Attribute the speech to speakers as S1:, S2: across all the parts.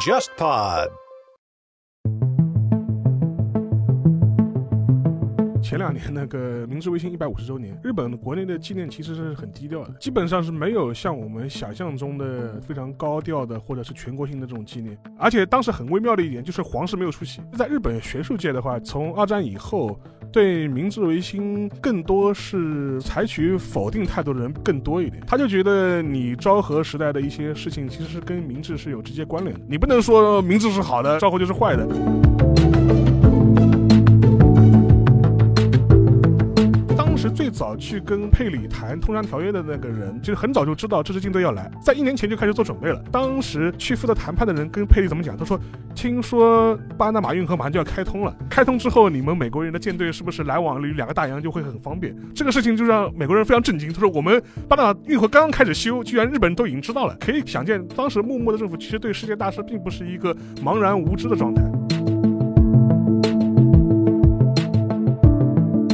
S1: JustPod。
S2: 前两年那个明治维新一百五十周年，日本国内的纪念其实是很低调的，基本上是没有像我们想象中的非常高调的或者是全国性的这种纪念。而且当时很微妙的一点就是皇室没有出席。在日本学术界的话，从二战以后，对明治维新更多是采取否定态度的人更多一点。他就觉得你昭和时代的一些事情其实是跟明治是有直接关联的，你不能说明治是好的，昭和就是坏的。当时最早去跟佩里谈通商条约的那个人，其实很早就知道这支军队要来，在一年前就开始做准备了。当时去负责谈判的人跟佩里怎么讲？他说：“听说巴拿马运河马上就要开通了，开通之后，你们美国人的舰队是不是来往于两个大洋就会很方便？”这个事情就让美国人非常震惊。他说：“我们巴拿马运河刚刚开始修，居然日本人都已经知道了。”可以想见，当时幕末的政府其实对世界大事并不是一个茫然无知的状态。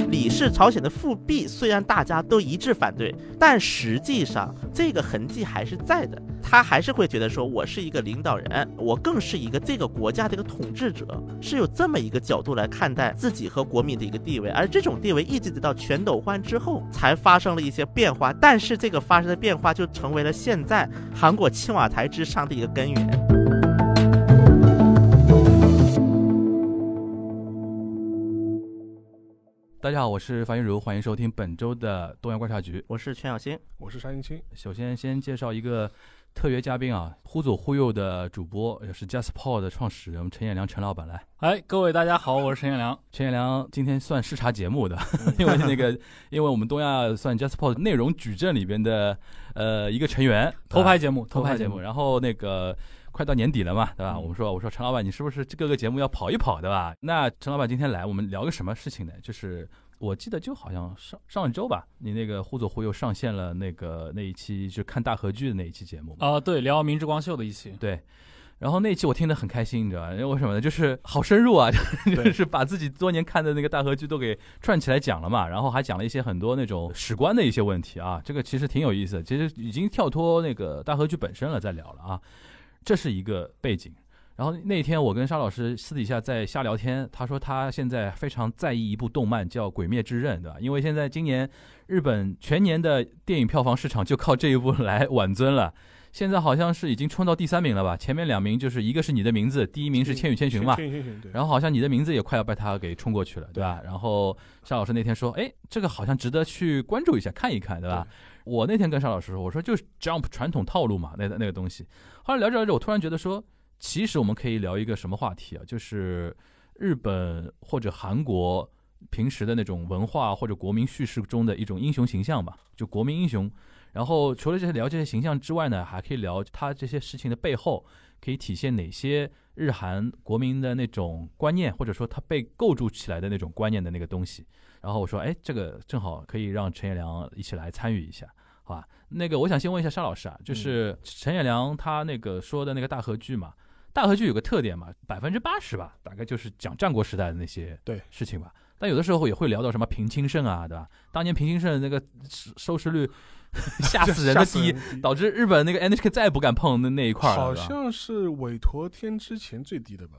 S3: 李氏朝鲜的复辟，虽然大家都一致反对，但实际上这个痕迹还是在的。他还是会觉得说，我是一个领导人，我更是一个这个国家的一个统治者，是有这么一个角度来看待自己和国民的一个地位。而这种地位一直到全斗焕之后才发生了一些变化，但是这个发生的变化就成为了现在韩国青瓦台之上的一个根源。
S4: 大家好，我是樊玉茹，欢迎收听本周的东亚观察局。
S3: 我是全小新，
S2: 我是沙燕青，
S4: 首先先介绍一个特约嘉宾啊，忽左忽右的主播，也是 JustPod 的创始人陈彦良陈老板来。
S5: 哎，各位大家好，我是陈彦良。
S4: 陈彦良今天算视察节目的，因为 那个，因为我们东亚算 JustPod 内容矩阵里边的呃一个成员，
S5: 头牌节目，
S4: 头
S5: 牌
S4: 牌节目。嗯然后那个快到年底了嘛，对吧？我们说，我说陈老板，你是不是各个节目要跑一跑，对吧？那陈老板今天来，我们聊个什么事情呢？就是我记得就好像上上周吧，你那个忽左忽右上线了那个那一期就看大合剧的那一期节目嘛。
S5: 啊、对，聊明治光秀的一期，
S4: 对。然后那一期我听得很开心，你知道吧？因为为什么呢？就是好深入啊， 就是把自己多年看的那个大合剧都给串起来讲了嘛，然后还讲了一些很多那种史观的一些问题啊，这个其实挺有意思的，其实已经跳脱那个大合剧本身了，在聊了啊，这是一个背景。然后那天我跟沙老师私底下在瞎聊天，他说他现在非常在意一部动漫叫《鬼灭之刃》，对吧？因为现在今年日本全年的电影票房市场就靠这一部来挽尊了。现在好像是已经冲到第三名了吧？前面两名就是一个是你的名字，第一名是《千与千寻》嘛，
S2: 千与千寻，对。
S4: 然后好像你的名字也快要被他给冲过去了，对吧？然后邵老师那天说，哎，这个好像值得去关注一下，看一看，对吧？我那天跟邵老师说，我说就是 Jump 传统套路嘛，那那个东西。后来聊着聊着，我突然觉得说，其实我们可以聊一个什么话题啊？就是日本或者韩国平时的那种文化或者国民叙事中的一种英雄形象吧，就国民英雄。然后除了这些聊这些形象之外呢，还可以聊他这些事情的背后可以体现哪些日韩国民的那种观念，或者说他被构筑起来的那种观念的那个东西。然后我说，哎，这个正好可以让陈彦良一起来参与一下，好吧？那个我想先问一下沙老师啊，就是陈彦良他那个说的那个大合剧嘛，大合剧有个特点嘛，百分之八十吧，大概就是讲战国时代的那些
S2: 对
S4: 事情吧。但有的时候也会聊到什么平清盛啊，对吧？当年平清盛那个收收视率 吓死人的低，导致日本那个 NHK 再也不敢碰那那一块儿了。
S2: 好
S4: 对吧
S2: 像是韦陀天之前最低的吧？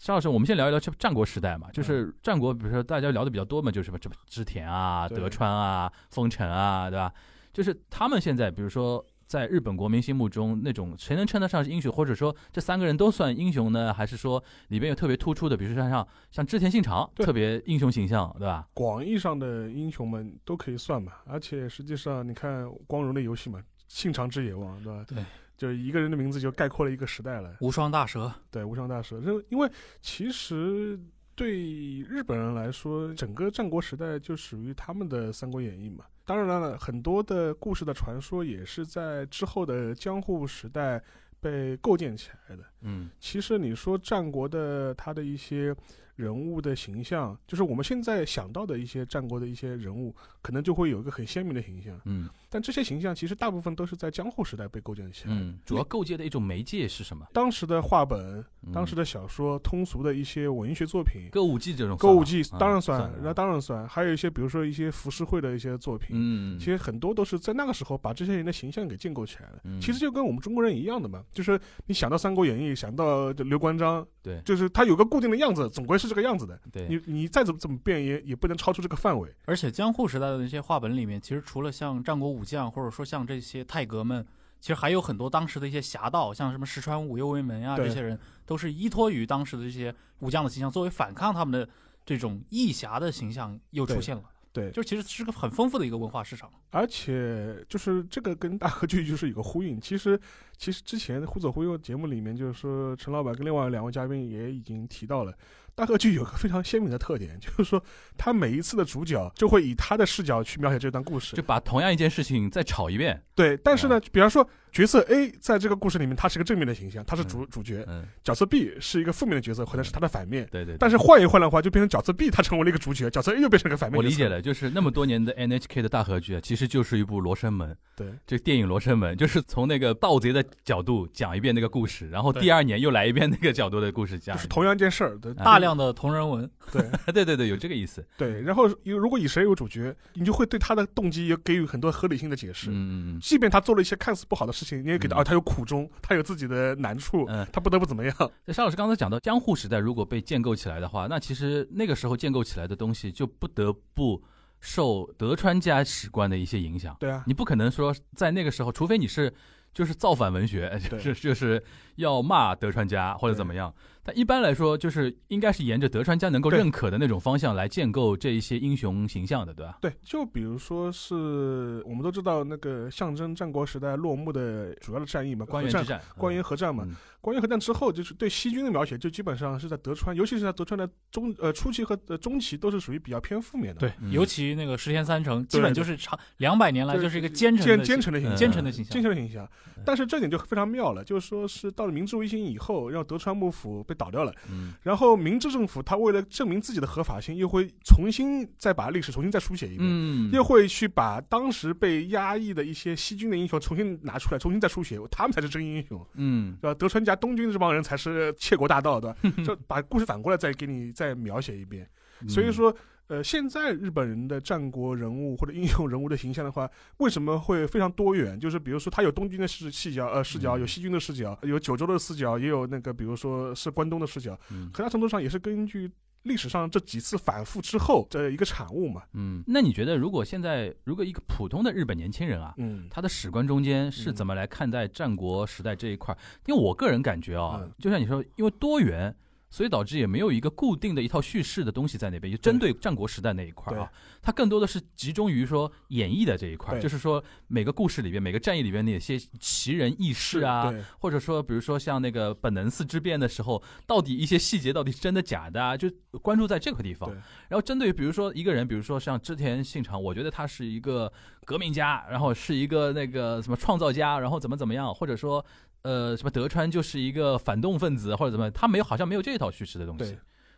S4: 沙老师，我们先聊一聊这战国时代嘛，
S2: 嗯
S4: 就是战国，比如说大家聊的比较多嘛，就是什么什么织田啊、
S2: 对
S4: 德川啊、丰臣啊，对吧？就是他们现在，比如说在日本国民心目中，那种谁能称得上是英雄，或者说这三个人都算英雄呢？还是说里边有特别突出的，比如说像像织田信长
S2: 对
S4: 特别英雄形象，对吧？
S2: 广义上的英雄们都可以算嘛，而且实际上你看光荣的游戏嘛，信长之野望，对吧？
S5: 对，
S2: 就是一个人的名字就概括了一个时代了。
S5: 无双大蛇。
S2: 对，无双大蛇，因为因为其实对日本人来说，整个战国时代就属于他们的《三国演义》嘛。当然了，很多的故事的传说也是在之后的江户时代被构建起来的。
S4: 嗯，
S2: 其实你说战国的它的一些人物的形象，就是我们现在想到的一些战国的一些人物，可能就会有一个很鲜明的形象。
S4: 嗯
S2: 但这些形象其实大部分都是在江户时代被构建起来的。
S4: 嗯，主要构建的一种媒介是什么？
S2: 当时的画本、
S4: 嗯
S2: 当时的小说、通俗的一些文学作品、
S4: 歌舞伎这种
S2: 歌舞
S4: 算
S2: 伎
S4: 吗
S2: 当然
S4: 嗯
S2: 算，那、
S4: 了
S2: 当然算，还有一些比如说一些浮世绘的一些作品，
S4: 嗯，
S2: 其实很多都是在那个时候把这些人的形象给建构起来了。
S4: 嗯
S2: 其实就跟我们中国人一样的嘛，就是你想到《三国演义》，想到刘关张，
S4: 对
S2: 就是他有个固定的样子，总归是这个样子的。
S4: 对，
S2: 你你再怎么怎么变也也不能超出这个范围。
S5: 而且江户时代的那些画本里面，其实除了像战国武将，或者说像这些太阁们，其实还有很多当时的一些侠盗，像什么石川五右卫门啊，
S2: 对
S5: 这些人都是依托于当时的这些武将的形象，作为反抗他们的这种义侠的形象又出现了。
S2: 对，
S5: 就其实是个很丰富的一个文化市场。
S2: 而且就是这个跟大河剧就是有个呼应。其实，其实之前《忽左忽右》节目里面，就是说陈老板跟另外两位嘉宾也已经提到了，大河剧有个非常鲜明的特点，就是说他每一次的主角就会以他的视角去描写这段故
S4: 就
S2: 事。
S4: 把同样一件事情再炒一遍，
S2: 对，但是
S4: 嗯
S2: 呢，比方说角色 A 在这个故事里面，他是个正面的形象，他是主、主角；
S4: 嗯，
S2: 角色 B 是一个负面的角色，或者是他的反面。
S4: 对对。对
S2: 但是换一换的话，就变成角色 B 他成为了一个主角，角色 A 又变成了个反面。
S4: 我理解。了，就是那么多年的 NHK 的大合剧啊，其实就是一部《罗生门》，
S2: 对，
S4: 这电影《罗生门》就是从那个盗贼的角度讲一遍那个故事，然后第二年又来一遍那个角度的故事
S2: 就
S4: 讲一
S2: 是
S4: 遍，
S2: 同样一件事儿，对
S4: 啊
S5: 大量的同人文，
S2: 对。
S4: 对对对，有这个意思，
S2: 对，然后有如果以谁为主角，你就会对他的动机也给予很多合理性的解释。
S4: 嗯嗯
S2: 即便他做了一些看似不好的事情，你也给他、
S4: 嗯
S2: 啊，他有苦衷，他有自己的难处，
S4: 嗯。
S2: 他不得不怎么样。
S4: 那沙老师刚才讲到江户时代，如果被建构起来的话，那其实那个时候建构起来的东西就不得不受德川家史观的一些影响。
S2: 对啊，
S4: 你不可能说在那个时候，除非你是就是造反文学，就
S2: 对
S4: 是就是要骂德川家或者怎么样。但一般来说，就是应该是沿着德川家能够
S2: 对
S4: 认可的那种方向来建构这一些英雄形象的，对吧？
S2: 对，就比如说是我们都知道那个象征战国时代落幕的主要的战役嘛，
S4: 关
S2: 河
S4: 原
S2: 战
S4: 之。战，
S2: 关原
S4: 嗯
S2: 河战嘛，
S4: 嗯
S2: 关原河战之后，就是对西军的描写，就基本上是在德川，尤其是在德川的中呃初期和呃中期，都是属于比较偏负面的，
S5: 对，
S4: 嗯
S5: 尤其那个石田三成，基
S2: 对
S5: 本
S2: 对
S5: 就是长两百年来
S2: 对
S5: 就是一个奸臣
S2: 奸
S5: 的
S2: 奸
S5: 形嗯
S2: 臣的形象，
S5: 奸臣的形象嗯
S2: 精。神形象。但是这点就非常妙了，就是说是到了明治维新以后，让德川幕府被倒掉了，
S4: 嗯
S2: 然后明治政府他为了证明自己的合法性，又会重新再把历史重新再书写一遍。
S4: 嗯，
S2: 又会去把当时被压抑的一些西军的英雄重新拿出来，重新再书写，他们才是真英雄，
S4: 嗯
S2: 对吧？德川家东军这帮人才是窃国大 盗，对吧？就把故事反过来再给你再描写一遍。
S4: 嗯
S2: 所以说，呃，现在日本人的战国人物或者英雄人物的形象的话，为什么会非常多元？就是比如说，他有东军的视视角，呃，视角
S4: 嗯
S2: 有西军的视角，有九州的视角，也有那个比如说是关东的视角，
S4: 嗯
S2: 很大程度上也是根据。历史上这几次反复之后的一个产物嘛，
S4: 嗯，那你觉得如果现在如果一个普通的日本年轻人啊，
S2: 嗯，
S4: 他的史观中间是怎么来看待战国时代这一块儿？因为我个人感觉啊、
S2: 嗯
S4: 就像你说，因为多元，所以导致也没有一个固定的一套叙事的东西在那边，就针对战国时代那一块儿啊，它更多的是集中于说演绎的这一块儿，
S2: 对
S4: 就是说每个故事里边、每个战役里边哪些奇人异事啊，
S2: 对
S4: 或者说比如说像那个本能寺之变的时候，到底一些细节到底是真的假的啊，就关注在这个地方
S2: 对。
S4: 然后针对于比如说一个人，比如说像织田信长，我觉得他是一个革命家，然后是一个那个什么创造家，然后怎么怎么样，或者说呃什么德川就是一个反动分子或者怎么样，他没有好像没有这一套叙事的东西
S2: 对，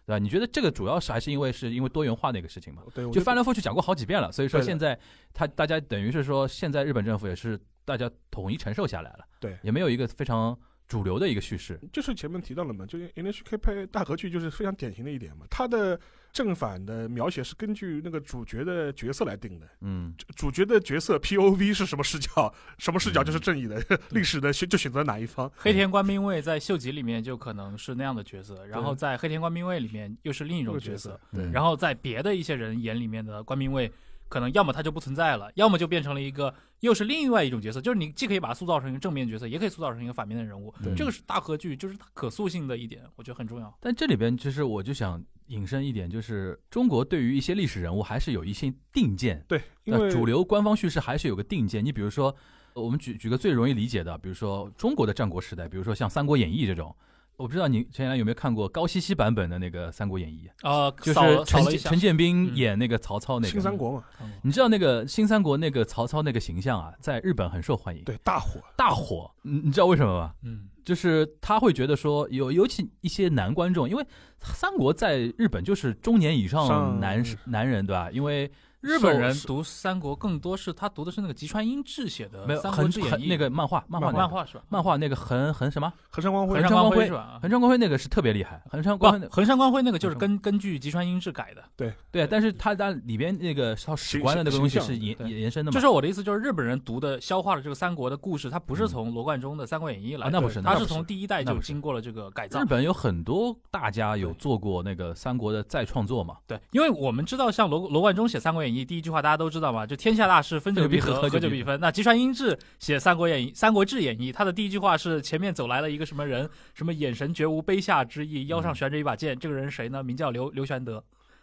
S4: 对吧？你觉得这个主要是还是因为是因为多元化那个事情嘛？
S2: 对，我
S4: 就
S2: 觉
S4: 翻
S2: 得
S4: 来覆去讲过好几遍了，所以说
S2: 对的
S4: 现在他大家等于是说，现在日本政府也是大家统一承受下来了，
S2: 对
S4: 也没有一个非常主流的一个叙事，
S2: 就是前面提到了嘛，就是 NHK 拍大合剧就是非常典型的一点嘛，它的正反的描写是根据那个主角的角色来定的，
S4: 嗯，
S2: 主角的角色 POV 是什么视角，什么视角就是
S4: 嗯
S2: 正义的， 历史的选就选择哪一方。
S5: 黑田官兵卫在秀吉里面就可能是那样的角色，然后在黑田官兵卫里面又是另一
S2: 这
S5: 种
S2: 个
S5: 角
S2: 角
S5: 色，
S2: 色，
S4: 对
S5: 然后在别的一些人眼里面的官兵卫，可能要么他就不存在了，要么就变成了一个又是另外一种角色，就是你既可以把它塑造成一个正面角色，也可以塑造成一个反面的人物，
S4: 对
S5: 这个是大合剧，就是它可塑性的一点，我觉得很重要。
S4: 但这里边其实我就想引申一点，就是中国对于一些历史人物还是有一些定见，
S2: 对，因
S4: 那
S2: 为
S4: 主流官方叙事还是有个定见。你比如说，呃我们举举个最容易理解的，比如说中国的战国时代，比如说像《三国演义》这种。我不知道你前两有没有看过高希希版本的那个《三国演义》，
S5: 啊，
S4: 嗯就
S5: 扫
S4: 是
S5: 了扫
S4: 陈
S5: 了一
S4: 建
S5: 下
S4: 陈，建斌
S5: 嗯
S4: 演那个曹操那个嗯
S2: 新三国嘛，
S5: 看过
S4: 你知道那个新三国那个曹操那个形象啊，在日本很受欢迎，
S2: 对，大火，
S4: 大火。你你知道为什么吗？
S5: 嗯，
S4: 就是他会觉得说有，尤其一些男观众，因为三国在日本就是中年以上
S2: 上嗯
S4: 男男人，对吧？因为
S5: 日本人
S4: 受
S5: 读三国更多是他读的是那个吉川英治写的
S4: 没
S5: 《
S4: 有
S5: 三国
S4: 很
S5: 志演义
S4: 很》那个漫画，漫画那个
S5: 漫画是吧？
S4: 漫画那个横横什么
S2: 衡山光辉
S4: 横
S5: 横
S4: 山
S5: 山
S4: 光
S5: 光
S4: 辉
S5: 辉是吧？
S4: 横山光辉那个是特别厉害，横山
S5: 不
S4: 光辉那，
S5: 横山光辉那个就是
S4: 横
S5: 根根据吉川英治改的。
S4: 对，但是他在里边那个他史
S2: 形
S4: 官的那个东西
S2: 形象
S4: 是延
S5: 对
S4: 延延伸的嘛？
S5: 就是我的意思，就是日本人读的消化了这个三国的故事，他不是从罗贯中的《三国演义》来
S4: 嗯啊那
S5: 的，
S4: 不是那
S5: 他
S4: 不
S5: 是
S4: 是
S5: 从第一代
S4: 那
S5: 就
S4: 不是
S5: 经过了这个改造
S4: 日。本有很多大家有做过那个三国的再创作嘛，
S5: 对，因为我们知道，像罗罗贯中写《三国演义》，第一句话大家都知道嘛，就天下大事，分久
S4: 分久必
S5: 必
S4: 合
S5: 合，
S4: 合久
S5: 合久
S4: 必
S5: 必分。那吉川英治写《三国演义》《三国志演义》，他的第一句话是前面走来了一个什么人，什么眼神绝无卑下之意，腰上悬着一把剑，这个人谁呢？名叫刘刘玄德。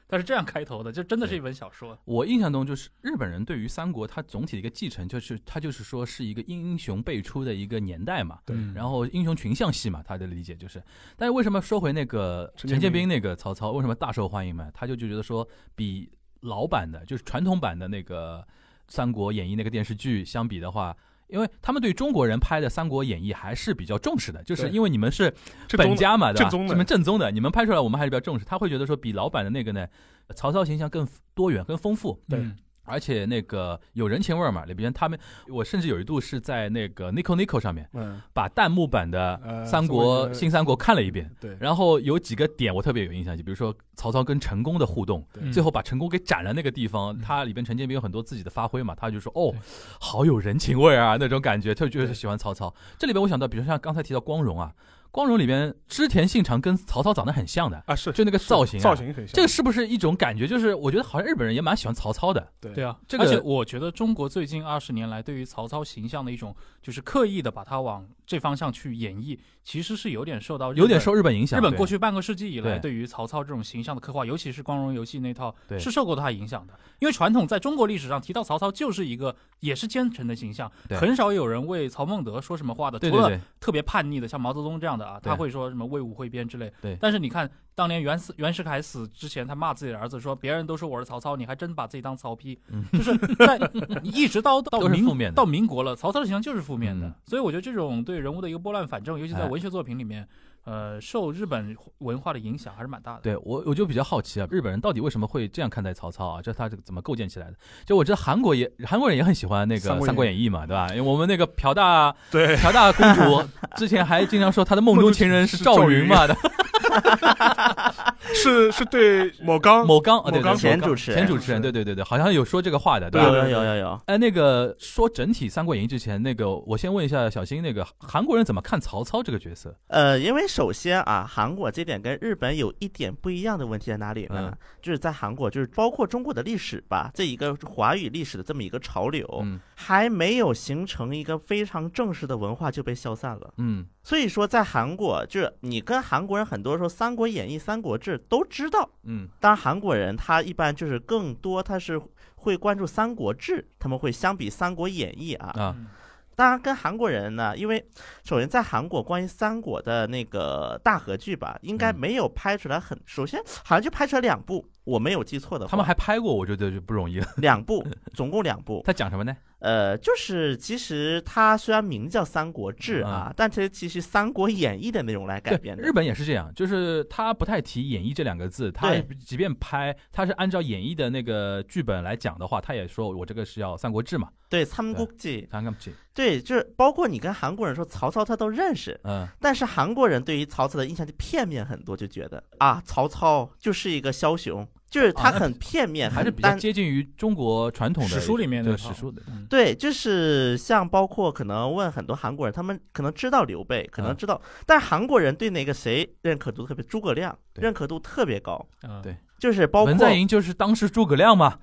S5: 他是这样开头的，这真的是一本小说。
S4: 我印象中就是日本人对于三国，它总体的一个继承就是它就是说是一个英雄辈出的一个年代嘛，
S2: 对
S5: 嗯
S4: 然后英雄群像戏嘛，他的理解就是。但是为什么说回那个
S2: 陈建
S4: 陈建
S2: 斌
S4: 斌那个曹操为什么大受欢迎嘛？他就就觉得说比老版的，就是传统版的那个《三国演义》那个电视剧相比的话。因为他们对中国人拍的《三国演义》还是比较重视的，就是
S2: 对
S4: 因为你们是
S2: 这
S4: 本
S2: 种
S4: 家嘛，对
S2: 正
S4: 吧？
S2: 宗的
S4: 你们正宗的，你们拍出来我们还是比较重视。他会觉得说比老版的那个呢，呃曹操形象更多元、更丰富，
S2: 对
S5: 嗯
S4: 而且那个有人情味儿嘛。里边他们，我甚至有一度是在那个 Nico Nico 上面
S2: 嗯，
S4: 把弹幕版的
S2: 呃
S4: 《三国
S2: 三国演义
S4: 新三国》看了一遍，
S2: 对，
S4: 然后有几个点我特别有印象，就比如说曹操跟陈宫的互动。
S5: 嗯
S2: 对
S4: 最后把陈宫给斩了那个地方，他里边陈建斌有很多自己的发挥嘛，他就说哦
S5: 对，
S4: 好有人情味啊那种感觉，特就是
S2: 对
S4: 喜欢曹操。这里边我想到，比如像刚才提到光荣啊，光荣里边织田信长跟曹操长得很像的，
S2: 啊是
S4: 就那个造型、啊，
S2: 造，型很像，
S4: 这个是不是一种感觉？就是我觉得好像日本人也蛮喜欢曹操的，
S2: 对
S5: 对啊，
S4: 这个
S5: 而且我觉得中国最近二十年来对于曹操形象的一种，就是刻意的把它往这方向去演绎，其实是有点受到日本
S4: 有点受日本影响。
S5: 日本
S4: 对
S5: 过去半个世纪以来
S4: 对
S5: 对于曹操这种形象的刻画，尤其是光荣游戏那套
S4: 对，
S5: 是受过它影响的。因为传统在中国历史上提到曹操就是一个也是奸臣的形象，
S4: 对
S5: 很少有人为曹孟德说什么话的，
S4: 对
S5: 除
S4: 对
S5: 了
S4: 对，
S5: 特别叛逆的，像毛泽东这样的啊，
S4: 对
S5: 他会说什么“魏武会编”之类。
S4: 对
S5: 但是你看，当年袁世袁世凯死之前，他骂自己的儿子说：“别人都说我是曹操，你还真把自己当曹丕。
S4: 嗯
S5: 就是在你一直到到
S4: 都是
S5: 民
S4: 负面的
S5: 到民国了，曹操的形象就是负面的。
S4: 嗯
S5: 所以我觉得这种对人物的一个拨乱反正，尤其在
S4: 哎
S5: 文学作品里面，呃，受日本文化的影响还是蛮大的。
S4: 对我我就比较好奇啊，日本人到底为什么会这样看待曹操啊？这他这个怎么构建起来的？就我知道韩国也韩国人也很喜欢那个
S2: 三
S4: 《
S2: 国
S4: 三国演义》嘛，对吧？因为我们那个朴大
S2: 对
S4: 朴大公主之前还经常说她的梦中情人是赵云嘛的
S2: 是是对某刚
S4: 某刚啊，
S2: 某
S4: 对对
S2: 刚
S4: 对
S2: 前
S4: 某刚
S2: 主
S4: 前主持人，对对对对，好像有说这个话的，对
S2: 对
S4: 吧？
S2: 对
S3: 有有有有，
S4: 哎，那个说整体《三国演义》之前，那个我先问一下小新，那个韩国人怎么看曹操这个角色？
S3: 呃，因为首先啊，韩国这点跟日本有一点不一样的问题在哪里呢？
S4: 嗯
S3: 就是在韩国，就是包括中国的历史吧，这一个华语历史的这么一个潮流，
S4: 嗯
S3: 还没有形成一个非常正式的文化就被消散了。
S4: 嗯，
S3: 所以说，在韩国，就是你跟韩国人很多时候《三国演义》《三国志》都知道，
S4: 嗯，
S3: 当然韩国人他一般就是更多他是会关注《三国志》，他们会相比《三国演义》啊，
S4: 啊，
S5: 嗯
S3: 当然，跟韩国人呢，因为首先在韩国关于三国的那个大合剧吧，应该
S4: 嗯
S3: 没有拍出来很。首先好像就拍出来两部，我没有记错的话，
S4: 他们还拍过，我觉得就不容易了。
S3: 两部，总共两部。
S4: 他讲什么呢？
S3: 呃，就是其实它虽然名叫《三国志》啊，但这其实《三国演义》的内容来改
S4: 对，
S3: 编的。
S4: 日本也是这样，就是他不太提“演绎”这两个字，他
S3: 对
S4: 即便拍，他是按照演绎的那个剧本来讲的话，他也说我这个是要《三国志》嘛，
S3: 对《三国志》，
S4: 看看不起，
S3: 对，就是包括你跟韩国人说曹操，他都认识，
S4: 嗯，
S3: 但是韩国人对于曹操的印象就片面很多，就觉得啊，曹操就是一个枭雄，就是
S4: 啊
S3: 他
S4: 那
S3: 很片面，
S4: 还是
S3: 很
S4: 比较
S3: 单
S4: 接近于中国传统的
S5: 史书里面
S4: 这
S5: 那
S4: 个
S5: 套
S4: 史书的，
S5: 嗯
S3: 对，就是像包括可能问很多韩国人，他们可能知道刘备，可能
S4: 嗯
S3: 知道，但是韩国人对那个谁认可度特别，诸葛亮
S4: 对
S3: 认可度特别高，
S5: 嗯
S4: 对
S3: 就是包括
S4: 文在寅就是当时诸葛亮嘛，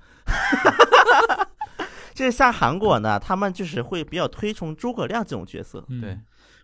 S3: 就是像韩国呢，他们就是会比较推崇诸葛亮这种角色，
S5: 嗯
S4: 对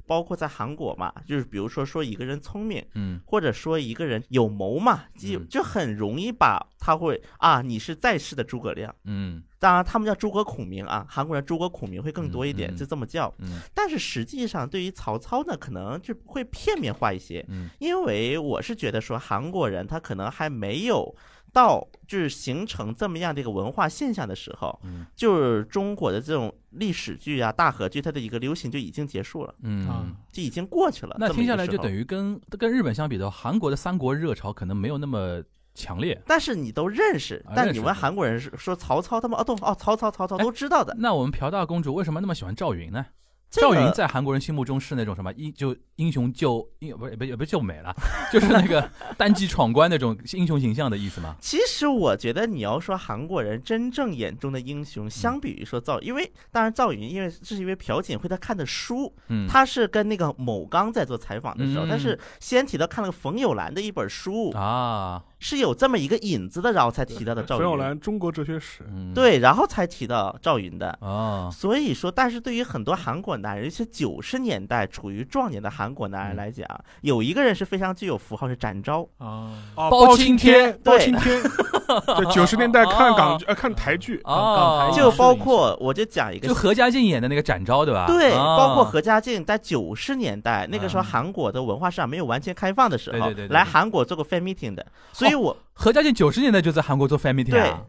S3: 包括在韩国嘛，就是比如说说一个人聪明，
S4: 嗯
S3: 或者说一个人有谋嘛，就
S4: 嗯
S3: 就很容易把他会啊，你是在世的诸葛亮。
S4: 嗯
S3: 当然，他们叫诸葛孔明啊，韩国人诸葛孔明会更多一点，
S4: 嗯嗯
S3: 就这么叫。
S4: 嗯
S3: 但是实际上，对于曹操呢，可能就会片面化一些，
S4: 嗯
S3: 因为我是觉得说韩国人他可能还没有到就是形成这么样的一个文化现象的时候，
S4: 嗯
S3: 就是中国的这种历史剧啊、大河剧，它的一个流行就已经结束了，
S4: 嗯
S5: 啊。
S3: 就已经过去了。
S4: 那
S3: 这么
S4: 听
S3: 一
S4: 下
S3: 个
S4: 来
S3: 时
S4: 就
S3: 候
S4: 等于跟跟日本相比的话，韩国的三国热潮可能没有那么强烈。
S3: 但是你都认识
S4: 啊，
S3: 但
S4: 认
S3: 你
S4: 识
S3: 问韩国人是说曹操他们哦，都哦曹操曹操
S4: 哎
S3: 都知道的。
S4: 那我们朴大公主为什么那么喜欢赵云呢？
S3: 这个
S4: 赵云在韩国人心目中是那种什么英就英雄救英不是不是不是救美了， 就是那 个单骑闯关那种英雄形象的意思吗？
S3: 其实我觉得你要说韩国人真正眼中的英雄，
S4: 嗯
S3: 相比于说赵，因为当然赵云，因为这是因为朴槿惠他看的书，
S4: 嗯，
S3: 他是跟那个某刚在做采访的时候，
S4: 嗯
S3: 但是先提到看了个冯友兰的一本书，
S4: 啊，
S3: 是有这么一个引子的，然后才提到的赵
S2: 啊冯友
S3: 云，
S2: 兰《中国哲学史》
S4: 嗯，
S3: 对，然后才提到赵云的。
S4: 啊，
S3: 所以说，但是对于很多韩国男人，尤其是九十年代处于壮年的韩国
S4: 嗯
S3: 男人来讲，有一个人是非常具有符号，是展昭。
S5: 啊，
S2: 啊
S4: 包
S2: 包青
S4: 青天
S2: 天，包
S3: 对
S2: 青天，对，九十年代看港剧，呃，看台剧，
S4: 哦，
S5: 刚才
S3: 就
S5: 啊
S3: 包
S5: 是的
S3: 括我就讲一个
S4: 就何家劲演的那个展昭，对吧？
S3: 对，
S4: 啊
S3: 包括何家劲在九十年代那个时候，
S4: 嗯
S3: 韩国的文化市场没有完全开放的时候，
S4: 对对对对哦
S3: 来
S4: 对
S3: 韩国做过 fan meeting 的，所以我、
S4: 何家劲九十年代就在韩国做 fan meeting 啊。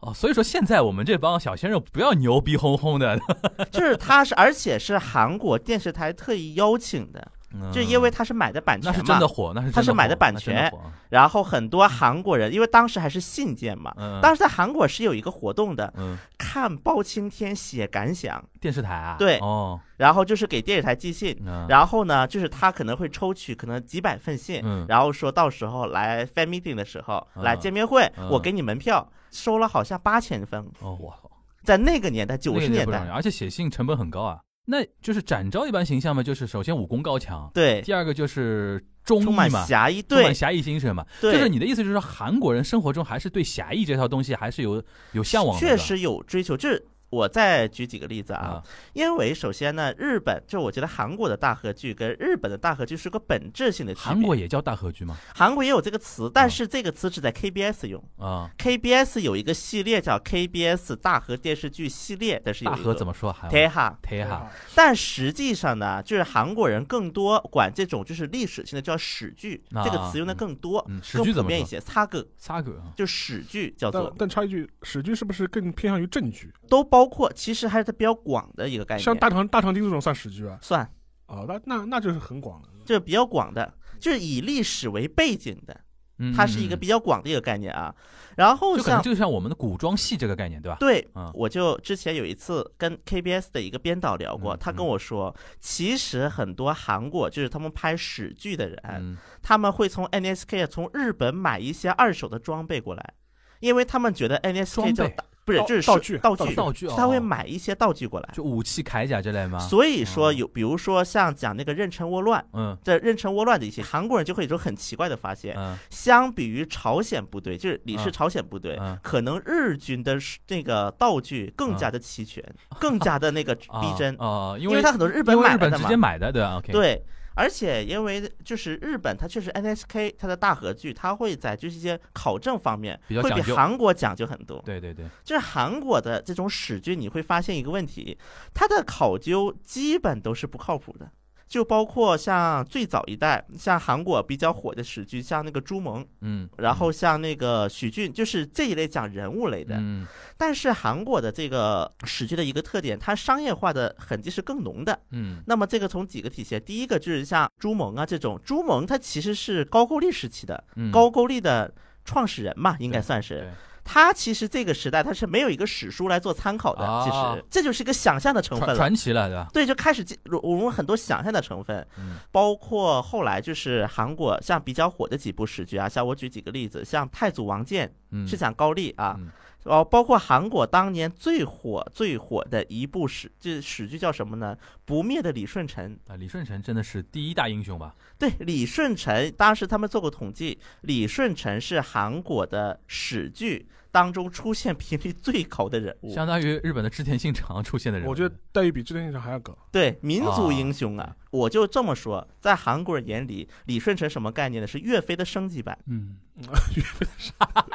S4: 哦，所以说现在我们这帮小鲜肉不要牛逼哄哄的，
S3: 就是他是，而且是韩国电视台特意邀请的，
S4: 嗯
S3: 就因为他是买的版权
S4: 那是
S3: 嘛
S4: 真的，火，那是真
S3: 他是
S4: 火
S3: 买的版
S4: 那真的
S3: 权
S4: 火啊
S3: 然后很多韩国人，因为当时还是信件嘛，
S4: 嗯，
S3: 当时在韩国是有一个活动的，
S4: 嗯，
S3: 看包青天写感想，
S4: 电视台啊，
S3: 对
S4: 哦，
S3: 然后就是给电视台寄信。
S4: 嗯
S3: 然后呢，就是他可能会抽取可能几百份信，
S4: 嗯
S3: 然后说到时候来 fan meeting 的时候、
S4: 啊
S3: 来见面会，
S4: 啊
S3: 我给你门票，收了好像八千份，
S4: 哦，我靠，
S3: 在那个年代九
S4: 那
S3: 十
S4: 个
S3: 年
S4: 不容易
S3: 代，
S4: 而且写信成本很高啊。那就是展昭一般形象嘛，就是首先武功高强，
S3: 对，
S4: 第二个就是忠
S3: 充
S4: 义
S3: 满
S4: 嘛，
S3: 侠义，
S4: 充满
S3: 对
S4: 侠义精神嘛。
S3: 对，
S4: 就是你的意思，就是说韩国人生活中还是对侠义这套东西还是有有向往的，
S3: 确实有追求，就是。我再举几个例子
S4: 对吧
S3: 啊
S4: 啊，，
S3: 因为首先呢，日本就我觉得韩国的大合剧跟日本的大合剧是个本质性的区别。
S4: 韩国嗯也叫大和剧嘛，
S3: 韩国也有这个词，但是这个词只在 KBS 用。
S4: 啊，
S3: KBS 有一个系列叫 KBS 大河电视剧系列，但是有
S4: 大
S3: 一个
S4: 和怎么说韩文？
S3: t 哈，
S4: 贴哈，
S3: 但实际上呢，就是韩国人更多管这种就是历史性的叫史剧，
S4: 啊
S3: 这个词用的更多，
S4: 嗯，史
S3: 更
S4: 剧
S3: 普
S4: 怎么
S3: 遍一
S4: 说？
S3: 些。擦个
S4: 撒狗啊，
S3: 就史剧叫
S2: 但
S3: 做，
S2: 但插一句，史剧是不是更偏向于正剧？
S3: 都包括，其实还是它比较广的一个概念。
S2: 像大长大长今这种算史剧啊？
S3: 算
S2: 哦，那那那就是很广了。
S3: 就是比较广的，就是以历史为背景的，
S4: 嗯
S3: 它是一个比较广的一个概念啊。然后
S4: 就可能
S3: 像
S4: 就像我们的古装戏这个概念，对吧？
S3: 对
S4: 啊，
S3: 我就之前有一次跟 KBS 的一个编导聊过，
S4: 嗯
S3: 他
S4: 嗯
S3: 跟我说，其实很多韩国就是他们拍史剧的人，
S4: 嗯，
S3: 他们会从 NHK 从日本买一些二手的装备过来，因为他们觉得
S4: 装
S3: NHK
S4: 备
S3: 叫道不是
S2: 道
S3: 就是
S2: 道具
S3: 道
S2: 道
S3: 具
S4: 道具哦，
S3: 他会买一些道具过来。
S4: 就武器铠甲之类吗？
S3: 所以说
S4: 哦
S3: 有，比如说像讲那个妊娠倭乱，
S4: 嗯
S3: 在妊娠倭乱的一些韩国人就会有一种很奇怪的发现，
S4: 嗯
S3: 相比于朝鲜部队，就是李氏
S4: 嗯
S3: 朝鲜部队，
S4: 嗯，
S3: 可能日军的是那个道具更加的齐全，更加的那个逼真，
S4: 嗯 啊，啊因
S3: 因
S4: 为
S3: 他很多日
S4: 日
S3: 本买
S4: 日
S3: 来
S4: 本
S3: 的
S4: 直
S3: 嘛
S4: 接。买的，对吧？OK，，啊
S3: 对，而且因为就是日本，它确实 NHK 它的大合剧，它会在就是一些考证方面
S4: 比较
S3: 会
S4: 讲
S3: 比
S4: 究
S3: 韩国讲究很多。
S4: 对对对，
S3: 就是韩国的这种史剧，你会发现一个问题，它的考究基本都是不靠谱的。就包括像最早一代，像韩国比较火的史剧，像那个朱蒙，
S4: 嗯，
S3: 然后像那个许俊，就是这一类讲人物类的。
S4: 嗯
S3: 但是韩国的这个史剧的一个特点，它商业化的痕迹是更浓的。
S4: 嗯
S3: 那么这个从几个体现，第一个就是像朱蒙啊这种，朱蒙他其实是高句丽时期的
S4: 嗯，
S3: 高句丽的创始人嘛，应该算
S4: 对
S3: 是。他其实这个时代他是没有一个史书来做参考的，其
S4: 啊
S3: 实这就是一个想象的成分
S4: 传
S3: 了。
S4: 传奇了，对吧？
S3: 对，就开始进融融入很多想象的成分，
S4: 嗯
S3: 包括后来就是韩国像比较火的几部史剧啊，像我举几个例子，像《太祖王建》
S4: 嗯，
S3: 是讲高丽啊
S4: 嗯，
S3: 哦，包括韩国当年最火最火的一部史，这史剧叫什么呢？不灭的李舜臣。
S4: 啊，李舜臣真的是第一大英雄吧？
S3: 对，李舜臣当时他们做过统计，李舜臣是韩国的史剧当中出现频率最高的人物，
S4: 相当于日本的织田信长出现的人物。
S2: 我觉得待遇比之前现场还要高。
S3: 对，民族英雄
S4: 啊
S3: 啊！我就这么说，在韩国人眼里，李舜臣什么概念呢？是岳飞的升级版。
S4: 嗯，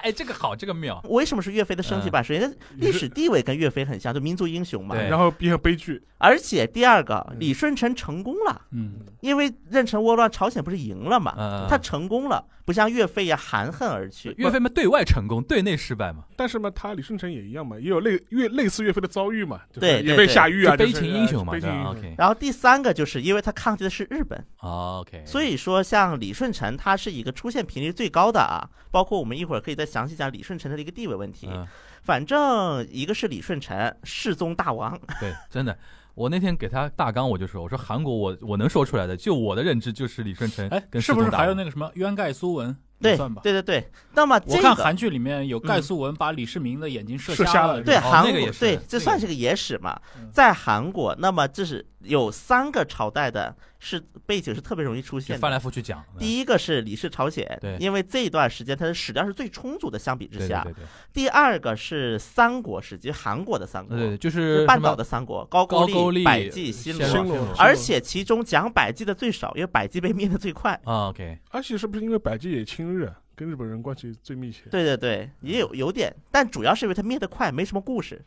S4: 哎，这个好，这个妙。
S3: 为什么是岳飞的升级版？首先，历史地位跟岳飞很像，就民族英雄嘛。
S4: 嗯对
S2: 然后变成悲剧，
S3: 而且第二个，
S2: 嗯
S3: 李舜臣成功了，
S4: 嗯
S3: 因为壬辰倭乱，朝鲜不是赢了嘛？
S4: 呃，
S3: 他成功了，不像岳飞呀含恨而去。
S4: 岳飞嘛，对外成功，对内失败嘛，
S2: 但是嘛，他李舜臣也一样嘛，也有类越类似岳飞的遭遇嘛，就是
S3: 对
S2: 也
S3: 对
S2: 被下狱啊，就
S4: 就悲
S2: 是
S4: 情英雄嘛，
S2: 悲
S4: 对
S2: 情英
S4: 吧
S2: 雄。
S4: ？OK，
S3: 然后第三个就是因为他抗拒的是日本，
S4: 啊 OK，
S3: 所以说像李舜臣他是一个出现频率最高的啊，包括我们一会儿可以再详细讲李舜臣的一个地位问题。
S4: 嗯，
S3: 反正一个是李舜臣，世宗大王，
S4: 对，真的。我那天给他大纲，我就说，我说韩国我我能说出来的，就我的认知就是李舜臣
S5: 哎，
S4: 跟
S5: 是不是还有那
S4: 个
S5: 个什么渊盖苏文？也
S3: 对
S5: 算吧。
S3: 对对对。那么
S5: 我
S3: 这
S5: 看
S3: 个
S5: 韩剧里面有
S4: 嗯
S5: 盖苏文把李世民的眼睛
S2: 射瞎
S5: 瞎
S2: 了
S3: 对
S4: 哦
S3: 韩
S4: 那个
S3: 国
S4: 也是
S3: 对
S4: 那，
S3: 这算是个野史嘛
S5: 嗯，
S3: 在韩国，那么这是有三个朝代的是背景是特别容易出现
S4: 翻
S3: 的。
S4: 来覆去讲，一
S3: 第一个是李氏朝鲜
S4: 对，
S3: 因为这一段时间它的史料是最充足的，相比之
S4: 对
S3: 下
S4: 对。对对
S3: 第二个是三国时期，韩国的三国
S4: 对，对，
S3: 就
S4: 就
S3: 是半
S4: 什
S3: 岛
S4: 么
S3: 的三国，高
S4: 高句
S3: 丽、
S4: 丽、
S3: 百济、新
S2: 罗
S3: 罗
S2: 暹。罗
S3: 而且其中讲百济的最少，因为百济被灭的最快。
S4: 啊 OK，
S2: 而且是不是因为百济也亲日，跟日本人关系最密切？
S3: 对对对，也有有点，但主要是因为它灭得快，没什么故事。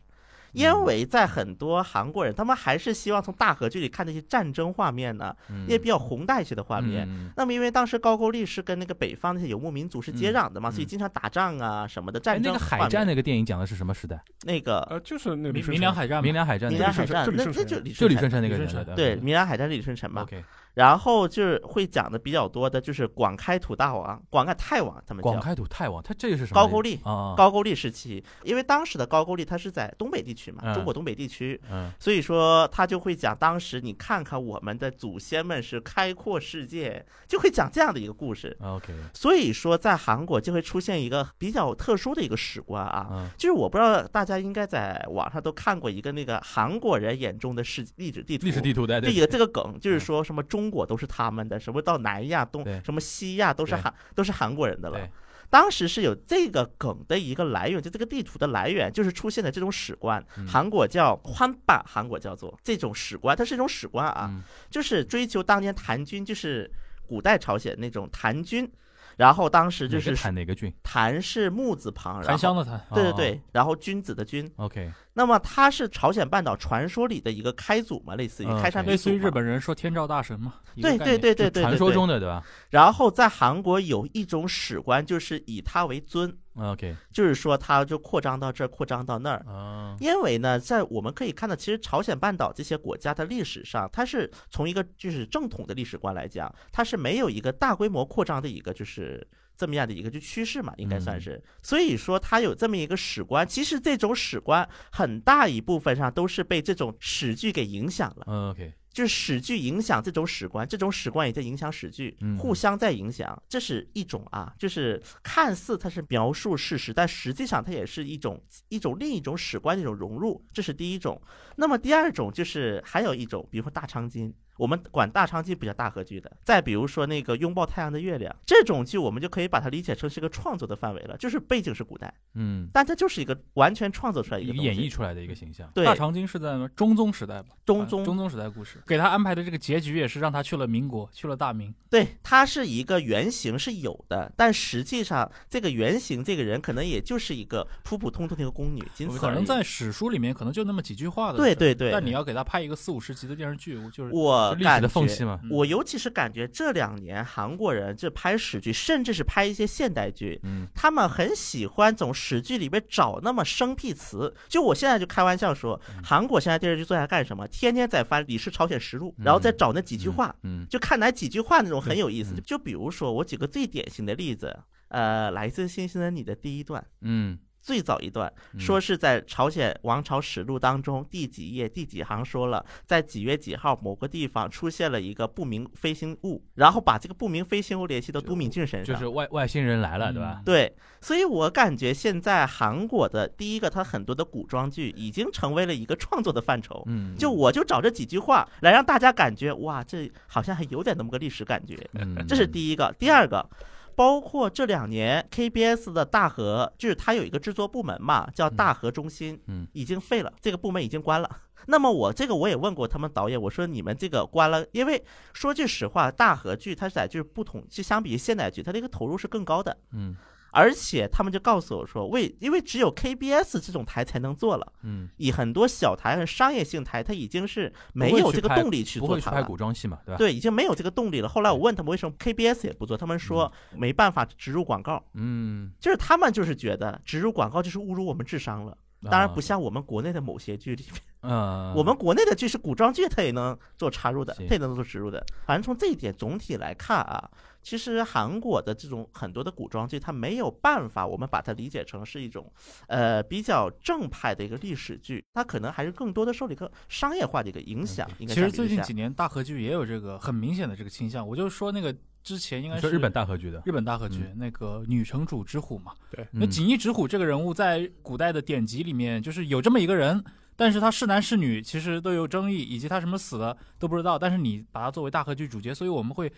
S3: 因为在很多韩国人，他们还是希望从大合剧里看那些战争画面呢，
S4: 嗯
S3: 也比较宏大一些的画面。
S4: 嗯
S3: 那么，因为当时高句丽是跟那个北方那些游牧民族是接壤的嘛，
S4: 嗯
S3: 所以经常打仗啊什么的
S4: 哎
S3: 战
S4: 那
S3: 争
S4: 个
S3: 画面。
S4: 海战那个电影讲的是什么时代？
S3: 那个
S2: 呃，就是那个李
S5: 明
S2: 舜
S5: 明良
S2: 臣，
S5: 海战嘛
S4: 明良海战
S3: 米
S4: 那
S3: 兰
S4: 个，
S3: 海战
S2: 就，李
S3: 那
S2: 舜
S3: 那
S2: 臣
S3: 就李
S4: 就
S3: 舜
S4: 李
S3: 臣
S4: 舜臣那个嗯
S5: 李
S4: 人
S5: 舜
S4: 来
S5: 臣
S4: 的，
S3: 对米兰海战是李舜臣嘛。
S4: OK，
S3: 然后就是会讲的比较多的就是广开土大王、广开泰王他们
S4: 广
S3: 叫。
S4: 开土泰王，他这个是什么？
S3: 高句丽
S4: 啊，
S3: 高句丽时期，因为当时的高句丽它是在东北地区嘛，
S4: 嗯
S3: 中国东北地区，
S4: 嗯，
S3: 所以说他就会讲，当时你看看我们的祖先们是开阔世界，就会讲这样的一个故事。
S4: OK，
S3: 所以说，在韩国就会出现一个比较特殊的一个史观啊，
S4: 嗯，
S3: 就是我不知道大家应该在网上都看过一个那个韩国人眼中的世历史地图。
S4: 历史地图啊对
S3: 这
S4: 对
S3: 个这个梗就是
S4: 嗯
S3: 说什么中国都是他们的，什么到南亚东
S4: 对，
S3: 什么西亚都是
S4: 对
S3: 韩都是韩国人的了
S4: 对。
S3: 当时是有这个梗的一个来源，就这个地图的来源就是出现的这种史观，
S4: 嗯
S3: 韩国叫欢霸，韩国叫做这种史观，它是一种史观啊，
S4: 嗯
S3: 就是追求当年谭军，就是古代朝鲜那种谭军，然后当时就
S4: 哪
S3: 是
S4: 个坦哪个郡
S3: 谭是木字旁，
S5: 檀
S3: 然
S5: 香
S3: 后
S5: 的檀，
S3: 对对
S4: 哦
S3: 对，然后君子的君，
S4: ，OK，
S3: 那么它是朝鲜半岛传说里的一个开祖嘛，类似于
S4: 嗯
S3: 开山
S4: 对
S3: 鼻
S5: 类似
S3: 祖
S5: 于
S3: 嘛
S5: 日，本人说天照大神嘛，一个
S3: 对
S5: 概
S3: 对
S5: 念，
S3: 对对
S4: 就
S3: 对，
S4: 传
S3: 对
S4: 说
S3: 对
S4: 中的对吧
S3: 然后在韩国有一种史观，就是以他为尊，
S4: 哦？OK，
S3: 就是说他就扩张到这儿，扩张到那儿。
S4: 啊，
S3: 因为呢，在我们可以看到，其实朝鲜半岛这些国家的历史上，它是从一个就是正统的历史观来讲，它是没有一个大规模扩张的一个就是这么样的一个就趋势嘛，应该
S4: 嗯
S3: 算是。所以说，它有这么一个史观。其实这种史观很大一部分上都是被这种史剧给影响了。
S4: 嗯 OK，
S3: 就是史剧影响这种史观，这种史观也在影响史剧
S4: 嗯，
S3: 互相在影响，这是一种啊，就是看似它是描述事实，但实际上它也是一种一种另一种史观的一种融入，这是第一种。那么第二种就是还有一种，比如说大长今。我们管大长今不叫大合剧的，再比如说那个拥抱太阳的月亮这种剧，我们就可以把它理解成是一个创作的范围了，就是背景是古代，
S4: 嗯，
S3: 但它就是一个完全创作出来一个东西
S4: 演绎出来的一个形象，
S3: 对
S5: 大长今是在中宗时代吧？
S3: 中
S5: 啊
S3: 宗
S5: 中宗时代故事，给他安排的这个结局也是让他去了民国，去了大明。
S3: 对，它是一个原型是有的，但实际上这个原型这个人可能也就是一个普普通通的一个宫女，仅此
S5: 可
S3: 而
S5: 能
S3: 已。
S5: 在史书里面可能就那么几句话的事儿，
S3: 对对对
S5: 但你要给他拍一个四五十集的电视剧，我就是
S3: 我
S4: 是历史
S3: 感
S4: 的缝
S3: 觉，
S4: 隙嘛，
S5: 嗯
S3: 我尤其是感觉这两年韩国人这拍史剧，甚至是拍一些现代剧，
S4: 嗯，
S3: 他们很喜欢从史剧里面找那么生僻词。就我现在就开玩笑说，韩国现在电视剧作家干什么？天天在翻《李氏朝鲜实录》，然后再找那几句话，
S4: 嗯，
S3: 就看哪几句话那种很有意思。
S4: 嗯
S3: 就比如说，我举个最典型的例子，呃，来自星星的你的第一段，
S4: 嗯
S3: 最早一段，
S4: 嗯
S3: 说是在《朝鲜王朝史录》当中第几页第几行说了，在几月几号某个地方出现了一个不明飞行物，然后把这个不明飞行物联系到都敏俊身上，
S4: 就是外外星人来了，对吧？
S3: 对，所以我感觉现在韩国的第一个，它很多的古装剧已经成为了一个创作的范畴。
S4: 嗯，
S3: 就我就找这几句话来让大家感觉，哇，这好像还有点那么个历史感觉。
S4: 嗯，
S3: 这是第一个。第二个，包括这两年 KBS 的大河，就是它有一个制作部门嘛，叫大河中心，
S4: 嗯，
S3: 已经废了，这个部门已经关了。 那么我这个我也问过他们导演，我说你们这个关了，因为说句实话，大河剧它在就是不同，就相比于现代剧，它的一个投入是更高的。
S4: 嗯
S3: 而且他们就告诉我说，为因为只有 KBS 这种台才能做了，
S4: 嗯，
S3: 以很多小台和商业性台，它已经是没有这个动力去
S4: 不
S3: 做
S4: 会去
S3: 它
S4: 拍
S3: 了。
S4: 古装戏嘛，对吧？
S3: 对，已经没有这个动力了。后来我问他们为什么 KBS 也不做，他们说
S5: 嗯
S3: 没办法植入广告，
S4: 嗯，
S3: 就是他们就是觉得植入广告就是侮辱我们智商了。
S5: 啊
S3: 当
S4: 哦
S3: 然不像我们国内的某些剧里面，
S4: 啊，嗯，
S3: 我们国内的剧是古装剧，它也能做插入的，
S4: 行
S3: 它也能做植入的。反正从这一点总体来看啊，其实韩国的这种很多的古装剧，它没有办法，我们把它理解成是一种呃比较正派的一个历史剧，它可能还是更多的受了一个商业化的一个影响。应该
S5: 嗯其
S3: 相
S5: 实
S3: 比
S5: 最
S3: 之
S5: 近
S3: 下
S5: 几年大合剧也有这个很明显的这个倾向，我就说那个之前应该
S4: 你
S5: 是
S4: 说日本大嗯合剧的，
S5: 日本大合剧、那个女城主之虎嘛，那
S4: 嗯
S5: 锦衣之虎这个人物在古代的典籍里面，就是有这么一个人，但是他是男是女其实都有争议，以及他什么死的都不知道。但是你把他作为大合剧主角，所以我们会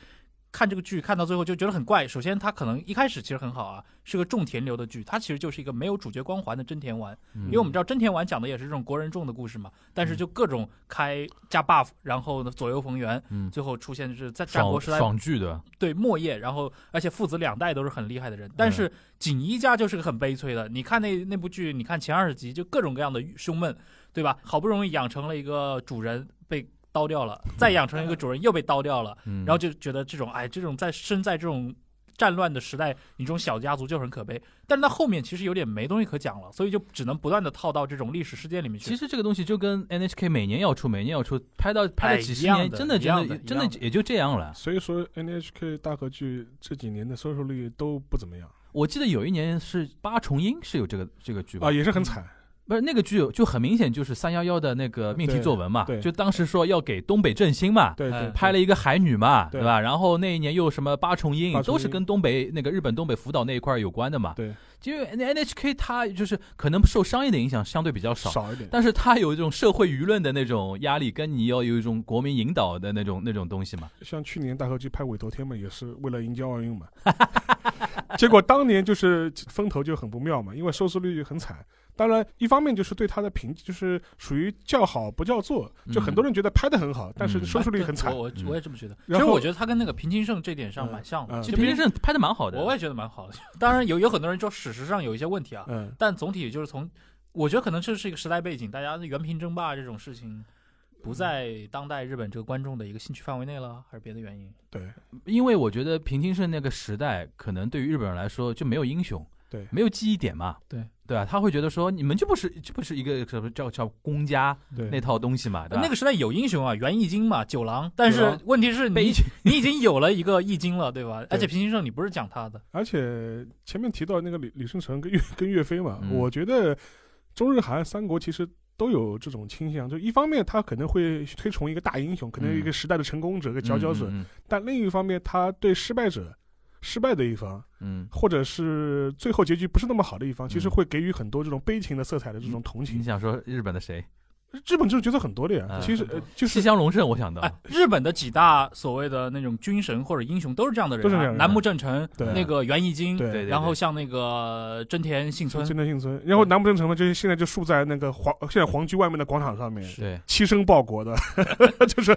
S5: 看这个剧看到最后就觉得很怪。首先，他可能一开始其实很好啊，是个种田流的剧，他其实就是一个没有主角光环的真田丸，
S4: 嗯
S5: 因为我们知道真田丸讲的也是这种国人众的故事嘛，但是就各种开加 buff，然后呢左右逢源，
S4: 嗯
S5: 最后出现是在战国
S4: 爽
S5: 时代
S4: 爽剧对吧？
S5: 对莫叶，然后而且父子两代都是很厉害的人，
S2: 嗯
S5: 但是锦衣家就是个很悲催的。你看那那部剧，你看前二十集就各种各样的胸闷，对吧？好不容易养成了一个主人被刀掉了，再养成一个主人又被刀 掉了，
S4: 嗯，
S5: 然后就觉得这种哎，这种在身在这种战乱的时代，你这种小家族就很可悲。但是到后面其实有点没东西可讲了，所以就只能不断的套到这种历史事件里面
S4: 其
S5: 去。
S4: 实这个东西就跟 NHK 每年要出，每年要出，拍到拍
S5: 哎
S4: 了几
S5: 一
S4: 十
S5: 样
S4: 年，
S5: 的
S4: 真的
S5: 一样
S4: 真
S5: 的
S4: 真
S5: 一
S4: 的
S5: 样的
S4: 也就这样了。
S2: 所以说 NHK 大合剧这几年的收视率都不怎么样
S4: 我记得有一年是八重樱是有这个这个剧吧嗯
S2: 啊，？也是很惨。
S4: 不是那个剧就很明显就是三幺幺的那个命题
S2: 对
S4: 作文嘛，
S2: 对
S4: 就当时说要给东北振兴嘛，
S2: 对
S5: 哎
S2: 对，
S4: 拍了一个海女嘛，
S2: 对
S4: 对吧？然后那一年又什么八重樱
S2: 八，重樱
S4: 都是跟东北那个日本东北福岛那一块儿有关的嘛。
S2: 对，
S4: 因为 NHK 它就是可能受商业的影响相对比较少。
S2: 少一点。
S4: 但是它有一种社会舆论的那种压力，跟你要有一种国民引导的那种那种东西嘛。
S2: 像去年大合剧拍《委头天》嘛，也是为了迎接奥运嘛。 结果当年就是风头就很不妙嘛，因为收视率很惨。当然，一方面就是对它的评，就是属于叫好不叫座，就
S4: 嗯
S2: 很多人觉得拍的很好，但是
S4: 嗯
S2: 收视率很惨
S5: 哎我。我
S4: 嗯
S5: 我也这么觉得。其
S2: 然
S5: 实
S2: 后
S5: 我觉得他跟那个平清盛这点上蛮像的，
S2: 嗯嗯
S4: 其
S5: 就
S4: 实平时正拍的蛮好的，
S5: 我也觉得蛮好的。 当然有有很多人说史实上有一些问题啊，
S2: 嗯，
S5: 但总体就是从，我觉得可能这是一个时代背景，大家的原平争霸这种事情。
S2: 嗯
S5: 不在当代日本这个观众的一个兴趣范围内了，还是别的原因？
S2: 对，
S4: 因为我觉得平清盛那个时代，可能对于日本人来说就没有英雄，
S2: 对
S4: 没有记忆点嘛，
S5: 对，
S4: 对啊吧？他会觉得说你们就不是就不是一个什么叫叫公家
S2: 对
S4: 那套东西嘛，对吧？
S5: 那个时代有英雄啊，源义经嘛，九郎。但
S4: 九
S5: 是
S4: 郎
S5: 问题是
S4: 被
S5: 你你已经有了一个易经了，对吧？而且平行胜你不是讲他的，
S2: 而且前面提到那个李李舜臣跟岳跟岳飞嘛，
S4: 嗯
S2: 我觉得中日韩三国其实。都有这种倾向，就一方面他可能会推崇一个大英雄，可能一个时代的成功者、一个佼佼者，
S4: 嗯
S2: 但另一方面他对失败者、失败的一方，
S4: 嗯，
S2: 或者是最后结局不是那么好的一方，其实
S4: 嗯
S2: 会给予很多这种悲情的色彩的这种同
S4: 嗯你
S2: 情。
S4: 想说日本的谁？
S2: 日本这种角色很多的呀，
S4: 嗯
S2: 其实、呃就
S4: 西
S2: 是
S4: 乡隆盛，我
S2: 啊
S4: 想到
S5: 哎，日本的几大所谓的那种军神或者英雄都是这样的人、啊，
S2: 都是这样的人
S5: 楠木正成、
S2: 对
S5: 那个源义经，
S4: 对
S2: 对。
S5: 然后像那个真田幸村，
S2: 真田幸村，然后南部正成嘛，就是现在就竖在那个皇现在皇居外面的广场上面，
S4: 对，
S2: 牺牲报国的， 就是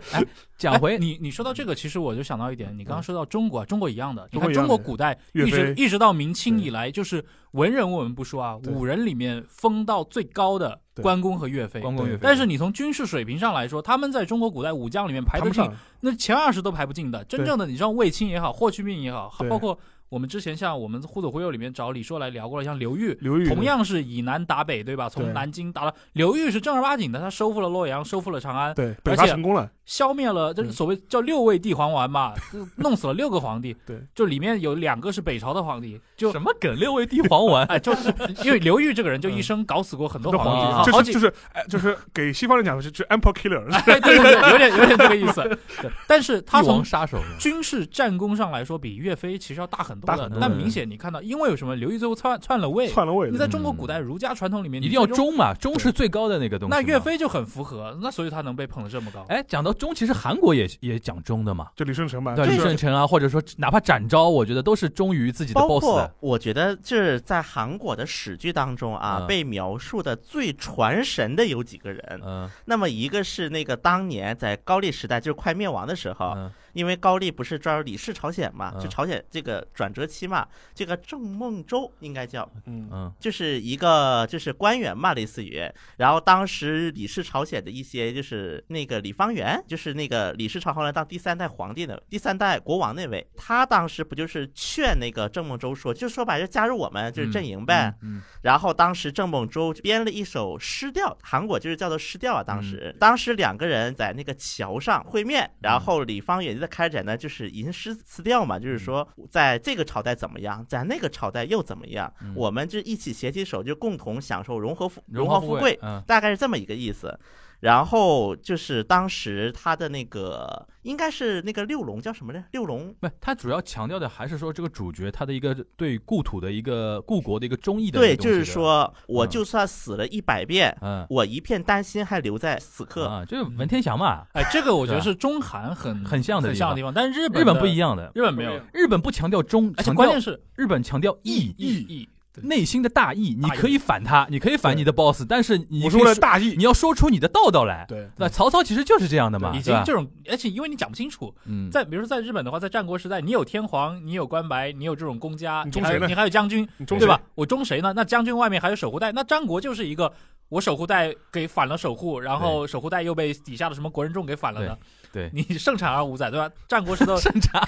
S4: 讲
S5: 哎
S4: 回
S5: 你，你说到这个，其实我就想到一点，你刚刚说到中国啊，中国一样的。你
S2: 嗯中国
S5: 看
S2: 一
S5: 中
S2: 样的
S5: 国古代
S2: 岳
S5: 一直
S2: 飞
S5: 一直到明清以来，就是文人我们不说啊，
S2: 对
S5: 武人里面封到最高的
S2: 对
S5: 关公和岳飞。
S4: 关公岳飞，
S5: 但是你从军事水平上来说，他们在中国古代武将里面排
S2: 谈
S5: 得
S2: 不
S5: 进
S2: 上，
S5: 那前二十都排不进的。真正的，你像卫青也好，霍去病也好，
S2: 对
S5: 包括我们之前像我们《忽左忽右》里面找李硕来聊过了，像刘裕，
S2: 刘裕
S5: 同样是以南打北，对吧？
S2: 对
S5: 从南京打了，刘裕是正儿八经的，他收复了洛阳，收复了长安，
S2: 对北
S5: 而
S2: 伐
S5: 且
S2: 成功了，
S5: 消灭了这
S2: 嗯
S5: 所谓叫六位帝皇 丸嘛，就弄死了六个皇帝，
S2: 对，
S5: 就里面有两个是北朝的皇 帝，就，
S4: 什么梗？六味地黄丸
S5: 哎，就是因为刘裕这个人就
S4: 嗯
S5: 一生搞死过很多
S2: 那
S5: 帝，
S4: 皇
S5: 好
S4: 帝
S5: 好
S2: 就是
S5: 几哎
S2: 就是哎就是给西方人讲就是就是 emperor killer，
S5: 啊对对对，对有点有点这个意思。 对但是 他
S4: 帝
S5: 从
S4: 王杀手。
S5: 军事战功上来说，比岳飞其实要大很多
S2: 大
S5: 的
S2: 很。
S4: 多
S5: 但
S4: 嗯
S5: 明显你看到，因为有什么刘裕最后篡篡了位，
S2: 篡了位
S5: 你
S2: 的，
S5: 在中国古代儒家传统里面
S4: 嗯一定要
S5: 你最终，
S4: 忠嘛，忠是最高的那个东西嘛。
S5: 那岳飞就很符合，那所以他能被捧得这么高。
S4: 哎，讲到忠，其实韩国也也讲忠的嘛，
S2: 就李舜臣嘛，
S4: 对
S2: 就
S4: 李
S2: 是
S4: 舜臣啊，或者说哪怕展昭，我觉得都是忠于自己的
S3: 包
S4: boss
S3: 括
S4: 的。
S3: 我觉得就是在韩国的史剧当中啊，
S4: 嗯
S3: 被描述的最传神的有几个人。
S4: 嗯
S3: 那么一个是那个当年在高丽时代，就是快灭亡的时
S5: 啊
S3: 候，
S4: 嗯
S3: 因为高丽不是抓李氏朝鲜嘛，
S4: 嗯
S3: 就朝鲜这个转折期嘛，这个郑孟周应该叫
S2: 嗯
S4: 嗯
S3: 就是一个就是官员嘛，类似于，然后当时李氏朝鲜的一些就是那个李方元，就是那个李氏朝后来当第三代皇帝的第三代国王那位，他当时不就是劝那个郑孟周说，就说白了加入我们就是阵营呗。
S4: 嗯，
S3: 然后当时郑孟周编了一首诗调，韩国就是叫做诗调啊。当时、当时两个人在那个桥上会面，然后李方远就在开展呢就是吟诗词调嘛，就是说在这个朝代怎么样，在那个朝代又怎么样，
S4: 嗯
S3: 我们就一起携起手，就共同享受荣华富
S4: 荣
S3: 华
S4: 华
S3: 富
S4: 富
S3: 贵，
S4: 嗯
S3: 大概是这么一个意思。然后就是当时他的那个应该是那个六龙叫什么呢？六龙
S4: 不，他主要强调的还是说这个主角他的一个对故土的一个故国的一个忠义的那
S3: 对，
S4: 个东
S3: 就是，
S4: 西
S3: 说我
S4: 嗯
S3: 就算死了一百遍，
S4: 嗯
S3: 我一片丹心还留在此刻。
S4: 啊，就是
S3: 嗯
S4: 文天祥嘛，
S5: 哎，这个我觉得
S4: 对啊
S5: 是中韩很
S4: 很像的
S5: 很
S4: 地
S5: 像的
S4: 方
S5: 地方，但是日本
S4: 日本不一
S5: 样，
S4: 样的，
S5: 日本嗯没有，
S4: 日本不强调忠，
S5: 而且
S4: 强
S5: 关
S4: 调
S5: 键是
S4: 日本强调义
S5: 义义
S4: 内心的大义，你
S5: 大义
S4: 可以反他，你可以反你的 boss，但是你
S2: 我
S4: 可以
S2: 是为了
S4: 说
S2: 大义，
S4: 你要说出你的道道来。
S2: 对，
S4: 那曹操其实就是这样的嘛，
S5: 已
S4: 对
S5: 经
S4: 吧
S5: 这种，而且因为你讲不清楚，
S4: 嗯，
S5: 在比如说在日本的话，在战国时代，你有天皇，你有关白，你有这种公家，
S2: 你
S5: 你
S2: 忠
S5: 还
S2: 谁
S5: 有
S2: 呢
S5: 你还有将军，
S2: 你忠
S5: 对
S2: 谁？
S5: 吧？我忠谁呢？那将军外面还有守护带，那战国就是一个我守护带给反了守护，然后守护带又被底下的什么国人众给反了呢？
S4: 对对。
S5: 你盛产而无宰，对吧？战国时 候
S4: 甚至
S5: 哎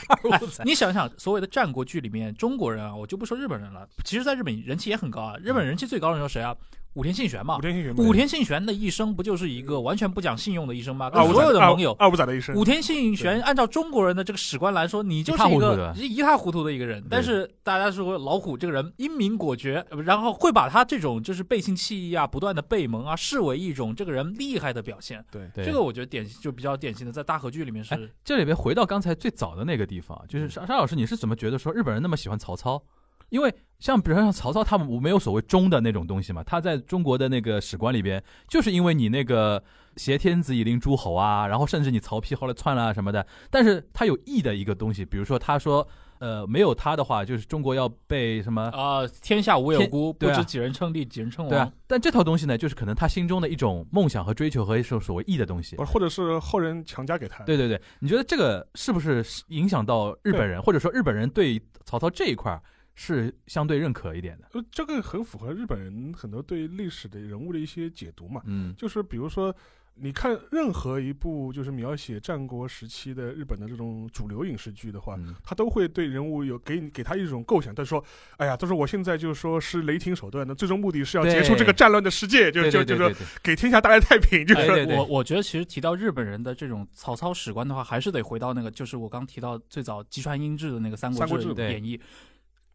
S5: 你想想，所谓的战国剧里面，中国人啊，我就不说日本人了，其实，在日本人气也很高啊。日本人气最高的时候谁啊？武田信玄嘛
S2: 武。田信玄嘛，
S5: 武田信玄的一生不就是一个完全不讲信用的一生吗？跟
S4: 啊
S2: 二五
S5: 所
S2: 仔
S5: 有的
S2: 二
S5: 盟友
S2: 二五仔的一生，
S5: 武田信玄按照中国人的这个史观来说，你就是
S4: 一塌
S5: 一
S4: 糊涂
S5: 个
S4: 的
S5: 一塌糊涂的一个人。但是大家说老虎这个人英明果决，呃然后会把他这种就是背信弃义啊、不断的背盟啊，视为一种这个人厉害的表现。
S2: 对
S4: 对
S5: 这个我觉得典型就比较典型的，在大和剧里面是
S4: 哎，这里边回到刚才最早的那个地方，啊就是沙沙老师，你是怎么觉得说日本人那么喜欢曹操？因为像比如说像曹操，他们没有所谓忠的那种东西嘛，他在中国的那个史观里边，就是因为你那个挟天子以令诸侯啊，然后甚至你曹丕后来篡了、啊、什么的，但是他有义的一个东西，比如说他说，呃，没有他的话，就是中国要被什么。
S5: 啊、天下无有
S4: 哎天
S5: 孤，不
S4: 对啊
S5: 知几人称帝，几人称
S4: 对
S5: 王
S4: 啊。，但这套东西呢，就是可能他心中的一种梦想和追求和一种所谓义的东西。
S2: 不是或者是后人强加给他，
S4: 对对对，你觉得这个是不是影响到日本人，或者说日本人对曹操这一块儿是相对认可一点的？
S2: 呃，这个很符合日本人很多对历史的人物的一些解读嘛，
S4: 嗯
S2: 就是比如说，你看任何一部就是描写战国时期的日本的这种主流影视剧的话。
S4: 嗯
S2: 他都会对人物有给你给他一种构想，他说：“哎呀，他说我现在就是说是雷霆手段的，最终目的是要结束
S4: 对
S2: 这个战乱的世界，就
S4: 对
S2: 就
S4: 对
S2: 就是
S4: 对
S2: 说
S4: 对对，
S2: 给天下带来太平。”就是
S5: 哎
S2: 说
S4: 对对
S5: 我我觉得其实提到日本人的这种曹操史观的话，还是得回到那个，就是我刚提到最早吉川英治的那个《三
S2: 三国
S5: 国志
S2: 志》
S4: 对
S5: 演义。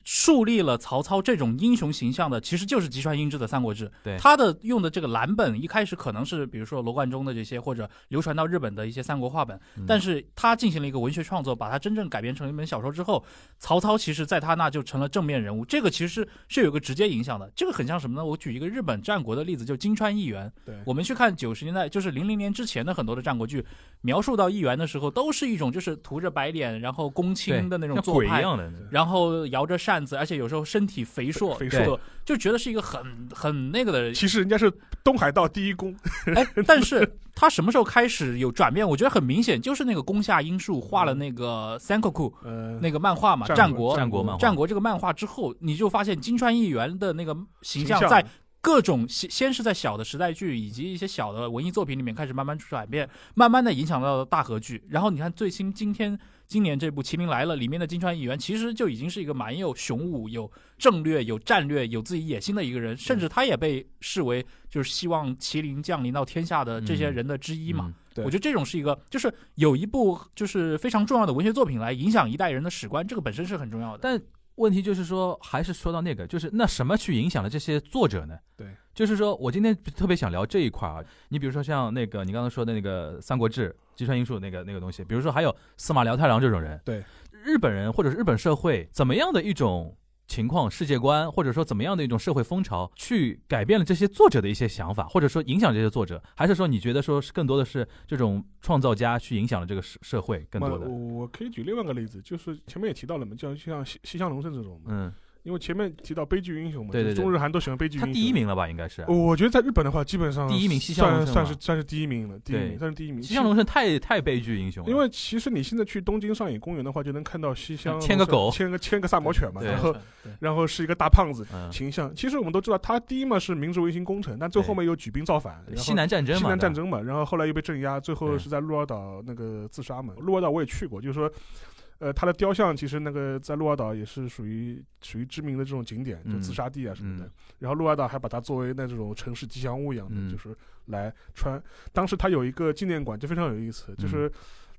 S5: 树立了曹操这种英雄形象的，其实就是吉川英治的《三国志》。
S4: 对
S5: 他的用的这个蓝本，一开始可能是比如说罗贯中的这些，或者流传到日本的一些三国话本。
S4: 嗯
S5: 但是他进行了一个文学创作，把它真正改编成一本小说之后，曹操其实在他那就成了正面人物，这个其实是有一个直接影响的。这个很像什么呢？我举一个日本战国的例子，就金川议员。
S2: 对
S5: 我们去看九十年代，就是零零年之前的很多的战国剧，描述到议员的时候，都是一种就是涂着白脸，然后公
S4: 对
S5: 卿的那种
S4: 像
S5: 做
S4: 鬼一
S5: 派。
S4: 样的，
S5: 然后摇着扇子，而且有时候身体肥硕，
S2: 肥
S4: 硕
S5: 对，就觉得是一个很很那个的人。
S2: 其实人家是东海道第一公，
S5: 哎，但是他什么时候开始有转变？我觉得很明显，就是那个宫下英树画了那个《Senkoku》
S2: 呃，
S5: 那个漫画嘛，
S2: 战
S5: 国
S2: 国
S4: 战国漫画
S5: 战国这个漫画之后，你就发现金川议员的那个形象
S2: 形象
S5: 在各种先先是在小的时代剧以及一些小的文艺作品里面开始慢慢转变，慢慢的影响到了大河剧。然后你看最新今天今年这部《麒麟来了》里面的金川议员，其实就已经是一个蛮有雄武、有战略、有战略、有自己野心的一个人，
S4: 嗯
S5: 甚至他也被视为就是希望麒麟降临到天下的这些人的之一嘛。
S4: 嗯
S2: 对
S5: 我觉得这种是一个，就是有一部就是非常重要的文学作品来影响一代人的史观，这个本身是很重要的。
S4: 但问题就是说，还是说到那个，就是那什么去影响了这些作者呢？
S2: 对，
S4: 就是说我今天特别想聊这一块啊。你比如说像那个你刚刚说的那个《三国志》吉川英树那个那个东西，比如说还有司马辽太郎这种人，
S2: 对，
S4: 日本人或者是日本社会怎么样的一种情况、世界观，或者说怎么样的一种社会风潮，去改变了这些作者的一些想法，或者说影响这些作者，还是说你觉得说是更多的是这种创造家去影响了这个社社会更多
S2: 那
S4: 的？
S2: 呃我我可以举另外一个例子，就是前面也提到了嘛，就像西西乡隆盛这种嘛，
S4: 嗯，
S2: 因为前面提到悲剧英雄嘛，
S4: 对对
S2: 就是中日韩都喜欢悲剧英
S4: 他
S2: 雄。
S4: 第一，名了吧？应该是。
S2: 我觉得在日本的话，基本上
S4: 第一名西乡隆
S2: 算算
S4: 盛嘛
S2: 是算是第一名了，第一
S4: 对
S2: 名算是第一名。
S4: 西乡隆盛太太悲剧英雄了，
S2: 因为其实你现在去东京上野公园的话，就能看到西乡
S4: 啊牵个
S2: 隆盛
S4: 狗
S2: 牵个牵个萨摩犬嘛，
S4: 对
S2: 然后
S5: 对
S2: 然后是一个大胖子
S4: 嗯，
S2: 形象。其实我们都知道，他第一嘛是明治维新工程，但最后面又举兵造反，然后
S4: 西南战争嘛，
S2: 西南战
S4: 对吧，
S2: 争嘛，然后后来又被镇压，最后
S4: 对
S2: 是在鹿儿岛那个自杀嘛。鹿儿岛我也去过，就是说，呃，他的雕像其实那个在鹿儿岛也是属于属于知名的这种景点，就
S4: 嗯
S2: 自杀地啊什么的。
S4: 嗯
S2: 然后鹿儿岛还把它作为那种城市吉祥物一样的，
S4: 嗯
S2: 就是来穿。当时他有一个纪念馆，就非常有意思，
S4: 嗯
S2: 就是。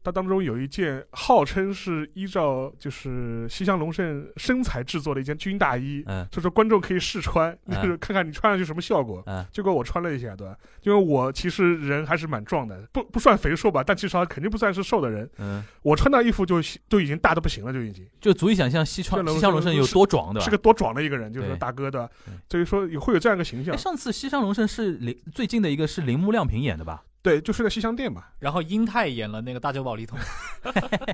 S2: 它当中有一件号称是依照就是西乡隆盛身材制作的一件军大衣，
S4: 嗯
S2: 就是观众可以试穿，
S4: 嗯
S2: 就是看看你穿上去什么效果。
S4: 嗯
S2: 结果我穿了一下，对吧？因为我其实人还是蛮壮的，不不算肥瘦吧，但其实还肯定不算是瘦的人。
S4: 嗯，
S2: 我穿那衣服就都已经大的不行了，就已经
S4: 就足以想象西川
S2: 西
S4: 西
S2: 乡
S4: 乡
S2: 隆
S4: 隆
S2: 盛
S4: 盛有多壮，对吧？
S2: 是个多壮的一个人，就是
S4: 对
S2: 大哥的
S4: 对，
S2: 所以说也会有这样一个形
S4: 哎
S2: 象。
S4: 上次西乡隆盛是铃最近的一个是铃木亮平演的吧？
S2: 对，就是在西厢店嘛，
S5: 然后英泰演了那个大久保利通，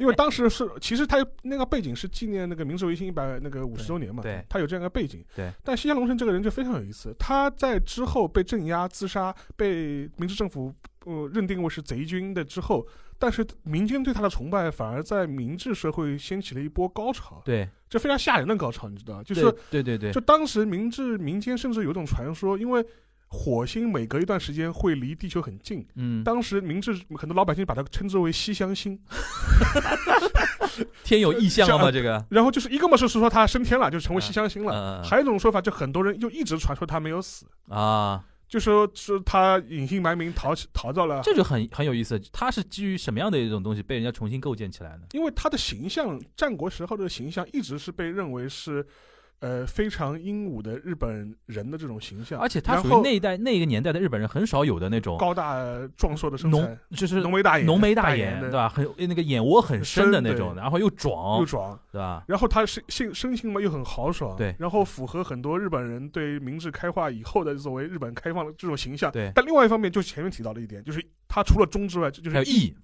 S2: 因为当时是其实他那个背景是纪念那个明治维新一百那个五十周年嘛，
S4: 对
S2: 他有这样一个背景。
S4: 对，
S2: 但西乡隆盛这个人就非常有意思，他在之后被镇压、自杀，被明治政府呃认定为是贼军的之后，但是民间对他的崇拜反而在明治社会掀起了一波高潮，
S4: 对，
S2: 这非常吓人的高潮，你知道？就是说
S4: 对对对
S2: 就
S4: 对，
S2: 当时明治民间甚至有一种传说，因为火星每隔一段时间会离地球很近，
S4: 嗯，
S2: 当时明治很多老百姓把它称之为西乡星。
S4: 天有异象了吗？
S2: 像
S4: 这个，
S2: 然后就是一个嘛是说他升天了，就成为西乡星了；
S4: 嗯
S2: 还有一种说法，就很多人就一直传说他没有死，
S4: 啊，
S2: 就说是他隐姓埋名逃逃到了，
S4: 这就很很有意思，它是基于什么样的一种东西被人家重新构建起来呢？
S2: 因为他的形象，战国时候的形象一直是被认为是，呃，非常英武的日本人的这种形象，
S4: 而且它属
S2: 然后
S4: 于那一代那个年代的日本人很少有的那种
S2: 高大壮硕的身
S4: 浓
S2: 材，，
S4: 就是
S2: 浓眉大眼，
S4: 浓眉
S2: 大
S4: 眼，对
S2: 的，
S4: 吧？很那个眼窝很深的那
S2: 很深
S4: 种，
S2: 对
S4: 然后又
S2: 又
S4: 壮，
S2: 壮。
S4: 对吧？
S2: 然后他是性生性嘛又很豪爽，
S4: 对
S2: 然后符合很多日本人对明治开化以后的作为日本开放的这种形象。
S4: 对
S2: 但另外一方面，就前面提到的一点，就是他除了忠之外，这就
S4: 还有
S2: 是义。
S4: 义，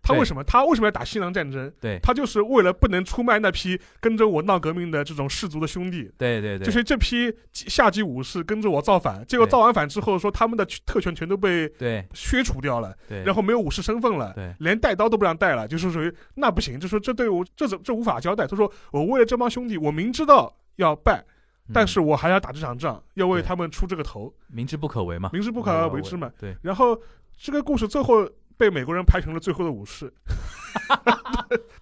S2: 他
S4: 对
S2: 为什么他为什么要打西南战争？
S4: 对
S2: 他就是为了不能出卖那批跟着我闹革命的这种氏族的兄弟。
S4: 对对对，
S2: 就是这批下级武士跟着我造反，结果
S4: 对
S2: 造完反之后，说他们的特权全都被
S4: 对
S2: 削除掉了，
S4: 对，
S2: 然后没有武士身份了，
S4: 对
S2: 连带刀都不让带了，就是属于那不行，就说这对我这怎这无法交代。他说我为了这帮兄弟，我明知道要败，但
S4: 嗯
S2: 是我还要打这场仗，要为
S4: 对啊
S2: 他们出这个头，
S4: 明知不可为嘛，
S2: 明知不可而为之嘛。
S4: 对，
S2: 然后这个故事最后被美国人拍成了《最后的武士》，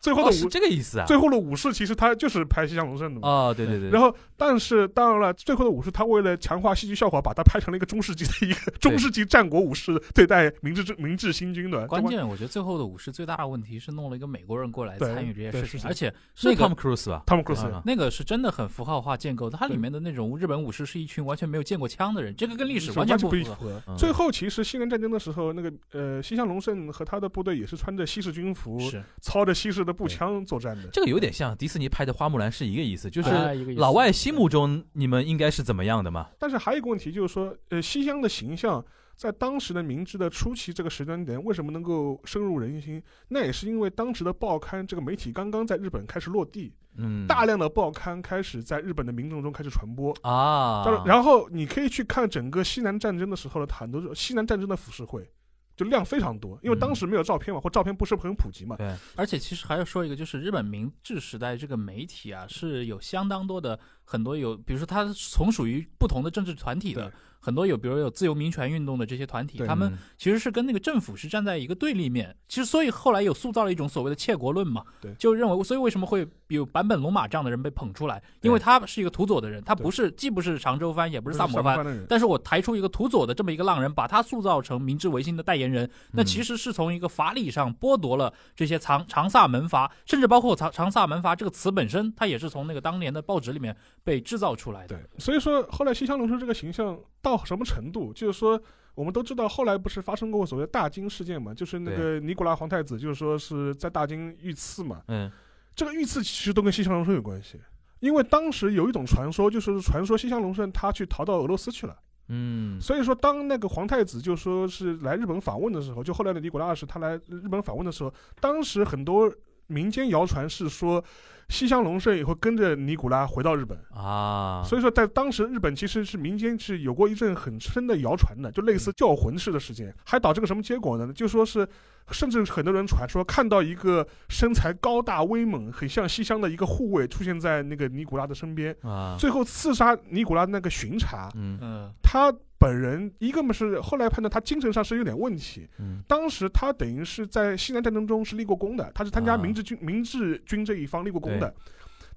S2: 最后的
S4: 哦，
S2: 武、
S4: 是这个意思啊。
S2: 最后的武士其实他就是拍《西乡隆盛》的嘛。
S4: 哦，对对对，
S2: 然
S4: 后
S2: 后，但是当然了，最后的武士他为了强化戏剧效果，把它拍成了一个中世纪的一个 中世纪战国武士对待明治明治新军的
S5: 关键我觉得最后的武士最大的问题是弄了一个美国人过来
S2: 对
S5: 参与这些
S2: 对
S5: 事
S2: 是
S5: 情，
S2: 的
S5: 而且
S4: 是
S5: 那个
S4: Tom Cruise 吧？
S2: 汤姆克鲁斯
S4: 啊
S5: 那个是真的很符号化建构的，它里
S2: 对
S5: 面的那种日本武士是一群完全没有见过枪的人，这个跟历史
S2: 是
S5: 完
S2: 全
S5: 全不
S2: 一符
S5: 符合。
S2: 合。
S4: 嗯
S2: 最后，其实西南战争的时候，那个呃，西乡隆盛和他的部队也是穿着西式军服，
S5: 是，
S2: 操着西式的步枪作战的。
S4: 这个有点像迪士尼拍的《花木兰》是一个意思，就是
S5: 哎一个意思
S4: 老外心目中你们应该是怎么样的嘛？
S2: 但是还有一个问题就是说，呃，西乡的形象在当时的明治的初期这个时间点，为什么能够深入人心？那也是因为当时的报刊这个媒体刚刚在日本开始落地，
S4: 嗯，
S2: 大量的报刊开始在日本的民众中开始传播。
S4: 啊，
S2: 当然，然后你可以去看整个西南战争的时候的很多西南战争的浮世绘，就量非常多，因为当时没有照片嘛，或照片不是很普及嘛。
S4: 对，
S5: 而且其实还要说一个，就是日本明治时代这个媒体啊，是有相当多的很多有，比如说它从属于不同的政治团体的
S2: 对，
S5: 很多有比如有自由民权运动的这些团体，
S2: 对
S5: 他们其实是跟那个政府是站在一个对立面。其实所以后来有塑造了一种所谓的窃国论嘛，
S2: 对
S5: 就认为所以为什么会有坂本龙马这样的人被捧出来，因为
S4: 对
S5: 他是一个土左的人，他
S2: 对
S5: 不是既不是常州藩，也不
S2: 不
S5: 是萨摩藩。
S2: 藩的人，
S5: 但是我抬出一个土左的这么一个浪人，把他塑造成明治维新的代言人，那其
S2: 嗯
S4: 实
S5: 实是从一个法理上剥夺了这些长长萨门阀，甚至包括长长萨门阀这个词本身，它也是从那个当年的报纸里面被制造出来的。
S2: 对，所以说后来西乡隆盛这个形象到什么程度，就是说。我们都知道，后来不是发生过所谓的大金事件嘛，就是那个尼古拉皇太子，就是说是在大金遇刺嘛。
S4: 嗯
S2: 这个遇刺其实都跟西乡隆盛有关系，因为当时有一种传说，就是传说西乡隆盛他去逃到俄罗斯去了。
S4: 嗯
S2: 所以说，当那个皇太子就说是来日本访问的时候，就后来的尼古拉二世他来日本访问的时候，当时很多民间谣传是说，西乡隆盛也会跟着尼古拉回到日本。
S4: 啊，
S2: 所以说，在当时日本其实是民间是有过一阵很深的谣传的，就类
S4: 嗯
S2: 似叫魂式的事件，还导致个什么结果呢？就说是，甚至很多人传说看到一个身材高大威猛、很像西乡的一个护卫出现在那个尼古拉的身边，
S4: 以啊，
S2: 最后刺杀尼古拉那个巡查，
S4: 嗯
S5: 嗯，
S2: 他本人一个嘛是后来判断他精神上是有点问题，
S4: 嗯
S2: 当时他等于是在西南战争中是立过功的，他是参加
S4: 啊
S2: 明治军、明治军这一方立过功的。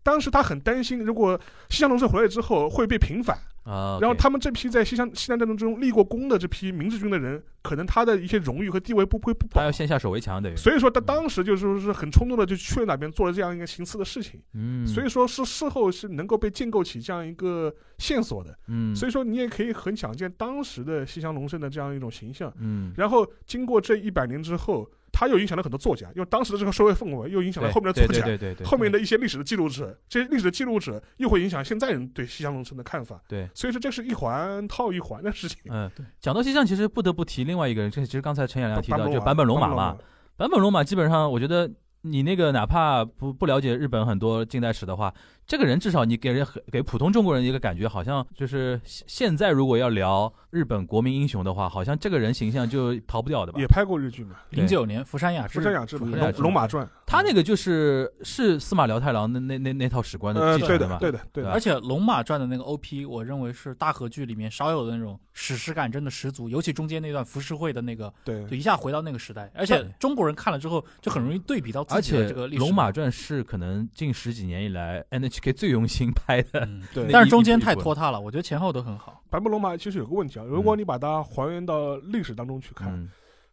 S2: 当时他很担心，如果西乡隆盛回来之后会被平反，
S4: 啊，
S2: 然后他们这批在西乡西南战争中立过功的这批明治军的人，可能他的一些荣誉和地位不会不
S4: 他
S2: 保
S4: 要。先下手为强等于，
S2: 所以说他当时就是说是很冲动的就去了那边做了这样一个行刺的事情，
S4: 嗯，
S2: 所以说是事后是能够被建构起这样一个线索的。
S4: 嗯，
S2: 所
S4: 以
S2: 以说你也可以很想见当时的西乡隆盛的这样一种形象。
S4: 嗯，
S2: 然后经过这一百年之后，他又影响了很多作家，因为当时的这个社会氛围又影响了
S4: 对
S2: 后面的
S4: 对
S2: 作啊家，
S4: 对对对对，
S2: 后面的一些历史的记录者，这些历史的记录者又会影响现在人对西乡隆盛的看法。
S4: 对
S2: 所以说这是一环套一环的事情。
S4: 嗯，讲到西乡，其实不得不提另外一个人，这其实刚才陈远亮提到，就
S2: 坂
S4: 坂本龙马嘛
S2: 嘛，，
S4: 坂本龙马基本上，我觉得你那个哪怕不不了解日本很多近代史的话，这个人至少你给人很给普通中国人一个感觉，好像就是现现在如果要聊日本国民英雄的话，好像这个人形象就逃不掉的吧
S2: 也。拍过日剧嘛，
S4: 对
S5: 零九年福山雅治，
S2: 福山雅治嘛，
S5: 福
S4: 山
S2: 《
S4: 雅
S2: 龙
S4: 治
S2: 龙马传》
S4: 他那个就是是司马辽太郎那那那那套史官的
S2: 呃，
S4: 继
S2: 对
S4: 承的嘛
S2: 的，，对的，对的
S5: 而。且《龙马传》的那个 OP，我认为是大和剧里面少有的那种史诗感，真的十足。尤其中间那段浮世绘的那个，
S2: 对
S5: 就一下回到那个时代。而且
S4: 对
S5: 中国人看了之后，就很容易对比到
S4: 而
S5: 自己
S4: 且
S5: 的这个
S4: 《
S5: 历史。
S4: 龙马传》是可能近十几年以来 NHK 最用心拍的，
S5: 嗯，
S2: 对
S5: 但
S4: 一
S5: 是中
S4: 一
S5: 间
S4: 步一
S5: 太
S4: 步
S5: 拖沓了，我觉得前后都很好。
S2: 坂本龙马其实有个问题啊，如果你把它还原到历史当中去看，
S4: 嗯，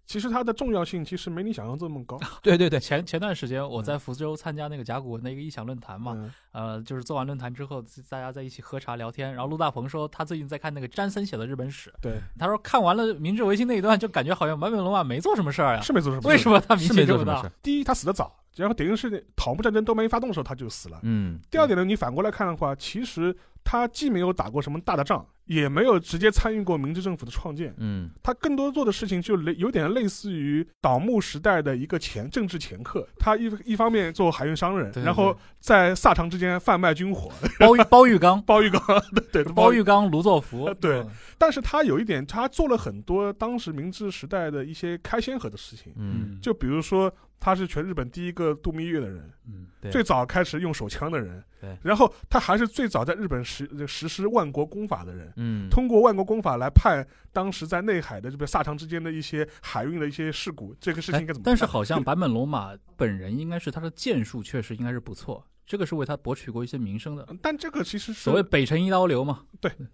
S2: 其实它的重要性其实没你想象这 么高。
S4: 对对嗯对，
S5: 前前段时间我在福州参加那个甲骨文的一个异想论坛嘛，
S2: 嗯
S5: 呃，就是做完论坛之后，自大家在一起喝茶聊天。然后陆大鹏说他最近在看那个詹森写的日本史，
S2: 对，
S5: 他说看完了明治维新那一段，就感觉好像坂本龙马没做什么事儿呀、
S2: 是没做什么事。
S5: 为什么他名
S4: 是没
S5: 气这
S4: 做
S5: 么
S4: 什么
S5: 大
S4: 事？儿，
S2: 第一，他死得早，然后等于是桃木战争都没发动的时候他就死了。
S4: 嗯，
S2: 第二点呢，你反过来看的话，其实他既没有打过什么大的仗，也没有直接参与过明治政府的创建，
S4: 嗯，
S2: 他更多做的事情就类有点类似于倒幕时代的一个前政治前客。他一一方面做海运商人，
S5: 对对
S2: 然后在萨长之间贩卖军火，，
S5: 包玉包玉刚
S2: 包玉刚， 对对
S5: 包
S2: 玉。，
S5: 玉刚、卢作孚
S2: 对
S5: 嗯，
S2: 但是他有一点，他做了很多当时明治时代的一些开先河的事情，
S4: 嗯，
S2: 就比如说他是全日本第一个度蜜月的人，
S5: 嗯
S4: 对
S2: 最早开始用手枪的人，
S4: 对
S2: 然后他还是最早在日本实实施万国公法的人，
S4: 嗯，
S2: 通过万国公法来判当时在内海的这个萨长之间的一些海运的一些事故，这个事情应该怎么办？
S5: 哎但是 好像坂本龙马本人应该是他的剑术确实应该是不错，这个是为他博取过一些名声的。
S2: 嗯，但这个其实是
S5: 所谓北辰一刀流 嘛，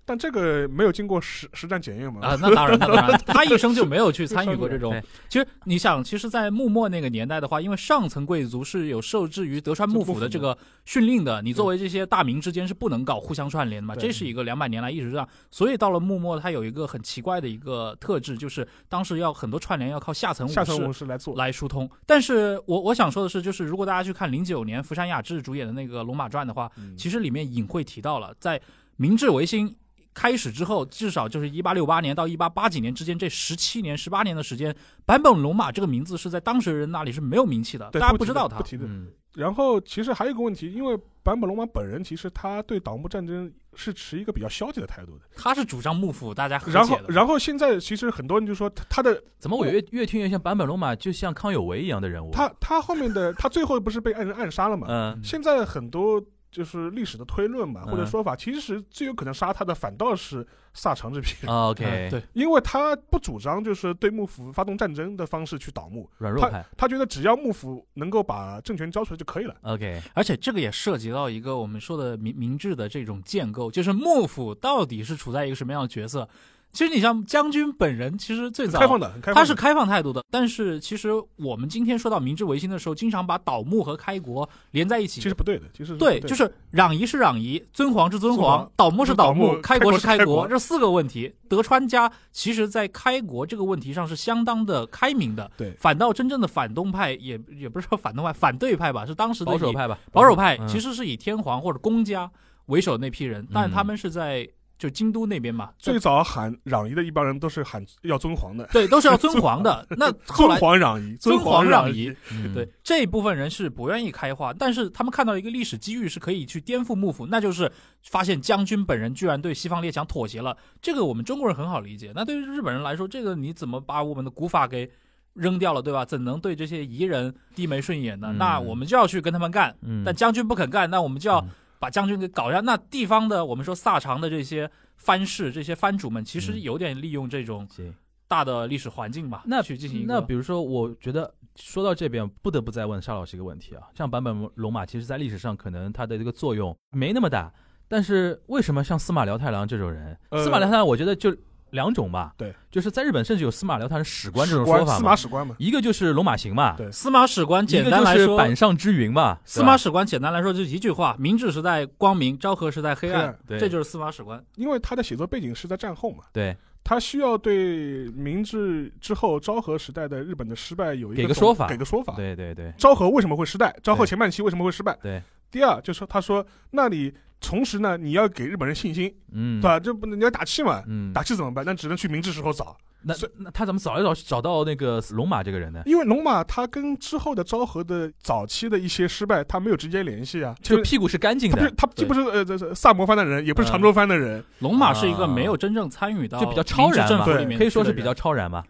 S2: 但这个没有经过实实战检验嘛？
S5: 啊，那当然，那当 然，他一生就哎没有去参与过这
S4: 对
S5: 种。其实你想，其实，在幕末那个年代的话，因为上层贵族是有受制于德川幕府的这个训令的，你作为这些大明之间是不能搞互相串联的嘛，
S2: 嗯对
S5: 这是一个两百年来一直这样。所以到了幕末，它有一个很奇怪的一个特质，就是当时要很多串联要靠下层武
S2: 下层
S5: 士
S2: 武士来做，
S5: 来疏通。但是我我想说的是，就是如果大家去看零九年福山雅治主演的那个《龙马传》的话，
S2: 嗯
S5: 其实里面隐晦提到了，在明治维新开始之后，至少就是一八六八年到一八八几年之间这十七年、十八年的时间，坂本龙马这个名字是在当时人那里是没有名气的，
S2: 对
S5: 大家
S2: 不
S5: 不
S2: 提
S5: 知
S2: 的
S5: 道他
S2: 不。提的。
S4: 嗯
S2: 然后其实还有一个问题，因为坂本龙马本人其实他对倒幕战争是持一个比较消极的态度的。
S5: 他是主张幕府大家和
S2: 然后
S5: 解，的。
S2: 然后现在其实很多人就说他他的
S4: 怎么我越越听越像坂本龙马，就像康有为一样的人物。
S2: 他他后面的他最后不是被爱人暗杀了嘛？
S4: 嗯
S2: 现在很多就是历史的推论吧，
S4: 嗯
S2: 或者说法，其实最有可能杀他的反倒是萨长这批人，
S4: 啊 OK，
S5: 嗯对，
S2: 因为他不主张就是对幕府发动战争的方式去倒幕，
S4: 软弱派
S2: 他觉得只要幕府能够把政权交出来就可以了。
S4: OK，
S5: 而且这个也涉及到一个我们说的明明治的这种建构，就是幕府到底是处在一个什么样的角色？其实你像将军本人，其实最早
S2: 开放的，很开放的
S5: 他是开放态度的，但是其实我们今天说到明治维新的时候，经常把倒幕和开国连在一起。
S2: 其实不对的，其实是
S5: 对，
S2: 不
S5: 就是攘夷是攘夷，尊皇是尊
S2: 尊
S5: 皇
S2: 皇，
S5: 倒幕是倒幕，
S2: 开
S5: 开
S2: 国
S5: 国
S2: 是
S5: 是
S2: 开
S5: 开
S2: 国
S5: 国，这四个问题，德川家其实在开国这个问题上是相当的开明的。
S2: 对
S5: 反倒真正的反动派也也不是说反动派，反对派吧，是当时的
S4: 保守
S5: 以
S4: 派吧，
S5: 保守派
S4: 嗯
S5: 其实是以天皇或者公家为首的那批人，但是他们是在就京都那边嘛，
S2: 最早喊攘夷的一帮人都是喊要尊皇的，
S5: 对，都是要尊皇的。那后
S2: 尊
S5: 来
S2: 皇攘夷，
S5: 尊
S2: 皇
S5: 皇攘
S2: 夷
S5: 夷，，
S4: 嗯
S5: 对这一部分人是不愿意开化，但是他们看到一个历史机遇是可以去颠覆幕府，那就是发现将军本人居然对西方列强妥协了。这个我们中国人很好理解，那对于日本人来说，这个你怎么把我们的古法给扔掉了，对吧？怎能对这些夷人低眉顺眼呢？
S4: 嗯
S5: 那我们就要去跟他们干，
S4: 嗯，
S5: 但将军不肯干，那我们就要把将军给搞下。那地方的我们说萨长的这些藩士、这些藩主们，其实
S4: 嗯
S5: 有点利用这种
S4: 行。
S5: 大的历史环境吧，
S4: 那
S5: 去进行一
S4: 那
S5: 个
S4: 比如说，我觉得说到这边，不得不再问沙老师一个问题啊，像坂本龙马，其实在历史上可能它的这个作用没那么大，但是为什么像司马辽太郎这种人，
S2: 呃
S4: 司马辽太郎我觉得就两种吧，
S2: 对，
S4: 就是在日本甚至有司马辽太郎史官这
S2: 史
S4: 种说
S2: 官
S4: 法
S2: 司马
S4: 嘛，
S2: 史官嘛，
S4: 一个就是龙马行嘛，
S2: 对
S5: 司马史官
S4: 一
S5: 简
S4: 个
S5: 单
S4: 就
S5: 来
S4: 是
S5: 说，
S4: 板上之云嘛，
S5: 司马
S4: 对吧
S5: 史官简单来说就一句话：明治时代光明，昭和时代黑
S2: 黑
S5: 暗
S2: 暗，，
S4: 对
S5: 这就是司马史官。
S2: 因为他的写作背景是在战后嘛，
S4: 对
S2: 他需要对明治之后昭和时代的日本的失败有一
S4: 给
S2: 个
S4: 个
S2: 总
S4: 说法
S2: 给个说法。
S4: 对对对，
S2: 昭和为什么会失败？昭和
S4: 对
S2: 前半期为什么会失败？
S4: 对。
S2: 第二就是说他说，那你同时呢，你要给日本人信心，
S4: 嗯
S2: 对，吧？这不能你要打气嘛，
S4: 嗯，
S2: 打气怎么办？那只能去明治时候找，
S4: 那
S2: 所
S4: 那他怎么找一找找到那个龙马这个人呢？
S2: 因为龙马他跟之后的昭和的早期的一些失败，他没有直接联系啊。就
S4: 就
S2: 是
S4: 屁股是干净
S2: 他不是
S4: 的，
S2: 他既不是呃这这萨摩藩的人，也不是
S4: 嗯
S2: 常州藩的人，
S5: 龙马是一个没有真正参与到
S4: 啊就比较超然
S5: 明治政
S4: 嘛
S5: 府
S2: 对
S5: 里面，
S4: 可以说是比较。超然嘛，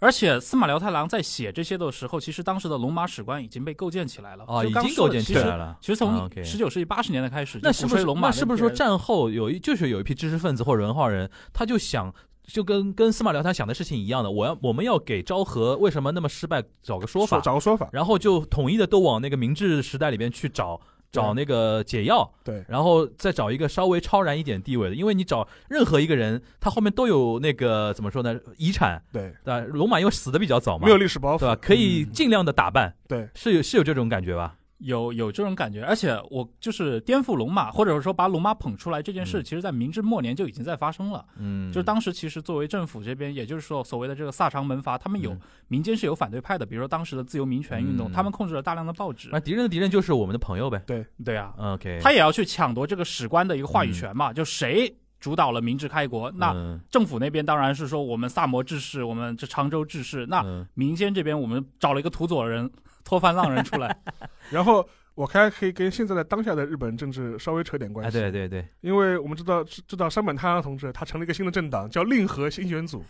S5: 而且司马辽太郎在写这些的时候，其实当时的龙马史官已经被构建起来了，
S4: 哦，
S5: 就
S4: 已
S5: 刚
S4: 经
S5: 说
S4: 构
S5: 的
S4: 建
S5: 其
S4: 起
S5: 实
S4: 来了。
S5: 其实
S4: 啊
S5: 从
S4: ，OK
S5: 十九世纪八十年代开始，
S4: 那
S5: 就是鼓
S4: 不
S5: 吹
S4: 是
S5: 龙
S4: 那
S5: 马的
S4: 是不是说
S5: 那些人
S4: 战后有一就是有一批知识分子或文化人，他就想就跟跟司马辽他想的事情一样的，我要我们要给昭和为什么那么失败找个说法，
S2: 找个说法。
S4: 然后就统一的都往那个明治时代里边去找。找那个解药，
S2: 对
S4: 然后再找一个稍微超然一点地位的，因为你找任何一个人，他后面都有那个怎么说呢，遗产，
S2: 对，
S4: 对吧？龙马因为死的比较早嘛，
S2: 没有历史包
S4: 对吧？
S2: 袱。
S4: 可以
S5: 嗯
S4: 尽量的打扮，
S2: 对，
S4: 是有是有这种感觉吧？
S5: 有有这种感觉，而且我就是颠覆龙马，或者说把龙马捧出来这件事，
S4: 嗯
S5: 其实在明治末年就已经在发生了。
S4: 嗯，
S5: 就是当时其实作为政府这边，也就是说所谓的这个萨长门阀，他们有、
S4: 嗯
S5: 民间是有反对派的，比如说当时的自由民权运
S4: 嗯
S5: 动，
S4: 哎
S5: 他们控制了大量的报纸。
S4: 那敌人的敌人就是我们的朋友呗。
S5: 对啊，
S4: OK，
S5: 他也要去抢夺这个史官的一个话语权嘛，就谁主导了明治开国，那
S4: 嗯
S5: 政府那边当然是说我们萨摩治世，我们这常州治世，那
S4: 嗯
S5: 民间这边我们找了一个土佐人。脱藩浪人出来，
S2: 然后我还可以跟现在的当下的日本政治稍微扯点关
S4: 哎，
S2: 系。
S4: 对对对，
S2: 因为我们知道知知道山本太郎同志他成立一个新的政党叫令和新选 组，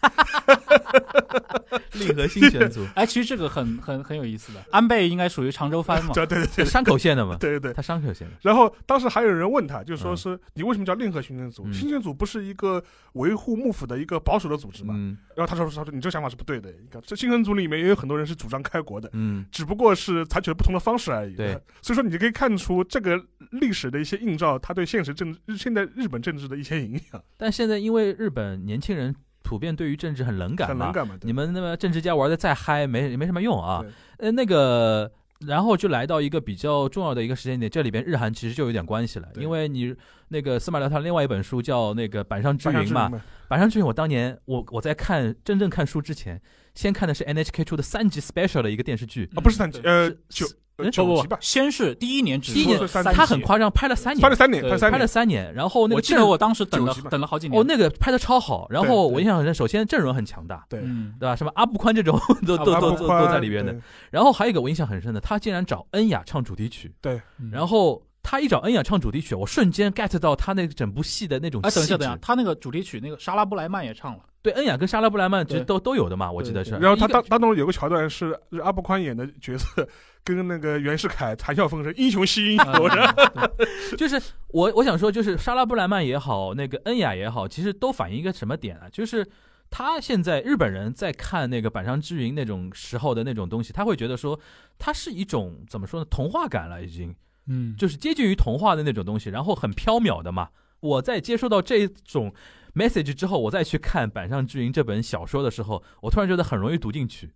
S4: 令和新选组
S5: 哎，其实这个很很很有意思的。安倍应该属于常州藩嘛，
S2: 对对对
S4: 山口县的嘛，
S2: 对对对。
S4: 他山口县的，
S2: 然后当时还有人问他，就说
S4: 嗯
S2: 是你为什么叫令和新选组？
S4: 嗯
S2: 新选组不是一个维护幕府的一个保守的组织吗？
S4: 嗯
S2: 然后他说他说你这个想法是不对的，你看这新选组里面也有很多人是主张开国的。
S4: 嗯，
S2: 只不过是采取了不同的方式而已。呃
S4: 对，
S2: 所以说你就可以看出这个历史的一些映照，它对现实政治、现在日本政治的一些影响，
S4: 但现在因为日本年轻人普遍对于政治很冷感
S2: 很
S4: 嘛
S2: 能，干嘛？对
S4: 你们那么政治家玩的再嗨没没什么用啊
S2: 对。
S4: 呃，那个。然后就来到一个比较重要的一个时间点，这里边日韩其实就有点关系了，
S2: 对
S4: 因为你那个司马辽太郎另外一本书叫那个《板上之
S2: 板上
S4: 云》
S2: 之
S4: 嘛
S2: 云，嘛，
S4: 《板上之云》，我当年我我在看真正看书之前，先看的是 NHK 出的三集 special 的一个电视剧，
S2: 啊，不是三级，
S5: 嗯对
S2: 呃，
S4: 哦是
S2: 九
S4: 是
S2: 呃
S4: 哎
S2: 九
S5: 不
S2: 级吧，
S5: 先是第一年只
S4: 第一年
S5: 出了三
S4: 他很
S5: 集
S4: 夸张，拍了三年
S2: 拍，了三年，
S5: 对
S2: 拍了三
S4: 拍了
S2: 年，
S4: 三年，然后那
S5: 我
S4: 个
S5: 记
S4: 阵
S5: 得
S4: 容，
S5: 我当时等了
S2: 九集吧
S5: 等了好几年。
S4: 哦，那个拍的超好，然后
S2: 对
S4: 我印象很深，首先阵容很强大。
S2: 对
S5: 嗯，
S4: 对吧？什么阿布宽这种 都都
S5: 阿
S4: 都
S5: 布
S4: 都
S2: 宽
S4: 都在里边的。
S2: 对
S4: 然后还有一个我印象很深的，他竟然找恩雅唱主题曲，
S2: 对，
S5: 嗯
S4: 然后他一找恩雅唱主题曲，我瞬间 get 到他那整部戏的那种
S5: 哎，等一
S4: 气
S5: 下，等一下
S4: 质，。
S5: 他那个主题曲那个莎拉布莱曼也唱了，
S4: 对，恩雅跟莎拉布莱曼其实
S5: 对
S4: 都都有的嘛，我记得
S5: 对
S4: 是
S5: 对。
S2: 然后他
S5: 一个
S2: 当当中有个桥段是是阿布宽演的角色跟那个袁世凯谈笑风生，英雄惜英雄，
S5: 啊
S4: 嗯
S2: 然后
S4: 就是我我想说，就是莎拉布莱曼也好，那个恩雅也好，其实都反映一个什么点啊？就是他现在日本人在看那个《板上之云》那种时候的那种东西，他会觉得说，它是一种怎么说呢？童话感了，已经
S5: 嗯，
S4: 就是接近于童话的那种东西，然后很缥缈的嘛。我在接受到这种 message 之后，我再去看《板上之云》这本小说的时候，我突然觉得很容易读进去。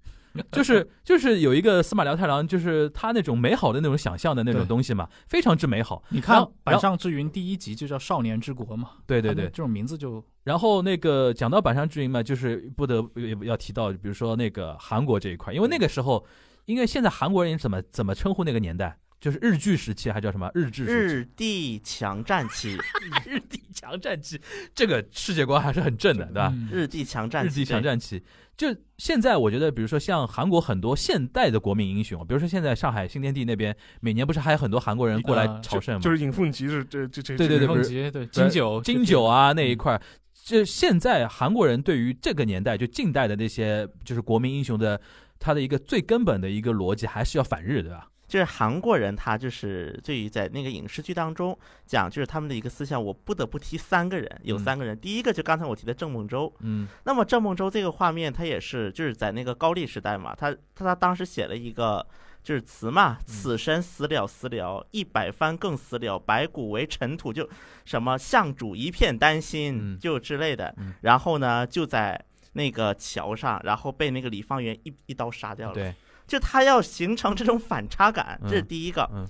S4: 就是就是有一个司马辽太郎，就是他那种美好的那种想象的那种
S5: 对
S4: 东西嘛，非常之美好。
S5: 你看
S4: 然
S5: 《
S4: 后
S5: 板上之云》第一集就叫《少年之国》嘛，
S4: 对啊对
S5: 他们
S4: 对，
S5: 这种名字就
S4: 然后那个讲到板上之云嘛，就是不得不要提到，比如说那个韩国这一块，因为那个时候，因为现在韩国人怎么怎么称呼那个年代，就是日据时期还叫什么日治时期，
S3: 日帝强战 期，
S4: 日帝强战期，这个世界观还是很正的，对吧？
S5: 嗯
S3: 日帝强战
S4: 日
S3: 期，
S4: 帝强战期，就现在我觉得，比如说像韩国很多现代的国民英雄，比如说现在上海新天地那边，每年不是还有很多韩国人过来
S5: 呃
S4: 朝圣 吗？
S2: 就是尹凤吉是这这这
S4: 嗯对
S2: 这
S4: 对对
S5: 对，李
S2: 个
S5: 梦
S4: 不是
S5: 洁对金九
S4: 金九啊那一块儿，这现在韩国人对于这个年代就近代的那些就是国民英雄的他的一个最根本的一个逻辑还是要反日，对吧？
S3: 就是韩国人，他就是对于在那个影视剧当中讲，就是他们的一个思想，我不得不提三个人，有
S4: 嗯
S3: 三个人。第一个就刚才我提的郑孟周，
S4: 嗯
S3: 那么郑孟周这个画面，他也是就是在那个高丽时代嘛，他他他当时写了一个就是词嘛，
S4: 嗯
S3: 此身死了死了，一百番更死了，白骨为尘土，就什么向主一片丹心
S4: 嗯，
S3: 就之类的
S4: 嗯。
S3: 然后呢，就在那个桥上，然后被那个李方圆一一刀杀掉了。
S4: 对，
S3: 就他嗯要形成这种反差感，
S4: 嗯
S3: 这是第一个。
S4: 嗯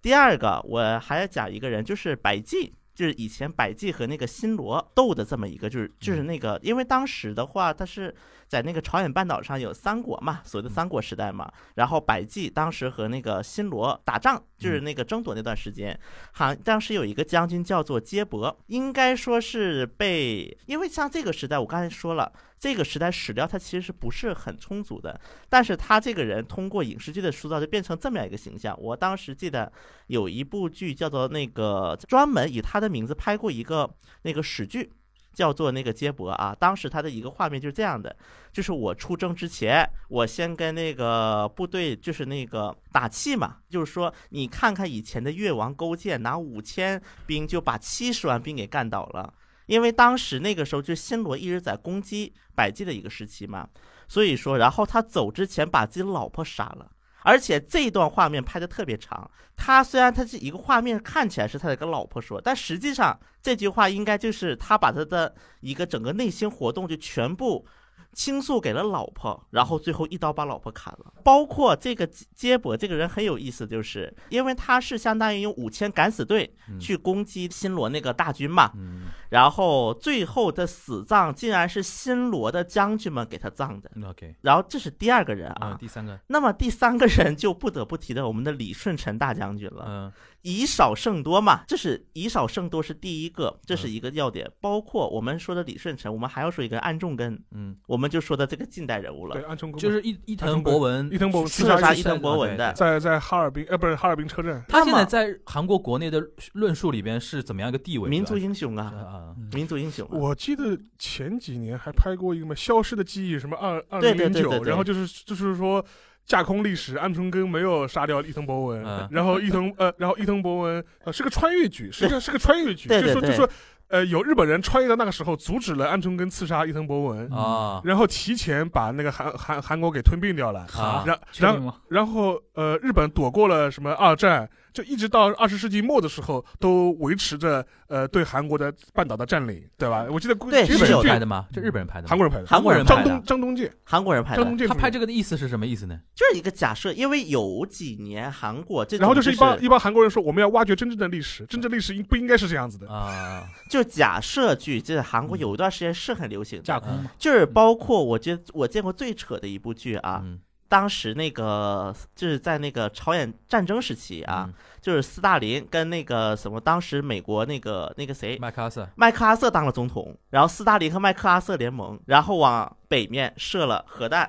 S3: 第二个，我还要讲一个人，就是百济，就是以前百济和那个新罗斗的这么一个，
S4: 嗯
S3: 就是就是那个，因为当时的话，他是在那个朝鲜半岛上有三国嘛，所谓的三国时代嘛。然后百济当时和那个新罗打仗，就是那个争夺那段时间，好，当时有一个将军叫做接伯，应该说是被，因为像这个时代，我刚才说了。这个时代史料它其实是不是很充足的，但是他这个人通过影视剧的塑造，就变成这么样一个形象。我当时记得有一部剧叫做那个，专门以他的名字拍过一个那个史剧，叫做那个接驳啊。当时他的一个画面就是这样的，就是我出征之前，我先跟那个部队就是那个打气嘛，就是说你看看以前的越王勾践拿五千兵就把七十万兵给干倒了。因为当时那个时候，就新罗一直在攻击百济的一个时期嘛，所以说，然后他走之前把自己老婆杀了，而且这段画面拍的特别长。他虽然他这一个画面看起来是他的一个老婆说，但实际上这句话应该就是他把他的一个整个内心活动就全部。倾诉给了老婆，然后最后一刀把老婆砍了。包括这个接接驳这个人很有意思，就是因为他是相当于用五千敢死队
S4: 嗯
S3: 去攻击新罗那个大军嘛，
S4: 嗯，
S3: 然后最后的死葬竟然是新罗的将军们给他葬的。
S4: 嗯 OK，
S3: 然后这是第二个人
S4: 啊，
S3: 啊，
S4: 第三个，
S3: 那么第三个人就不得不提到我们的李舜臣大将军
S2: 啊
S3: 了，
S4: 嗯
S3: 以少胜多嘛，这是以少胜多是第一个，
S2: 啊
S3: 这是一个要点。包括我们说的李舜臣，我们还要说一个安重根，
S4: 嗯，我
S3: 我们就说到这个近代人物了
S2: 对，安重工
S4: 就是伊伊藤博文
S2: 伊，藤博文
S3: 刺
S2: 刺
S3: 杀
S2: 杀
S3: 伊藤博
S2: 啊
S3: 文的。
S2: 在在哈尔滨呃不是哈尔滨车站，
S4: 他现在在韩国国内的论述里边是怎么样一个地位？
S3: 民族
S4: 对吧
S3: 英雄
S4: 啊
S3: 啊，
S4: 啊，
S3: 民族英雄啊、
S2: 我记得前几年还拍过一个什么《消失的记忆》什么二二
S3: 对
S2: 零零
S3: 对对对
S2: 九，
S3: 对
S2: 然后就是就是说架空历史，安重根没有杀掉伊藤博文，
S4: 嗯
S2: 然后伊藤呃，然后伊藤博文呃是个穿越剧，是 个是个穿越剧，
S3: 对
S2: 就是
S3: 对
S2: 说就
S3: 对
S2: 是说呃有日本人穿越到那个时候，阻止了安重根刺杀伊藤博文，
S5: 嗯
S4: 啊
S2: 然后提前把那个韩韩韩国给吞并掉了。
S4: 啊
S2: 然
S5: 确
S2: 然
S5: 定吗？
S2: 然后呃，日本躲过了什么二战，就一直到二十世纪末的时候，都维持着呃对韩国的半岛的占领，对吧？我记得估日
S3: 对
S4: 日
S3: 是
S4: 本人
S3: 有
S2: 本
S4: 拍
S2: 剧
S4: 的吗？这日本人拍的吗？啊
S2: 韩国人拍的，
S3: 韩国人
S2: 张
S3: 拍的
S2: 东，张东健，
S3: 韩国人拍
S2: 张
S3: 的
S2: 东，健
S4: 他拍
S2: 这，
S4: 这个的意思是什么意思呢？
S3: 就是一个假设，因为有几年韩国这种
S2: 然后就是一帮
S3: 是
S2: 一帮韩国人说，我们要挖掘真正的历史，真正历史应不应该是这样子的？
S4: 啊，
S3: 就假设剧，这韩
S4: 嗯
S3: 国有一段时间是很流行
S5: 架
S3: 的，
S5: 空嘛，
S3: 就是包括我觉得我见过最扯的一部剧啊，
S4: 嗯
S3: 当时那个就是在那个朝鲜战争时期
S4: 嗯
S3: 啊，，就是斯大林跟那个什么，当时美国那个那个谁
S4: 嗯麦克阿瑟，
S3: 麦克阿瑟当了总统，然后斯大林和麦克阿瑟联盟，然后往北面射了核弹，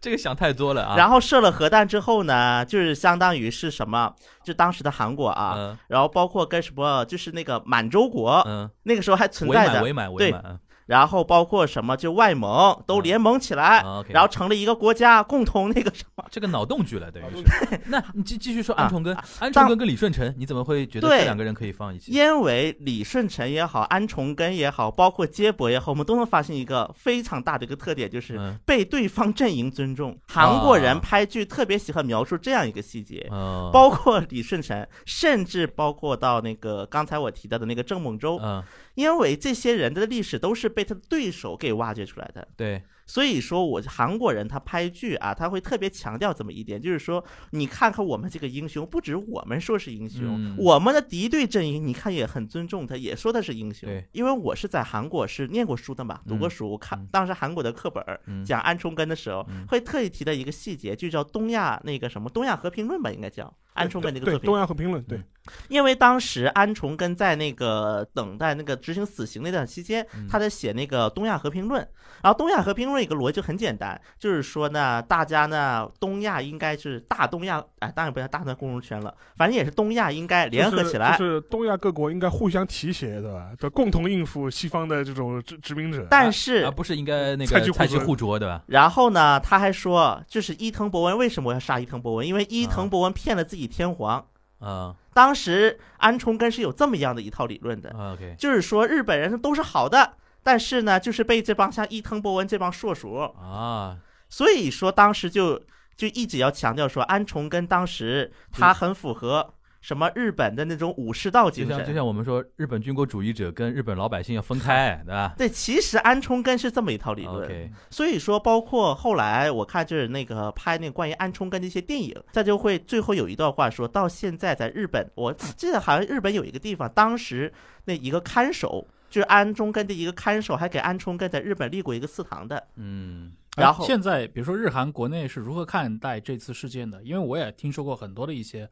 S4: 这个想太多了啊。
S3: 然后射了核弹之后呢，就是相当于是什么？就当时的韩国啊，
S4: 嗯
S3: 然后包括跟什么，就是那个满洲国，
S4: 嗯，
S3: 那个时候还存
S4: 伪
S3: 在
S4: 满
S3: 的，
S4: 伪满嗯
S3: 对
S4: 伪满
S3: 然后包括什么就外蒙都
S4: 嗯
S3: 联盟起来，
S4: 啊，OK。
S3: 哎然后成了一个国家，共同那个什么。
S4: 这个脑洞剧了，等
S2: 脑
S4: 于
S2: 洞
S4: 是。 那你继继续说
S3: 啊
S4: 安重根，安重
S3: 当
S4: 根跟李舜臣，你怎么会觉得
S3: 对
S4: 这两个人可以放一起？
S3: 因为李舜臣也好，安重根也好，包括接驳也好，我们都能发现一个非常大的一个特点，就是
S4: 嗯
S3: 被对方阵营尊重。韩国
S4: 啊
S3: 人拍剧特别喜欢描述这样一个细节，
S4: 嗯，
S3: 包括李舜臣，甚至包括到那个刚才我提到的那个郑孟周，
S4: 嗯，
S3: 因为这些人的历史都是被他的对手给挖掘出来的。
S4: 对，
S3: 所以说我韩国人他拍剧啊，他会特别强调这么一点，就是说你看看我们这个英雄，不止我们说是英雄，
S4: 嗯
S3: 我们的敌对阵营，你看也很尊重他，也说他是英雄
S4: 对。
S3: 因为我是在韩国是念过书的嘛，读过书，我看
S4: 嗯
S3: 当时韩国的课本儿
S4: 嗯
S3: 讲安重根的时候，
S4: 嗯
S3: 会特意提到一个细节，就叫东亚那个什么东亚和平论吧，应该叫安重根那个
S2: 对
S3: 作
S2: 对东
S3: 品。嗯
S2: 亚和平论，对，
S3: 因为当时安重根在那个等待那个执行死刑那段期间
S4: 嗯，
S3: 他在写那个东亚和平论。然后东亚和平论有一个逻辑很简单，就是说呢，大家呢东亚应该是大东亚，哎，当然不要大东共荣圈了，反正也是东亚应该联合
S2: 就是
S3: 起来
S2: 就。是东亚各国应该互相提携，对吧？对，共同应付西方的这种殖殖民者。
S3: 但
S4: 而
S3: 是，
S4: 啊不是应该那
S2: 菜
S4: 个
S2: 鸡互
S4: 菜鸡
S2: 啄
S4: 互啄对吧？
S3: 然后呢，他还说，就是伊藤博文为什么要杀伊藤博文？因为伊
S4: 啊
S3: 藤博文骗了自己天皇。
S4: 嗯
S3: 当时安重根是有这么样的一套理论的，
S4: 啊，OK
S3: 就是说日本人都是好的，但是呢，就是被这帮像伊藤博文这帮硕鼠，
S4: 啊，
S3: 所以说当时就就一直要强调说安重根当时他很符合什么日本的那种武士道
S4: 就
S3: 精
S4: 像就
S3: 神。
S4: 像我们说，日本军国主义者跟日本老百姓要分开，对吧？
S3: 对，其实安重根是这么一套理论，
S4: OK，
S3: 所以说包括后来我看就是那个拍那个关于安重根的一些电影，他就会最后有一段话说到现在在日本，我记得好像日本有一个地方，当时那一个看守就是安重根的一个看守，还给安重根在日本立过一个祠堂的。
S4: 嗯，
S3: 然后
S5: 哎现在比如说日韩国内是如何看待这次事件的？因为我也听说过很多的一些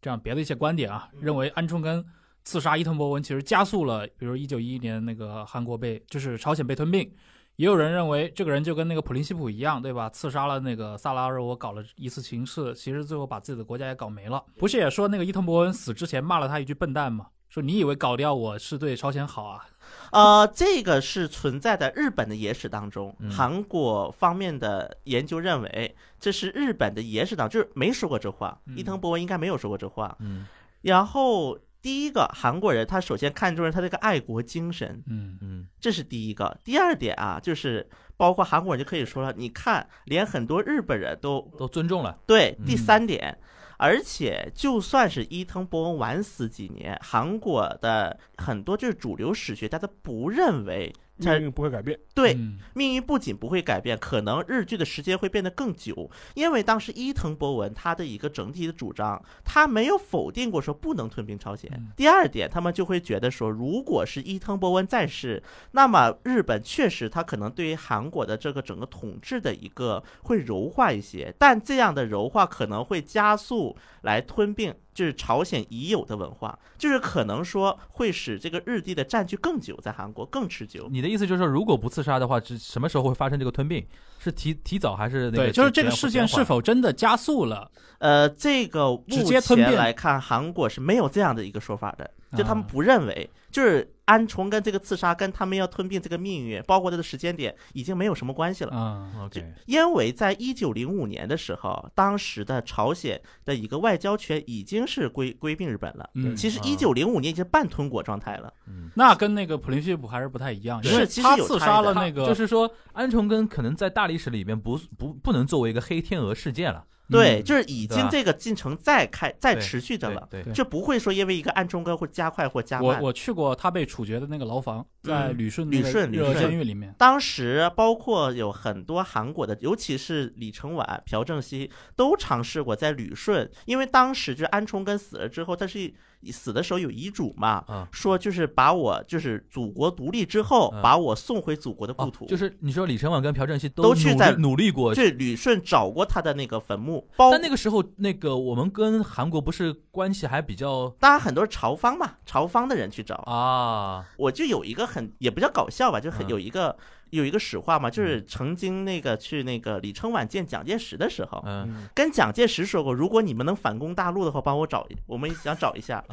S5: 这样别的一些观点啊，认为安重根刺杀伊藤博文其实加速了，比如一九一一年那个韩国被就是朝鲜被吞并。也有人认为这个人就跟那个普林西普一样，对吧？刺杀了那个萨拉热窝，搞了一次情事，其实最后把自己的国家也搞没了。不是也说那个伊藤博文死之前骂了他一句笨蛋吗？说你以为搞掉我是对朝鲜好啊？
S3: 呃，这个是存在在日本的野史当中
S4: 嗯，
S3: 韩国方面的研究认为这是日本的野史当中，就是没说过这话，
S5: 嗯
S3: 伊藤博文应该没有说过这话。
S4: 嗯
S3: 然后第一个，韩国人他首先看重了他这个爱国精神，
S5: 嗯
S4: 嗯
S3: 这是第一个。第二点啊，就是包括韩国人就可以说了，你看连很多日本人都
S4: 都尊重了，
S3: 对
S4: 嗯。
S3: 第三点。而且，就算是伊藤博文晚死几年，韩国的很多就是主流史学家，他不认为他
S2: 命运不会改变。
S3: 对
S5: 嗯
S3: 命运不仅不会改变，可能日剧的时间会变得更久，因为当时伊藤博文他的一个整体的主张，他没有否定过说不能吞并朝鲜。
S5: 嗯
S3: 第二点，他们就会觉得说，如果是伊藤博文在世，那么日本确实他可能对于韩国的这个整个统治的一个会柔化一些，但这样的柔化可能会加速来吞并。就是朝鲜已有的文化，就是可能说会使这个日帝的占据更久，在韩国更持久。
S4: 你的意思就是说，如果不刺杀的话，是什么时候会发生这个吞并？是提提早还是那个？
S5: 对，就是这个事件是否真的加速了？
S3: 呃，这个目
S5: 直接吞
S3: 前
S5: 并
S3: 来看，韩国是没有这样的一个说法的，就他们
S5: 啊
S3: 不认为，就是安重根这个刺杀跟他们要吞并这个命运，包括它的时间点，已经没有什么关系了。
S5: 嗯，
S4: ？OK，
S3: 因为在一九零五年的时候，当时的朝鲜的一个外交权已经是归归并日本了。
S5: 嗯
S3: 其实
S4: 啊
S3: 一九零五年已经半吞国状态了。
S4: 嗯。
S5: 那跟那个普林西普还是不太一样，
S3: 是
S5: 因为
S3: 其实
S5: 他
S3: 有
S5: 刺
S3: 差
S5: 杀
S3: 异的
S5: 了那个，
S4: 就是说，安重根可能在大历史里面不不不能作为一个黑天鹅事件了，
S3: 对，
S5: 嗯
S3: 就是已
S4: 对
S3: 经
S4: 吧
S3: 这个进程在开在
S4: 对
S3: 持续着
S4: 对
S3: 了，
S4: 对
S5: 对
S3: 就不会说因为一个安重根会加快或加
S5: 我
S3: 慢。
S5: 我去过他被处决的那个牢房，在
S3: 嗯
S5: 旅顺
S3: 旅
S5: 那个
S3: 顺旅
S5: 热
S3: 顺
S5: 监狱里面。
S3: 当时包括有很多韩国的，尤其是李承晚、朴正熙都尝试过在旅顺，因为当时就是安重根死了之后，他是死的时候有遗嘱嘛，
S4: 啊，
S3: 说就是把我就是祖国独立之后
S4: 嗯，
S3: 把我送回祖国的故
S4: 哦
S3: 土，
S4: 就是你说李承晚跟朴正熙
S3: 都
S4: 努
S3: 去
S4: 力
S3: 在
S4: 努力过，
S3: 去旅顺找过他的那个坟墓，包
S4: 但那个时候那个我们跟韩国不是关系还比较
S3: 当然很多朝方嘛，朝方的人去找，
S4: 啊，
S3: 我就有一个很也不叫搞笑吧，就很
S4: 嗯
S3: 有一个有一个史话嘛，就是曾经那个去那个李承晚见蒋介石的时候，
S4: 嗯，
S2: 嗯
S3: 跟蒋介石说过，如果你们能反攻大陆的话，帮我找一，我们想找一 下，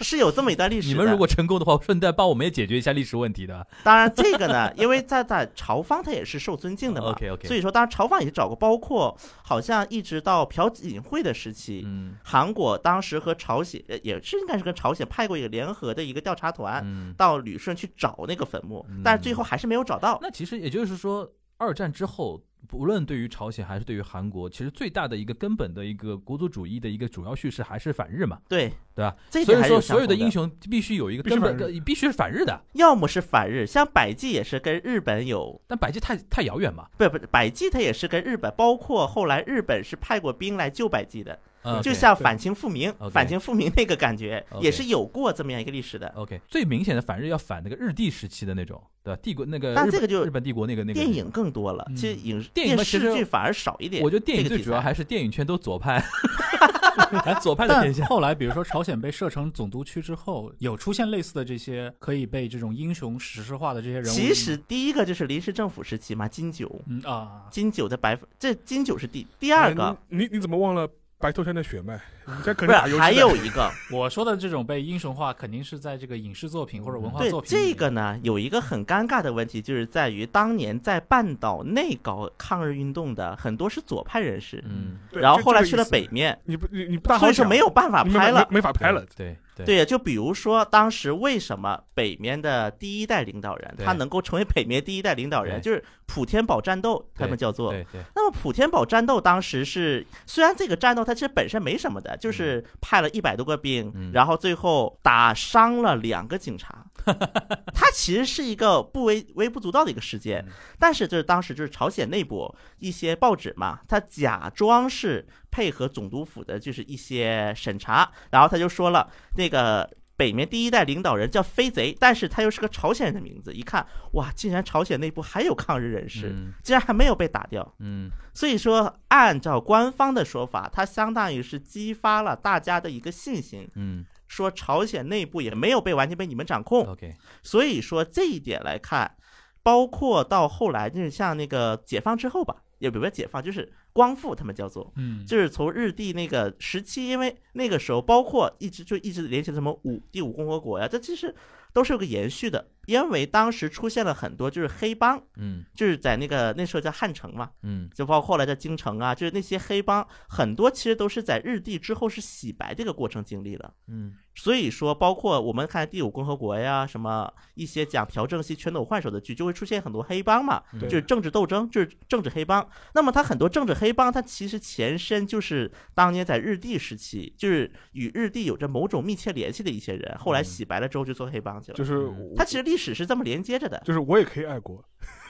S3: 是有这么一段历史的。
S4: 你们如果成功的话，顺带帮我们也解决一下历史问题的。
S3: 当然这个呢，因为在在朝方他也是受尊敬的嘛
S4: 哦 OK，OK
S3: 所以说当然朝方也是找过，包括好像一直到朴槿惠的时期，
S4: 嗯
S3: 韩国当时和朝鲜呃也是应该是跟朝鲜派过一个联合的一个调查团、
S4: 嗯，
S3: 到旅顺去找那个坟墓
S4: 嗯，
S3: 但是最后还是没有找到。
S4: 那其实也就是说，二战之后，不论对于朝鲜还是对于韩国，其实最大的一个根本的一个国族主义的一个主要叙事还是反日嘛。
S3: 对
S4: 对吧？
S3: 这
S4: 所
S3: 点
S4: 以
S3: 还是
S4: 说，
S3: 有
S4: 所有的
S3: 相同
S4: 英雄必须有一个
S2: 必须
S4: 根本，
S2: 反日
S4: 必须是反日的。
S3: 要么是反日，像百济也是跟日本有。
S4: 但百济太太遥远嘛，
S3: 不不，百济它也是跟日本，包括后来日本是派过兵来救百济的，
S4: 嗯，
S3: 就
S4: OK
S3: 像反清复明
S4: OK
S3: 反清复明那个感觉
S4: OK
S3: 也是有过这么样一个历史的。
S4: OK，最明显的反日要反那个日帝时期的那种，对吧？帝国那个日
S3: 但
S4: 本，
S3: 这个就
S4: 日本帝国那个那个嗯
S3: 电影。更多了，其实影视
S4: 电影嘛
S3: 电
S4: 其实
S3: 视剧反而少一点。
S4: 我觉得电影
S3: 这个
S4: 最
S3: 题
S4: 主要
S3: 材嗯
S4: 还是电影圈都 左派， 左派的
S5: 但
S4: 天下。嗯
S5: 后来，比如说朝鲜被设成总督区之后，有出现类似的这些可以被这种英雄史诗化的这些人物。
S3: 其实，第一个就是临时政府时期嘛，金九，
S5: 嗯啊，
S3: 金九的白这金九是第第二个，
S2: 哎你你你怎么忘了白头山的血脉？你在可
S3: 不
S2: 能
S3: 是
S2: 打游戏
S3: 还有一个，
S5: 我说的这种被英雄化，肯定是在这个影视作品或者文化
S4: 啊
S3: 对
S5: 作品。
S3: 这个，呢，有一个很尴尬的问题，就是在于当年在半岛内搞抗日运动的很多是左派人士，
S4: 嗯，
S2: 对
S3: 然后后来
S2: 就这个
S3: 去了
S2: 意思
S3: 北面，
S2: 你不你你不大好
S3: 所以说
S2: 讲
S3: 没有办法
S2: 你没
S3: 拍了。
S2: 没没法拍了。
S4: 对对
S3: 对，就比如说当时为什么北面的第一代领导人，
S4: 对
S3: 他能够成为北面第一代领导人，
S4: 对
S3: 就是普天堡战斗，他们叫做。
S4: 对对，
S3: 那么普天堡战斗当时是，虽然这个战斗它其实本身没什么的，就是派了一百多个兵，
S4: 嗯
S3: 然后最后打伤了两个警 察，它其实是一个不微微不足道的一个事件，
S4: 嗯
S3: 但是就是当时就是朝鲜内部一些报纸嘛，它假装是配合总督府的就是一些审查，然后他就说了那个。北面第一代领导人叫飞贼，但是他又是个朝鲜人的名字。一看，哇，竟然朝鲜内部还有抗日人士，
S4: 嗯
S3: 竟然还没有被打掉。
S4: 嗯
S3: 所以说，按照官方的说法，它相当于是激发了大家的一个信心，
S4: 嗯
S3: 说朝鲜内部也没有被完全被你们掌控。
S4: ，OK，
S3: 所以说这一点来看，包括到后来就是像那个解放之后吧，也不是解放，就是光复，他们叫做。
S5: 嗯，
S3: 就是从日帝那个时期，因为那个时候包括一直就一直联系什么五第五共和国呀，这其实都是有个延续的，因为当时出现了很多就是黑帮，
S4: 嗯
S3: 就是在那个那时候叫汉城嘛，
S4: 嗯
S3: 就包括后来的京城啊，就是那些黑帮，很多其实都是在日帝之后是洗白这个过程经历的。
S4: 嗯
S3: 所以说，包括我们看《第五共和国》呀，什么一些讲朴正熙全斗焕手的剧，就会出现很多黑帮嘛，
S4: 嗯，
S2: 对
S3: 就是政治斗争，就是政治黑帮。那么它很多政治黑帮，它其实前身就是当年在日帝时期，就是与日帝有着某种密切联系的一些人，后来洗白了之后就做黑帮去
S2: 嗯
S3: 了。
S2: 就是
S4: 嗯
S2: 我
S3: 它其实历史是这么连接着的。
S2: 就是我也可以爱国，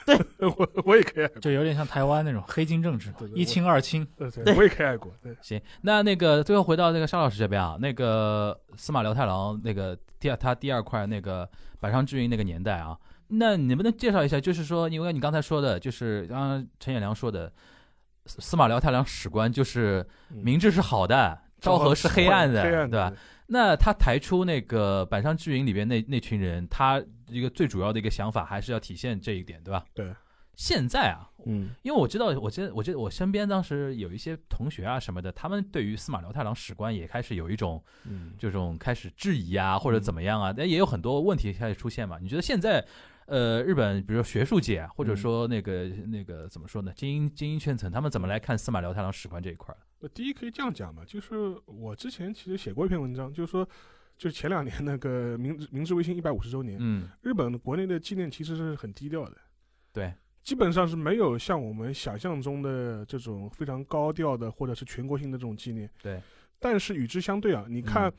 S3: 对
S2: 我我也可以爱国
S5: 就有点像台湾那种黑金政治
S2: 对，对
S5: 一清二清。
S2: 呃，对，
S3: 对
S2: 我也可以爱国。对，
S4: 行，那那个最后回到那个沙老师这边啊，那个司马辽太郎那个第二他第二块那个百上之云那个年代啊，那你能不能介绍一下？就是说，因为你刚才说的，就是刚刚陈彦良说的，呃司司马辽太郎史观就是
S2: 嗯
S4: 明治是好的，昭和是黑暗 的，
S2: 黑暗
S4: 对吧？？那他抬出那个板上之云里边那那群人，他一个最主要的一个想法还是要体现这一点，对吧？
S2: 对。
S4: 现在啊，
S2: 嗯，
S4: 因为我知道，我记得，我记得我身边当时有一些同学啊什么的，他们对于司马辽太郎史观也开始有一种
S2: 嗯，
S4: 这种开始质疑啊，或者怎么样啊，但也有很多问题开始出现嘛。你觉得现在，呃，日本比如说学术界啊，
S2: 嗯
S4: 或者说那个、那个怎么说呢，精英精英圈层，他们怎么来看司马辽太郎史观这一块儿？啊
S2: 那呃第一可以这样讲嘛，就是我之前其实写过一篇文章，就是说。就是前两年那个明治明治维新一百五十周年，
S4: 嗯，
S2: 日本国内的纪念其实是很低调的，
S4: 对，
S2: 基本上是没有像我们想象中的这种非常高调的或者是全国性的这种纪念。
S4: 对，嗯
S2: 但是与之相对啊，你看，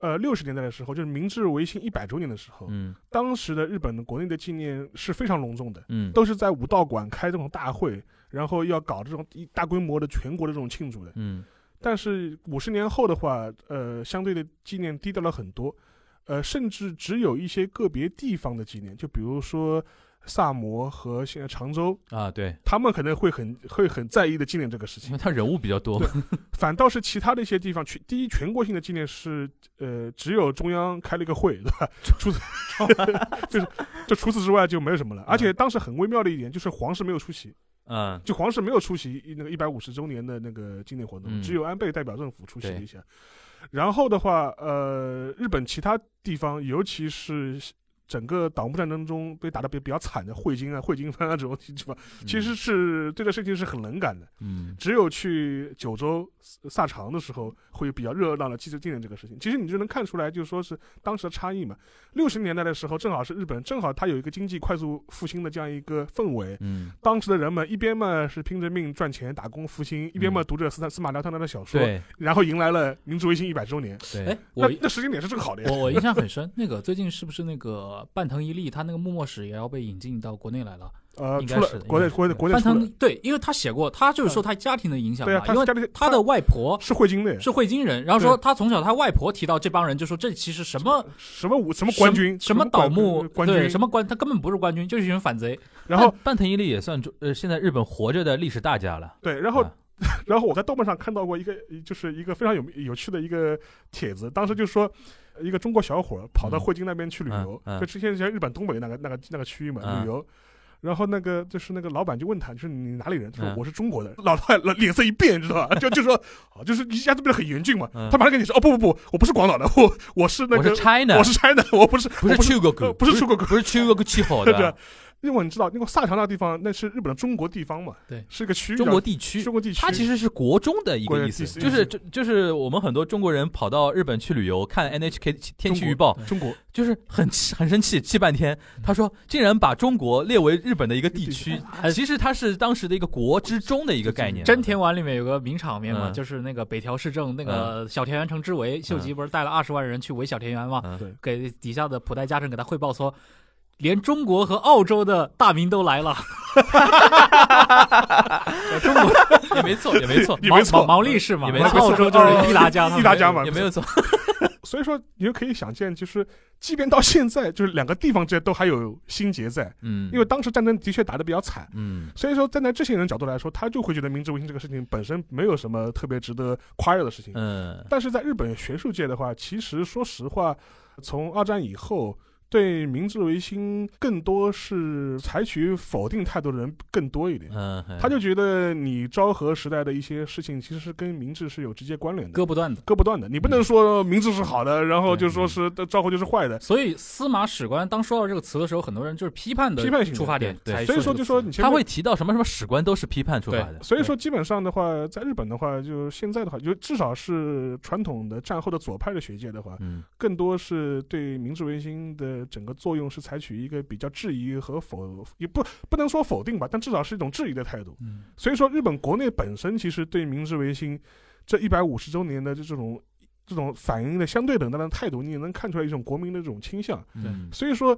S2: 呃，六十年代的时候，就是明治维新一百周年的时候，
S4: 嗯
S2: 当时的日本的国内的纪念是非常隆重的，
S4: 嗯
S2: 都是在武道馆开这种大会，然后要搞这种一大规模的全国的这种庆祝的。
S4: 嗯
S2: 但是五十年后的话，呃，相对的纪念低调了很多，呃，甚至只有一些个别地方的纪念，就比如说，萨摩和现在常州，
S4: 啊，对，
S2: 他们可能会很会很在意的纪念这个事
S4: 因
S2: 情
S4: 为。他人物比较多嘛，
S2: 反倒是其他的一些地方，全第一全国性的纪念是，呃，只有中央开了一个会，对 吧？除此， 就是就除此之外就没有什么了。而且当时很微妙的一点就是皇室没有出席，
S4: 嗯，
S2: 就皇室没有出席那个一百五十周年的那个纪念活动，
S4: 嗯
S2: 只有安倍代表政府出席了
S4: 对
S2: 一下。然后的话，呃，日本其他地方，尤其是整个岛木战争中被打得比比较惨的汇金啊、汇金藩啊这种地方，其实是对这事情是很冷感的。
S4: 嗯，
S2: 只有去九州呃萨长的时候，会比较热闹的记纪念这个事情。其实你就能看出来，就是说是当时的差异嘛。六十年代的时候，正好是日本正好它有一个经济快速复兴的这样一个氛围。
S4: 嗯，
S2: 当时的人们一边嘛是拼着命赚钱打工复兴，一边嘛
S4: 嗯
S2: 读着司马司马辽太郎的小说，
S4: 对
S2: 然后迎来了民族维新一百周年。
S4: 对
S5: 哎，，
S2: 那
S5: 我
S2: 那时间点是正 好的呀。
S5: 我我印象很深，那个最近是不是那个半藤一力他那个幕末史也要被引进到国内来了？
S2: 呃，
S5: 应
S2: 出
S5: 该是
S2: 了
S5: 的
S2: 国内
S5: 应该是
S2: 国内
S5: 的
S2: 国内
S5: 半
S2: 出了
S5: 藤，对，因为他写过，他就是受他家庭的影响
S2: 对啊
S5: 嘛，，
S2: 他
S5: 因为
S2: 家里
S5: 他的外婆
S2: 是汇金的呀，
S5: 是汇金人，然后说他从小他外婆提到这帮人，就说这其实什么
S2: 什么武什么官军
S5: 什么倒幕
S2: 幕，官
S5: 对
S2: 军嗯
S5: 什么哎官，他根本不是官军，就是一群反贼。
S2: 然后
S4: 半半藤一力也算中呃现在日本活着的历史大家了，
S2: 对，然后
S4: 啊
S2: 然后我在豆瓣上看到过一个，呃就是一个非常有有趣的一个帖子，当时就说。呃一个中国小伙儿跑到
S4: 嗯
S2: 汇金那边去旅游，
S4: 嗯嗯
S2: 就之前在日本东北那个那个那个区域嘛、
S4: 嗯
S2: 旅游，然后那个就是那个老板就问他，就是你哪里人？他说
S4: 嗯
S2: 我是中国的。老太老脸色一变，你知道吧？就就说，哦，就是一下子变得很严峻嘛。
S4: 嗯
S2: 他马上跟你说，哦不不不，我不是广岛的，我我是那
S4: 我
S2: 个
S4: 是 China，
S2: 我是 China，我不是
S4: 不
S2: 我
S4: 是
S2: 不是
S4: 去过
S2: 呃
S4: 谷，
S2: 不是出国
S4: 不是去 过谷气候的
S2: 对啊因为你知道那个萨长那个地方，那是日本的中国地方嘛，
S5: 对
S2: 是一个区域啊，
S4: 中国地区
S2: 中。国地区，
S4: 它其实是国中的一
S2: 国
S4: 个
S2: 中
S4: 意思
S2: 地，区
S4: 就是就就是我们很多中国人跑到日本去旅游，看 NHK 天气预报，
S2: 中国嗯
S4: 就是很气很生气，气半天。他说竟然把中国列为日本的一个地区，其实它是当时的一个国之中的一个概念。啊
S5: 真田丸里面有个名场面嘛，
S4: 嗯
S5: 就是那个北条氏政那
S2: 嗯
S5: 个小田园城之围，秀吉不是带了二十万人去围小田园嘛，
S4: 嗯
S2: 对
S5: 给底下的普代家臣给他汇报说。连中国和澳洲的大名都来了，
S4: 中国 也 没错，也没错，
S2: 也没错
S5: 毛毛利是嘛，
S4: 也没
S5: 然后
S4: 错
S5: 澳洲就是伊达家他们，
S2: 一大家嘛
S4: 也，没有错。
S2: 所以说，你就可以想见，就是即便到现在，就是两个地方之间都还有心结在，
S4: 嗯，
S2: 因为当时战争的确打得比较惨。
S4: 嗯
S2: 所以说，站在这些人角度来说，他就会觉得明治维新这个事情本身没有什么特别值得夸耀的事情。
S4: 嗯
S2: 但是在日本学术界的话，其实说实话，从二战以后，对明治维新更多是采取否定态度的人更多一点。
S4: 嗯，
S2: 他就觉得你昭和时代的一些事情，其实是跟明治是有直接关联的。
S5: 割不断的。
S2: 割不断的，你不能说明治是好的，然后就说是昭和就是坏的。
S5: 所以司马史官当说到这个词的时候，很多人就是批判的
S2: 批判性的
S5: 出发点
S4: 对
S5: 才
S4: 对
S5: 这
S2: 所
S5: 个
S2: 以
S5: 词，
S2: 说就说你前
S4: 他
S2: 面
S4: 会，提到什么什么史官都是批判出来的，
S2: 所以说基本上的话，在日本的话，就现在的话，就至少是传统的战后的左派的学界的话，
S4: 嗯
S2: 更多是对明治维新的整个作用是采取一个比较质疑和否，也不不能说否定吧，但至少是一种质疑的态度。
S5: 嗯
S2: 所以说，日本国内本身其实对明治维新这一百五十周年的这种这种反应的相对冷淡的态度，你也能看出来一种国民的这种倾向。
S4: 嗯
S2: 所以说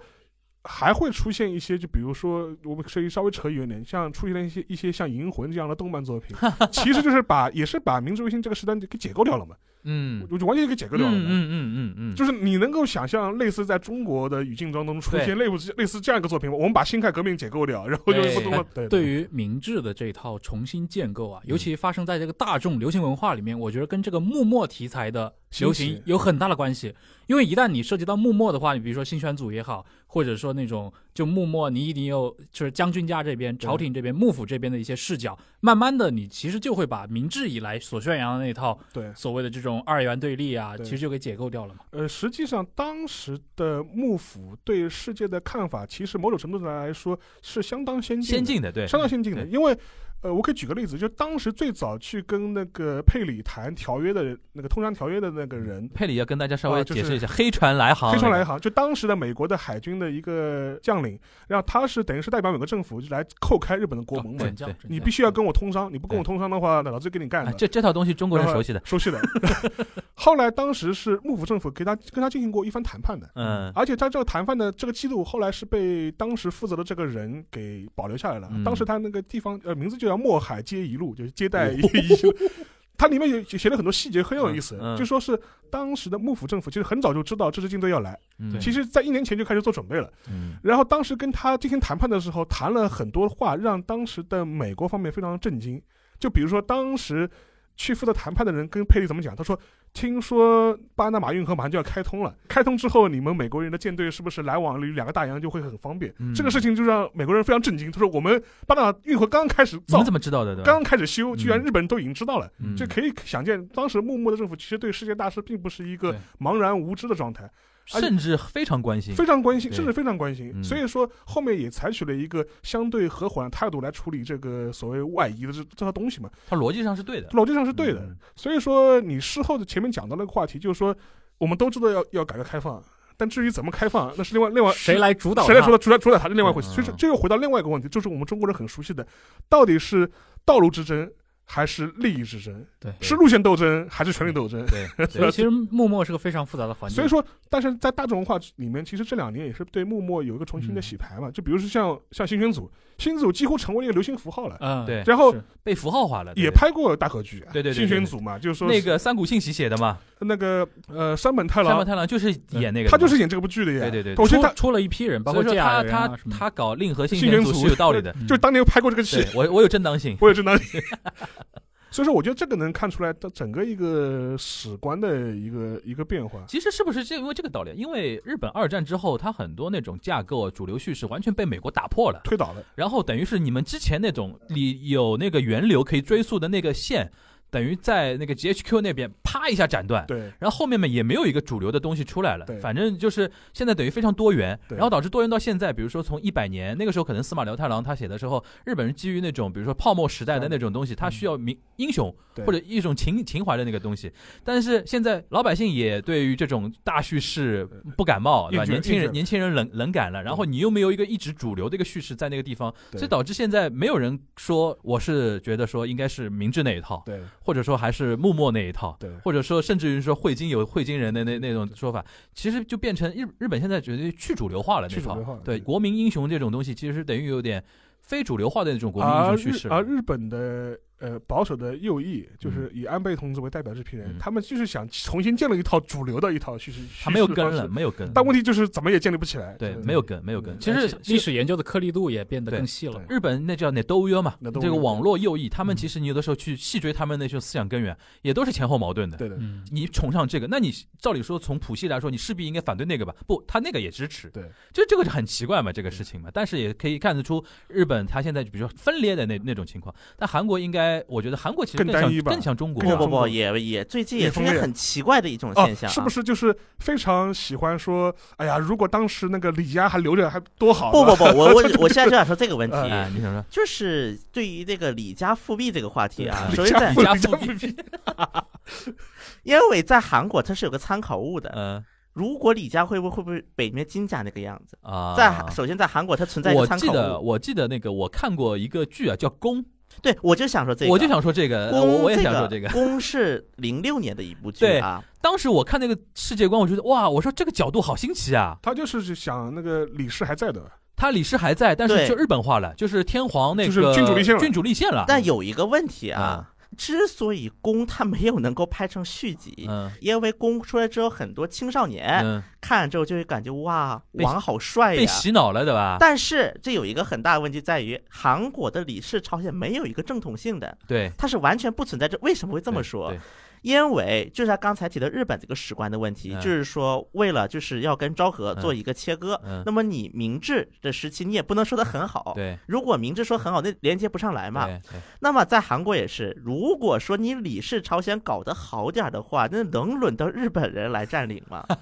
S2: 还会出现一些，就比如说我们可以稍微扯远点，像出现了一些一些像《银魂》这样的动漫作 品，其实就是把也是把明治维新这个时代给解构掉了嘛，
S4: 嗯
S2: 我就完全给解构掉了
S4: 嗯
S2: 嘛。
S4: 嗯嗯嗯，
S2: 就是你能够想象，类似在中国的语境当中出
S4: 对
S2: 现类似类似这样一个作品吗，我们把辛亥革命解构掉，然后就
S5: 对
S2: 不动了。对
S5: 对于明治的这一套重新建构
S2: 嗯
S5: 啊，尤其发生在这个大众流行文化里面，我觉得跟这个幕末题材的流
S2: 兴
S5: 行
S2: 起
S5: 有很大的关系。因为一旦你涉及到幕末的话，你比如说新选组也好，或者说那种就幕末，你一定有就是将军家这边、朝廷这边、幕府这边的一些视角，慢慢的你其实就会把明治以来所宣扬的那套
S2: 对，
S5: 所谓的这种二元对立啊，
S2: 对
S5: 其实就给解构掉了嘛。
S2: 呃，实际上当时的幕府对世界的看法，其实某种程度上来说是相当先进的
S4: 先进的对，
S2: 相当先进的，
S4: 对
S2: 因为呃，我可以举个例子，就当时最早去跟那个佩里谈条约的那个通商条约的那个人，
S4: 佩里要跟大家稍微
S2: 啊就是
S4: 解释一下，黑船来航，
S2: 黑船来航，就当时的美国的海军的一个将领，然后他是等于是代表美国政府就来扣开日本的国门嘛
S4: 哦对，
S5: 准将
S4: 对，
S5: 准
S2: 你
S5: 将
S2: 必须要跟我通商，你不跟我
S4: 对
S2: 通商的话，那老子给你干
S4: 哎
S2: 了。
S4: 这这套东西中国人
S2: 然后
S4: 熟悉的，
S2: 熟悉的， 后来当时是幕府政府给他跟他进行过一番谈判的，
S4: 嗯
S2: 而且他这个谈判的这个记录后来是被当时负责的这个人给保留下来了。
S4: 嗯
S2: 当时他那个地方呃名字就叫墨海接一路，就是接待一路。 它里面有写了很多细节，很有意思。
S4: 哦嗯嗯
S2: 就说是当时的幕府政府其实很早就知道这支军队要来，
S4: 嗯
S2: 其实在一年前就开始做准备了。
S4: 嗯
S2: 然后当时跟他进行谈判的时候，谈了很多话，让当时的美国方面非常震惊。就比如说，当时去负责谈判的人跟佩利怎么讲？他说：“听说巴拿马运河马上就要开通了，开通之后，你们美国人的舰队是不是来往于两个大洋就会很方便？”
S4: 嗯
S2: 这个事情就让美国人非常震惊。他说：“我们巴拿马运河刚刚开始
S4: 你
S2: 造
S4: 们，怎么知道的？对吧？
S2: 刚开始修，居然日本人都已经知道了。
S4: 嗯
S2: 就可以想见，当时幕末的政府其实对世界大事并不是一个
S4: 对
S2: 茫然无知的状态，而且
S4: 甚至非常关心。
S2: 啊非常关心，
S4: 对
S2: 甚至非常关心。
S4: 嗯
S2: 所以说，后面也采取了一个相对和缓的态度来处理这个所谓外移的这这套东西嘛，
S4: 他逻辑上是对的，
S2: 逻辑上是对的。
S4: 嗯
S2: 所以说，你事后的前面讲到那个话题，就是说，我们都知道要要改革开放，但至于怎么开放，那是另外另外
S5: 谁来主导？
S2: 谁来说的主导主导它是另外一回事。
S4: 嗯
S2: 所以说，这又回到另外一个问题，就是我们中国人很熟悉的，到底是道路之争还是利益之争？
S5: 对
S2: 是路线斗争还是权力斗争？
S4: 对，
S5: 所以
S4: 对
S5: 其实幕末是个非常复杂的环境。
S2: 所以说，但是在大众文化里面，其实这两年也是对幕末有一个重
S4: 嗯
S2: 新的洗牌嘛。就比如说像像新选组，新组几乎成为一个流行符号了，
S5: 嗯，
S4: 对
S2: 然后
S5: 是
S4: 被符号化了，呃对
S2: 也
S4: 对
S2: 拍过大合剧啊。
S4: 对对对对
S2: 新选组嘛，就是说
S4: 那个三谷幸喜写的嘛，
S2: 那个呃山本太
S4: 山本
S2: 郎，
S4: 太郎就是演那个的嘛，
S2: 他就是演这个部剧的呀。
S4: 对对对
S2: 我觉
S5: 出
S2: 得他
S5: 出了一批人，包
S4: 所
S5: 括
S4: 以说
S5: 这
S4: 他
S5: 样的人
S4: 他
S5: 啊什么的。嗯
S4: 他搞令和信
S2: 信玄
S4: 组
S2: 组
S4: 是有道理 的，
S2: 就当年拍过这个戏
S4: 嗯对，我我有正当性，
S2: 我也知道。 所以说，我觉得这个能看出来它整个一个史观的一个一个变化。
S4: 其实是不是就因为这个道理？因为日本二战之后，它很多那种架构、啊主流叙事完全被美国打破了，
S2: 推倒了，
S4: 然后等于是你们之前那种里有那个源流可以追溯的那个线，等于在那个 GHQ 那边啪一下斩断。
S2: 对
S4: 然后后面面也没有一个主流的东西出来了
S2: 对，
S4: 反正就是现在等于非常多元，
S2: 对
S4: 然后导致多元到现在，比如说从一百年那个时候，可能司马辽太郎他写的时候，日本人基于那种比如说泡沫时代的那种东西，他需要民英雄
S2: 嗯对
S4: 或者一种情情怀的那个东西，但是现在老百姓也对于这种大叙事不感冒，对吧？
S2: 厌倦
S4: 年轻
S2: 厌
S4: 人
S2: 倦
S4: 年轻人冷冷感了，然后你又没有一个一直主流的一个叙事在那个地方，
S2: 对
S4: 所以导致现在没有人说我是觉得说应该是明治那一套，
S2: 对
S4: 或者说还是幕末那一套，
S2: 对
S4: 或者说甚至于说汇金有汇金人的那那种说法，其实就变成日日本现在绝对去主流化了那
S2: 去主
S4: 套
S2: 流化，
S4: 对
S2: 对
S4: 国民英雄这种东西，其实等于有点非主流化的那种国民英
S2: 而啊
S4: 雄叙
S2: 日
S4: 事了，
S2: 而日本的呃保守的右翼，就是以安倍同志为代表这批人，
S4: 嗯
S2: 他们就是想重新建立一套主流的一套叙事，
S4: 他没有
S2: 叙事方
S4: 根
S2: 式
S4: 了，。没有根，
S2: 但问题就是怎么也建立不起来。
S4: 对
S2: 嗯
S4: 没有根，没有根。
S2: 嗯
S4: 其
S5: 而
S4: 实
S5: 且历史研究的颗粒度也变得更细了
S2: 对。
S4: 日本那叫 n e d o y 嘛，
S2: Nedoyo，
S4: 这个网络右翼，他们
S5: 嗯
S4: 其实你有的时候去细追他们那些思想根源，也都是前后矛盾的。
S2: 对的，
S5: 嗯，
S4: 你崇尚这个，那你照理说从谱系来说，你势必应该反对那个吧？不，他那个也支持。
S2: 对，
S4: 就这个就很奇怪嘛，这个事
S3: 嗯
S4: 情嘛。但是也可以看得出，日本它现在就比如说分裂的那那种情况，但韩国应该，我觉得韩国其实
S2: 更
S4: 更
S2: 单
S4: 像
S2: 一吧
S4: 更像中国
S2: 更
S3: 不
S2: 像中
S4: 吧。我
S2: 国
S3: 不不，也也最近
S2: 也
S3: 也是
S2: 分
S3: 一
S2: 裂
S3: 个很奇怪的一种
S2: 哦
S3: 现象、啊，
S2: 是不？是就是非常喜欢说，哎呀，如果当时那个李家还留着，还多好。啊
S3: 不不
S2: 是吧
S3: 不，我我我现在就想说这个问 题，
S4: 哎，你 想说？
S3: 就是对于这个李家复辟这个话题啊，
S4: 对
S3: 首先在
S4: 李家
S2: 李家
S4: 复
S2: 复
S4: 辟，
S3: 因为在韩国它是有个参考物的，
S4: 嗯
S3: 如果李家会不会会不会北面金家那个样子？
S4: 啊，
S3: 在首先在韩国它存在一
S4: 我
S3: 个参
S4: 记
S3: 考
S4: 得
S3: 物，
S4: 我记得那个我看过一个剧啊，叫《宫》，
S3: 对我就想说这个，
S4: 我就想说这个，呃
S3: 宫
S4: 我我也
S3: 这
S4: 想说这个。
S3: 宫是零六年的一部剧
S4: 对
S3: 啊，
S4: 当时我看那个世界观，我觉得哇，我说这个角度好新奇啊！
S2: 他就是想那个李氏还在的，
S4: 他李氏还在，但是
S3: 对
S4: 就日本化了，就是天皇那个
S2: 就是君主立宪了
S4: 君主立宪了。
S3: 但有一个问题啊，之所以宫它没有能够拍成续集。
S4: 嗯
S3: 因为宫出来之后，很多青少年
S4: 嗯，
S3: 看了之后就会感觉哇，
S4: 被
S3: 王好帅
S4: 被
S3: 哎呀！
S4: 洗脑了，对吧？
S3: 但是这有一个很大的问题在于，韩国的李氏朝鲜没有一个正统性的，
S4: 对，
S3: 它是完全不存在这。为什么会这么
S4: 对
S3: 说
S4: 对？
S3: 因为就像刚才提的日本这个史观的问题，
S4: 嗯
S3: 就是说为了就是要跟昭和做一个切割，
S4: 嗯，
S3: 那么你明治的时期你也不能说的很好。
S4: 对，
S3: 如果明治说很好，那连接不上来嘛。
S4: 对对
S3: 那么啊在韩国也是，如果说你李氏朝鲜搞得好点儿的话，那能轮到日本人来占领吗？啊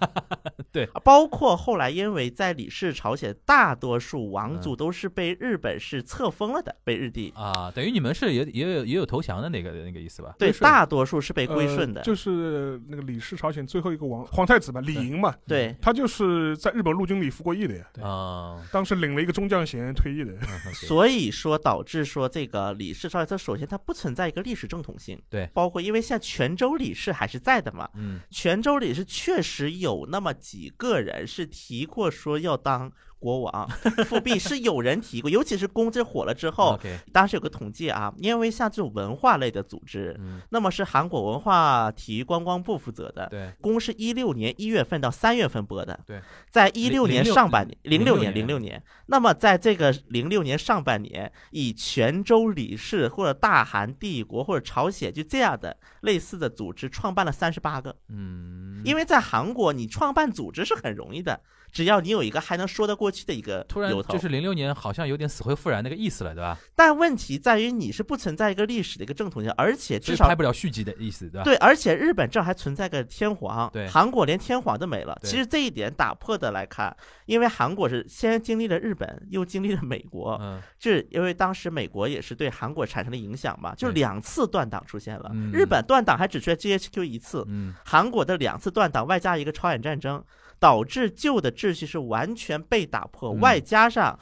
S4: 对，
S3: 包括后来因为在李氏朝鲜，大多数王族都是被日本是册封了的，被日帝。
S4: 啊，等于你们是也也有也有投降的那个那个意思吧？
S3: 对，
S4: 归顺
S3: 大多数是被归顺的。
S2: 呃就是那个李氏朝鲜最后一个王皇太子嘛，李莹嘛，
S3: 对，
S2: 他就是在日本陆军里服过役的呀，
S5: 对
S4: 啊，
S2: 当时领了一个中将衔退役的。
S4: 嗯，OK
S3: 所以说导致说这个李氏朝鲜，它首先它不存在一个历史正统性。
S4: 对
S3: 包括因为现在泉州李氏还是在的嘛，
S4: 嗯
S3: 泉州里是确实有那么几个人是提过说要当国网复辟是有人提过，尤其是公知火了之后，
S4: ，OK，
S3: 当时有个统计啊，因为像这种文化类的组织，
S4: 嗯，
S3: 那么是韩国文化体育观光部负责的。
S4: 对，
S3: 公是一六年一月份到三月份播的，
S4: 对，
S3: 在一六
S4: 零
S3: 年
S4: 06
S3: 上半年，零六年，
S4: 06
S3: 零六年，那么在这个零六年上半年，以泉州李氏或者大韩帝国或者朝鲜就这样的类似的组织创办了三十八个，
S4: 嗯，
S3: 因
S4: 为
S3: 为在韩国你创办组织是很容易的，只要你有一个还能说得过去的一个
S4: 突然
S3: 由头
S4: 就，是零六年好像有点死灰复燃那个意思了，对吧？
S3: 但问题在于你是不存在一个历史的一个正统性，而且
S4: 所
S3: 至
S4: 以
S3: 少
S4: 拍不了续集的意思，对吧？
S3: 对，而且日本这儿还存在个天皇，
S4: 对
S3: 韩国连天皇都没了。
S4: 对
S3: 其实这一点打破的来看，因为韩国是先经历了日本，又经历了美国，
S4: 嗯，
S3: 就是因为当时美国也是对韩国产生了影响嘛，就
S4: 对
S3: 两次断档出现了。
S4: 嗯
S3: 日本断档还只出现 GHQ 一次，
S4: 嗯
S3: 韩国的两次断档外加一个朝鲜战争，导致旧的秩序是完全被打破，
S4: 嗯
S3: 外加上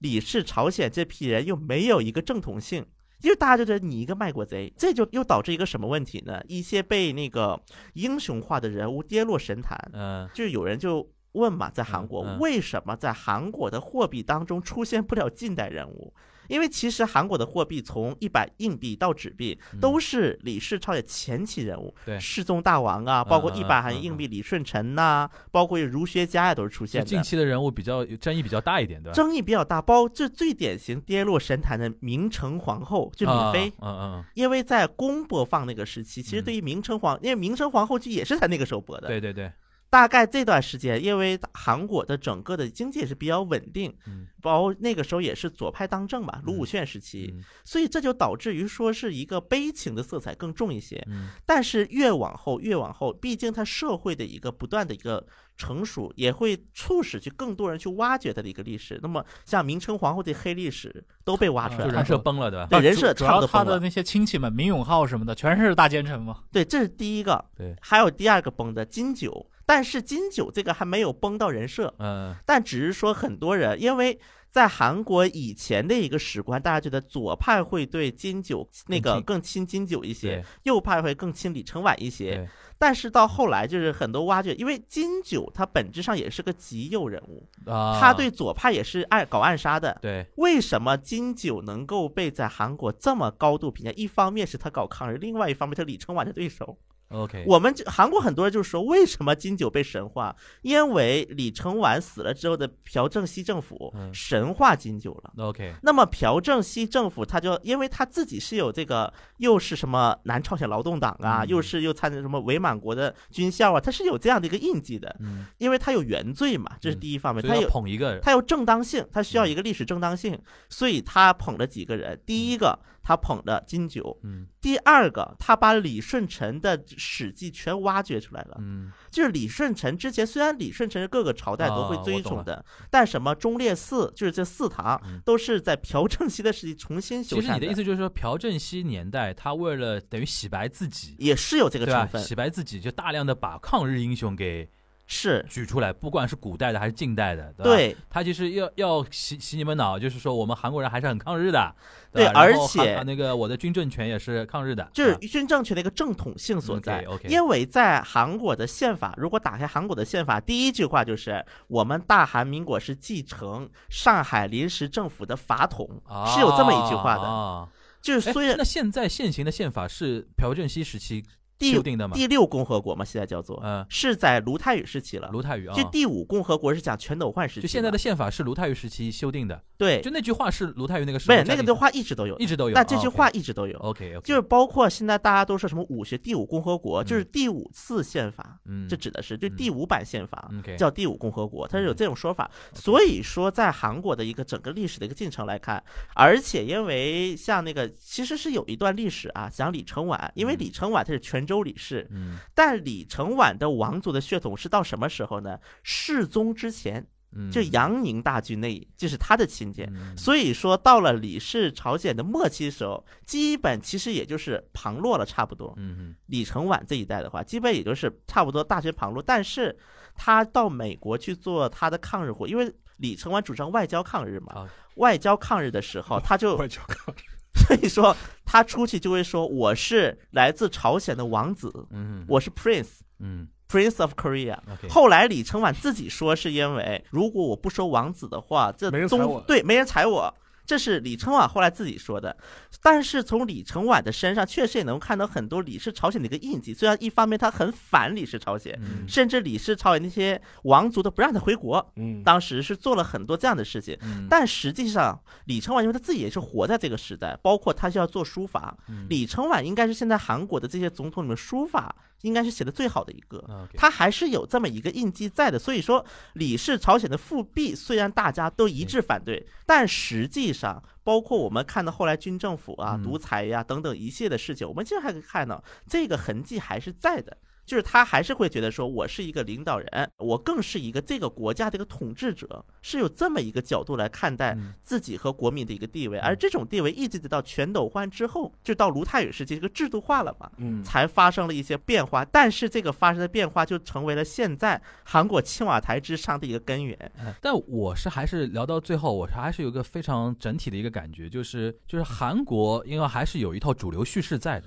S3: 李氏朝鲜这批人又没有一个正统性。因为大家就觉得你一个卖国贼，这就又导致一个什么问题呢？一些被那个英雄化的人物跌落神坛，
S4: 嗯，
S3: 就有人就问嘛，在韩国、
S4: 嗯嗯
S3: 为什么在韩国的货币当中出现不了近代人物？因为其实韩国的货币从一百硬币到纸币
S4: 嗯
S3: 都是李氏朝鲜前期人物，
S4: 对
S3: 世宗大王啊，包括
S4: 嗯嗯
S3: 一百
S4: 嗯
S3: 韩硬币李舜臣呐、包括儒学家呀、都是出
S4: 就
S3: 现
S4: 近
S3: 的。
S4: 期的人物比较争议比较大一点，对吧？
S3: 争议比较大，包这最典型跌落神坛的明成皇后，就
S4: 啊
S3: 敏妃，
S4: 嗯嗯，
S3: 因为在公播放那个时期，其实
S4: 嗯
S3: 对于明成皇，因为明成皇后剧也是在那个时候播的
S4: 嗯，对对对，
S3: 大概这段时间，因为韩国的整个的经济也是比较稳定，
S4: 嗯
S3: 包括那个时候也是左派当政嘛，卢武铉时期，
S4: 嗯
S3: 所以这就导致于说是一个悲情的色彩更重一些。
S4: 嗯，
S3: 但是越往后，越往后，毕竟它社会的一个不断的一个成熟，也会促使去更多人去挖掘它的一个历史。那么像明成皇后的黑历史都被挖出
S4: 就
S3: 来
S5: 啊
S3: 了
S4: 人。设崩了，对吧？
S3: 对
S5: 啊
S3: 人
S5: 主
S3: 设
S5: 主
S3: 差不
S5: 要
S3: 多
S5: 他
S3: 崩
S5: 的
S3: 了
S5: 那些亲戚们，明永浩什么的，全是大奸臣嘛。
S3: 对，这是第一个。
S4: 对
S3: 还有第二个崩的金九，但是金九这个还没有崩到人设。
S4: 嗯
S3: 但只是说很多人，因为在韩国以前的一个史观，大家觉得左派会对金九那个更亲金九一些
S4: 对，
S3: 右派会更亲李承晚一些
S4: 对。
S3: 但是到后来，就是很多挖掘，因为金九他本质上也是个极右人物，
S4: 啊，
S3: 他对左派也是暗搞暗杀的。
S4: 对
S3: 为什么金九能够被在韩国这么高度评价？一方面是他搞抗日，另外一方面他李承晚的对手。
S4: OK，
S3: 我们这韩国很多人就说，为什么金九被神化？因为李承晚死了之后的朴正熙政府
S4: 嗯
S3: 神化金九了。
S4: OK，
S3: 那么朴正熙政府他就因为他自己是有这个，又是什么南朝鲜劳动党啊，
S4: 嗯
S3: 又是又参加什么伪满国的军校啊，他是有这样的一个印记的，
S4: 嗯，
S3: 因为他有原罪嘛，这是第一方面，
S4: 所
S3: 他
S4: 以要
S3: 有
S4: 捧一个人，嗯
S3: 他有正当性，他需要一个历史正当性，所以他捧了几个人，第一个他捧了金九，
S4: 嗯
S3: 第二个，他把李舜臣的史记全挖掘出来了。
S4: 嗯
S3: 就是李舜臣之前，虽然李舜臣是各个朝代都会
S4: 啊
S3: 追
S4: 我懂
S3: 崇
S4: 了
S3: 的，但什么忠烈祠，就是这四堂
S4: 嗯
S3: 都是在朴正熙的时期重新修
S4: 其实
S3: 缮
S4: 你的意思就是说，朴正熙年代，他为了等于洗白自己，
S3: 也是有这个
S4: 对
S3: 成
S4: 吧？
S3: 分，
S4: 洗白自己，就大量的把抗日英雄给
S3: 是
S4: 举出来，不管是古代的还是近代的，对吧？
S3: 对
S4: 他就是要要洗洗你们脑，就是说我们韩国人还是很抗日的，
S3: 对
S4: 吧然后
S3: 而且
S4: 韩那个我的军政权也是抗日的，
S3: 就是
S4: 吧
S3: 军政权的一个正统性所在。
S4: 嗯 OK，OK
S3: 因为在韩国的宪法，如果打开韩国的宪法，第一句话就是我们大韩民国是继承上海临时政府的法统，
S4: 啊
S3: 是有这么一句话的。
S4: 啊
S3: 就是
S4: 哎
S3: 虽然
S4: 那现在现行的宪法是朴正熙时期
S3: 第
S4: 修订的吗？
S3: 第六共和国嘛，现在叫做，
S4: 嗯，
S3: 是在卢泰愚时期了。
S4: 卢泰愚啊
S3: 就，第五共和国是讲全斗焕时期嘛，
S4: 就现在的宪法是卢泰愚时期修订的，
S3: 对，
S4: 就那句话是卢泰愚那个时
S3: 不
S4: 候
S3: 是那
S4: 加进去
S3: 个
S4: 的
S3: 的话一直都有，
S4: 一直都有。啊哦
S3: 但这句话一直都有，
S4: OK OK，
S3: 就是包括现在大家都说什么武学第五共和国，就是第五次宪法，
S4: 嗯，
S3: 这指的是就
S4: 嗯
S3: 第五版宪法。
S4: OK
S3: 叫第五共和国，它是有
S4: 嗯
S3: 这种说法，所以说在韩国的一个整个历史的一个进程来看，而且因为像那个其实是有一段历史啊，讲李承晚，因为
S4: 嗯
S3: 李承晚他是泉州李氏，
S4: 嗯
S3: 但李承晚的王族的血统是到什么时候呢？世宗之前，
S4: 嗯，
S3: 就杨宁大军那一，就是他的亲戚。
S4: 嗯
S3: 所以说，到了李氏朝鲜的末期时候，基本其实也就是旁落了，差不多。
S4: 嗯
S3: 李承晚这一代的话，基本也就是差不多大学旁落。但是，他到美国去做他的抗日活，因为李承晚主张外交抗日嘛
S4: 啊。
S3: 外交抗日的时候，他 就
S2: 外交抗日，
S3: 所以说他出去就会说我是来自朝鲜的王子，
S4: 嗯嗯
S3: 我是 prince。
S4: 嗯
S3: Prince of Korea。
S4: OK，
S3: 后来李承晚自己说，是因为如果我不收王子的话，这
S2: 没人
S3: 东
S2: 踩我
S3: 对没人踩我，这是李承晚后来自己说的。但是从李承晚的身上，确实也能看到很多李氏朝鲜的一个印记。虽然一方面他很反李氏朝鲜，
S4: 嗯
S3: 甚至李氏朝鲜那些王族都不让他回国，
S2: 嗯，
S3: 当时是做了很多这样的事情。
S4: 嗯
S3: 但实际上，李承晚因为他自己也是活在这个时代，包括他需要做书法，
S4: 嗯
S3: 李承晚应该是现在韩国的这些总统里面书法应该是写的最好的一个。
S4: 啊，OK，
S3: 他还是有这么一个印记在的。所以说，李氏朝鲜的复辟虽然大家都一致反
S4: 嗯
S3: 对，但实际上，包括我们看到后来军政府啊、
S4: 嗯
S3: 独裁呀、等等一系列的事情，我们其实还可以看到这个痕迹还是在的。就是他还是会觉得说，我是一个领导人，我更是一个这个国家的一个统治者，是有这么一个角度来看待
S4: 嗯
S3: 自己和国民的一个地位，而这种地位一直得到全斗焕之后，就到卢泰愚时期，这个制度化了嘛，
S2: 嗯
S3: 才发生了一些变化，但是这个发生的变化就成为了现在韩国青瓦台之上的一个根源。
S4: 哎但我是还是聊到最后，我还是有一个非常整体的一个感觉，就是就是韩国因为还是有一套主流叙事在的，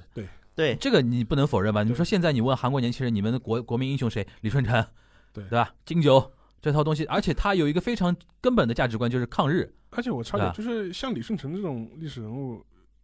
S3: 对，
S4: 这个你不能否认吧？你
S2: 对
S4: 说现在你问韩国年轻人，你们的国国民英雄谁？李舜臣，
S2: 对
S4: 对吧？金九这套东西，而且他有一个非常根本的价值观，就是抗日。
S2: 而且我插
S4: 对
S2: 点，
S4: 吧
S2: 就是像李舜臣这种历史人物，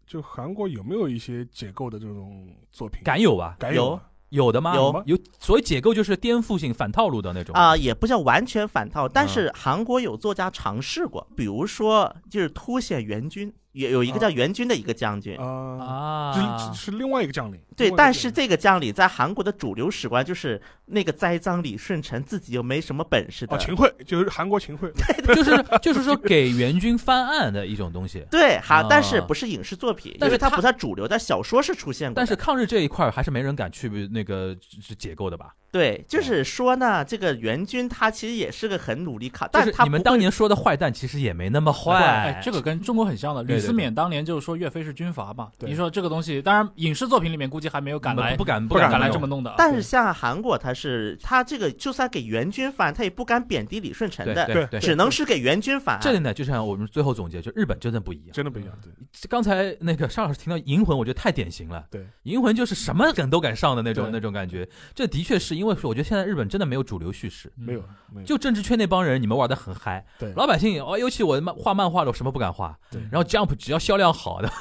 S2: 就韩国有没有一些解构的这种作品？
S4: 敢有吧？
S2: 敢有啊，
S4: 有的吗？
S3: 有
S2: 吗
S4: 有，所以解构就是颠覆性、反套路的那种
S3: 啊、也不叫完全反套，但是韩国有作家尝试过，比如说就是凸显援军，有有一个叫援军的一个将军，
S2: 啊，
S4: 啊
S2: 这，是另外一个将领。
S3: 对，
S2: 另外一个
S3: 但
S2: 将
S3: 是
S2: 领
S3: 这个将领在韩国的主流史观就是那个栽赃李舜臣自己又没什么本事的
S2: 哦，，秦桧就是韩国秦桧，
S4: 就是就是说给援军翻案的一种东西。
S3: 对，韩，但是
S4: 啊
S3: 不是影视作品，
S4: 但
S3: 因
S4: 是
S3: 为它
S4: 他
S3: 不算主流，但小说是出现过的。
S4: 但是抗日这一块儿还是没人敢去那个是解构的吧？
S3: 对，就是说呢，这个援军他其实也是个很努力考，
S4: 就
S3: 但
S4: 是
S3: 他
S4: 你们
S3: 不
S4: 当年说的坏蛋，其实也没那么坏
S5: 哎。，这个跟中国很像的。
S4: 对
S5: 吕
S4: 对
S5: 思勉当年就是说岳飞是军阀嘛，
S2: 对嗯
S5: 你说这个东西，当然影视作品里面估计还没有敢来
S4: 不敢
S5: 不敢
S2: 敢
S5: 来
S4: 弄
S5: 这么弄的啊。
S3: 但是像韩国，他是他这个就算给援军反，他也不敢贬低李舜臣
S4: 对
S3: 的，
S4: 对
S2: 对
S4: 对。
S3: 只能是给援军啊反。
S4: 这里呢，就像我们最后总结，就日本真的不一样。
S2: 真的不一样。对，
S4: 刚才那个沙老师提到银魂，我觉得太典型了。
S2: 对，
S4: 银魂就是什么梗都敢上的那种
S2: 对
S4: 那种感觉。这的确是因为我觉得现在日本真的没有主流叙事，
S5: 嗯
S2: 没有，没有。
S4: 就政治圈那帮人，你们玩的很嗨。
S2: 对
S4: 老百姓哦，尤其我漫画漫画的，我什么不敢画。
S2: 对
S4: 然后 Jump 只要销量好 的，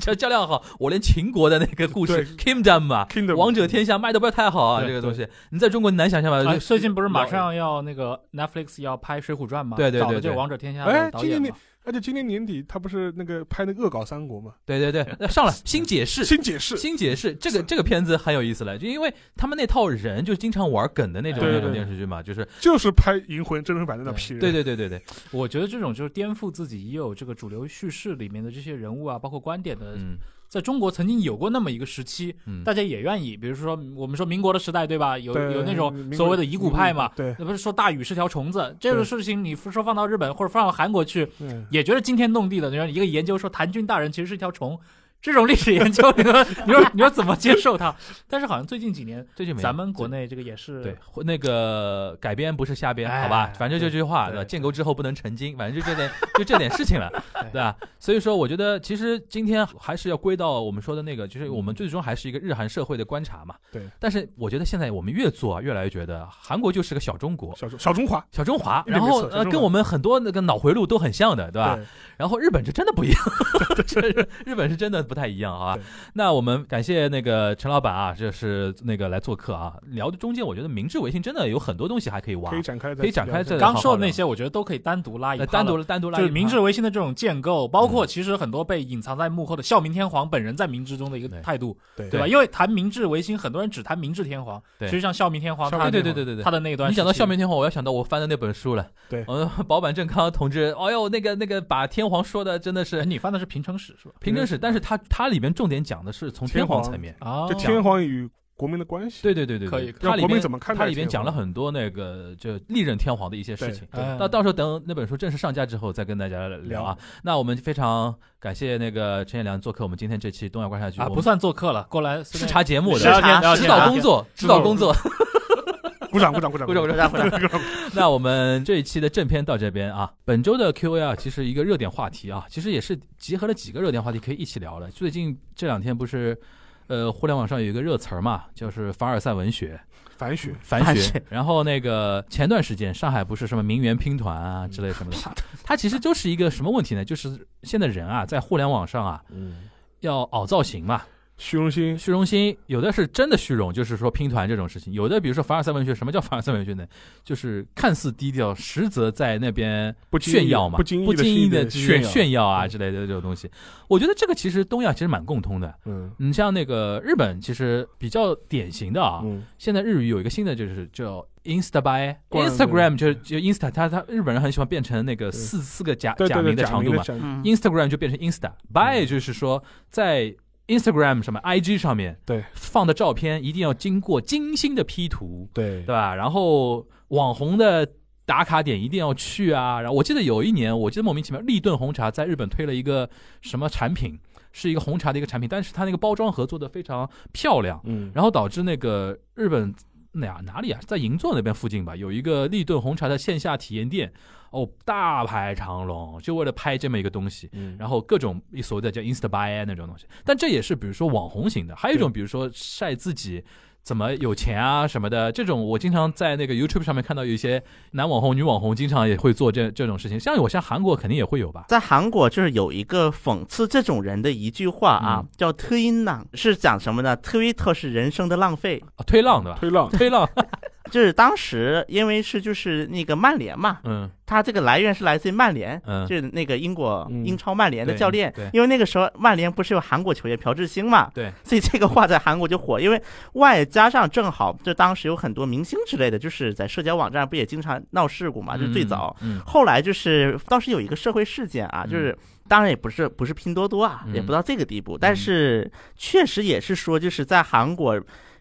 S4: 只要销量好，我连秦国的那个故
S2: 对
S4: 事 Kingdom 嘛，
S2: Kingdom
S4: 王者天下卖的不要太好啊，
S2: 对
S4: 这个东西你在中国你难想象吧？
S5: 啊
S4: 就
S5: 最近不是马
S4: 呃老
S5: 上要那个 Netflix 要拍《水浒传》吗？
S4: 对对对
S5: 找的就
S4: 对
S5: 是王者天下
S2: 哎
S5: 的导
S2: 今
S5: 演
S2: 年
S5: 嘛。
S2: 而且今年年底他不是那个拍那个《恶搞三国》嘛，
S4: 对对对，那上来新解释，
S2: 新解释，
S4: 新解释这个这个片子很有意思了，就因为他们那套人就经常玩梗的那种那
S5: 对对
S4: 种
S2: 对
S4: 电视剧嘛，就是
S2: 就是拍《银魂》真人版的那批人。
S4: 对对对对对，
S5: 我觉得这种就是颠覆自己已有这个主流叙事里面的这些人物啊，包括观点的，
S4: 嗯
S5: 在中国曾经有过那么一个时期，
S4: 嗯，
S5: 大家也愿意，比如说我们说民国的时代，对吧？有
S2: 对，
S5: 有那种
S2: 民国
S5: 所谓的遗骨派嘛，
S2: 对，
S5: 那不是说大禹是条虫子这个
S2: 对
S5: 事情，你说放到日本或者放到韩国去，
S2: 嗯，
S5: 也觉得惊天动地的。你说一个研究说谭军大人其实是一条虫，这种历史研究，你说你说你说怎么接受它？但是好像最近几年，
S4: 最近没有
S5: 咱们国内这个也是
S4: 对或那个改编不是瞎编，
S5: 哎
S4: 好吧，反正就这句话，
S5: 对
S4: 对吧？建构之后不能成精，反正就这点 就这点事情了，对吧？所以说，我觉得其实今天还是要归到我们说的那个，就是我们最终还是一个日韩社会的观察嘛。
S2: 对。
S4: 但是我觉得现在我们越做啊，越来越觉得韩国就是个小中国。
S2: 小中小中华，
S4: 小中华，
S2: 对
S4: 然后
S2: 没错小
S4: 呃，
S2: 中
S4: 跟
S2: 华
S4: 我们很多那个脑回路都很像的，对吧？
S2: 对，
S4: 然后日本是真的不一样， 这日本是真的不太一样，好吧
S2: 对？
S4: 那我们感谢那个陈老板啊，这是那个来做客啊，聊的中间我觉得明治维新真的有很多东西还可以挖
S2: 可以，展开再
S4: 可以展开再
S2: 聊一下
S4: 聊
S5: 刚说的那些，我觉得都可以单独拉一
S4: 那
S5: 趴
S4: 呃单独
S5: 了。
S4: 单独来
S5: 就
S4: 一趴
S5: 是
S4: 嗯
S5: 明治维新的这种建构，包括其实很多被隐藏在幕后的孝明天皇本人在明治中的一个
S4: 对
S5: 态度，
S2: 对
S5: 对吧？因为谈明治维新，很多人只谈明治天皇，
S4: 对
S5: 其实像孝明天皇，
S2: 孝
S5: 他
S4: 对对对对对对
S5: 他。的那一段
S4: 你
S5: 时期，
S4: 讲到笑面天皇，我要想到我翻的那本书了。
S2: 对
S4: 嗯，保坂正康同志，哎呦，那个那个把天皇说的真的
S5: 哎，
S4: 是
S5: 你翻的是平成史是吧？
S4: 平真史，但是他他里面重点讲的是从天皇
S2: 天皇
S4: 层面。
S5: 啊，
S2: 就天皇与国民的关系，
S4: 对对对对，对
S5: 可以可以
S4: 它
S2: 让
S4: 里
S2: 国民
S4: 面
S2: 怎么看待
S4: 它里面
S2: 天
S4: 讲
S2: 皇
S4: 了很多那个就历任天皇的一些事
S2: 对
S4: 情。
S5: 哎
S4: 那到时候等那本书正式上架之后，再跟大家聊啊。那我们非常感谢那个陈彦良做客我们今天这期东亚观察局，
S5: 啊，
S4: 我
S5: 不
S4: 们
S5: 算做客了，过来
S4: 视
S5: 视
S4: 察节目的
S5: 聊天聊天
S4: 指
S5: 聊
S4: 导
S5: 天
S4: 工作，指导工作。
S2: 鼓掌鼓掌鼓掌
S4: 鼓掌
S2: 鼓掌
S4: 鼓掌
S3: 回答回答，
S4: 那我们这一期的正片到这边啊，本周的 Q&A 啊，其实一个热点话题啊，其实也是集合了几个热点话题可以一起聊了。最近这两天不是。呃，互联网上有一个热词儿嘛，就是凡尔赛文学、
S2: 反雪，
S4: 反
S3: 反
S4: 学
S3: 学。
S4: 然后那个前段时间上海不是什么名媛拼团啊之类什么的，它其实就是一个什么问题呢？就是现在人啊，在互联网上啊，
S2: 嗯，
S4: 要凹造型嘛，
S2: 虚荣心，
S4: 虚荣心有的是真的虚荣，就是说拼团这种事情；有的比如说凡尔赛文学，什么叫凡尔赛文学呢？就是看似低调，实则在那边
S2: 不经意
S4: 炫耀嘛，
S2: 不
S4: 不
S2: 经意地
S4: 意的
S2: 是一个炫
S4: 炫
S2: 耀嗯
S4: 炫耀啊之类的这种东西。我觉得这个其实东亚其实蛮共通的。
S2: 嗯
S4: 你像那个日本，其实比较典型的啊，
S2: 嗯，
S4: 现在日语有一个新的就是叫 Insta by
S2: 惯了
S4: Instagram，就是就 Insta，它它日本人很喜欢变成那个四四个假
S2: 对
S4: 假
S2: 对
S4: 名
S2: 对，
S4: 的
S2: 假
S4: 长
S2: 名
S4: 度
S2: 的嗯
S4: 嘛。
S2: 假名，
S3: 嗯，
S4: Instagram 就变成 Insta by，就是说在 Instagram 上面 IG 上面
S2: 对
S4: 放的照片一定要经过精心的 P 图，
S2: 对
S4: 对，吧？然后网红的打卡点一定要去啊。然后我记得有一年，我记得莫名其妙，立顿红茶在日本推了一个什么产品，是一个红茶的一个产品，但是它那个包装盒做的非常漂亮，
S2: 嗯，
S4: 然后导致那个日本哪哪里啊，在银座那边附近吧，有一个立顿红茶的线下体验店，哦，大排长龙，就为了拍这么一个东西。
S2: 嗯
S4: 然后各种所谓的叫 Insta buy 那种东西，但这也是比如说网红型的，还有一种
S2: 对
S4: 比如说晒自己怎么有钱啊什么的，这种我经常在那个 YouTube 上面看到有一些男网红、女网红经常也会做这这种事情，像我像韩国肯定也会有吧，
S3: 在韩国就是有一个讽刺这种人的一句话啊，
S4: 嗯
S3: 叫“特音浪”，是讲什么呢？Twitter 是人生的浪费。
S4: 啊推浪对吧？
S2: 推浪，
S4: 推浪，
S3: 就是当时因为是就是那个曼联嘛，
S4: 嗯
S3: 他这个来源是来自于曼联，
S4: 嗯
S3: 就是那个英国
S2: 嗯
S3: 英超曼联的
S4: 对
S3: 教练
S4: 对，
S3: 因为那个时候曼联不是有韩国球员朴智星嘛，
S4: 对，
S3: 所以这个话在韩国就火，因为外加上正好就当时有很多明星之类的，就是在社交网站不也经常闹事故嘛，就是最早。
S4: 嗯，嗯
S3: 后来就是当时有一个社会事件啊，就是当然也不是不是拼多多啊，
S4: 嗯
S3: 也不到这个地步，但是确实也是说就是在韩国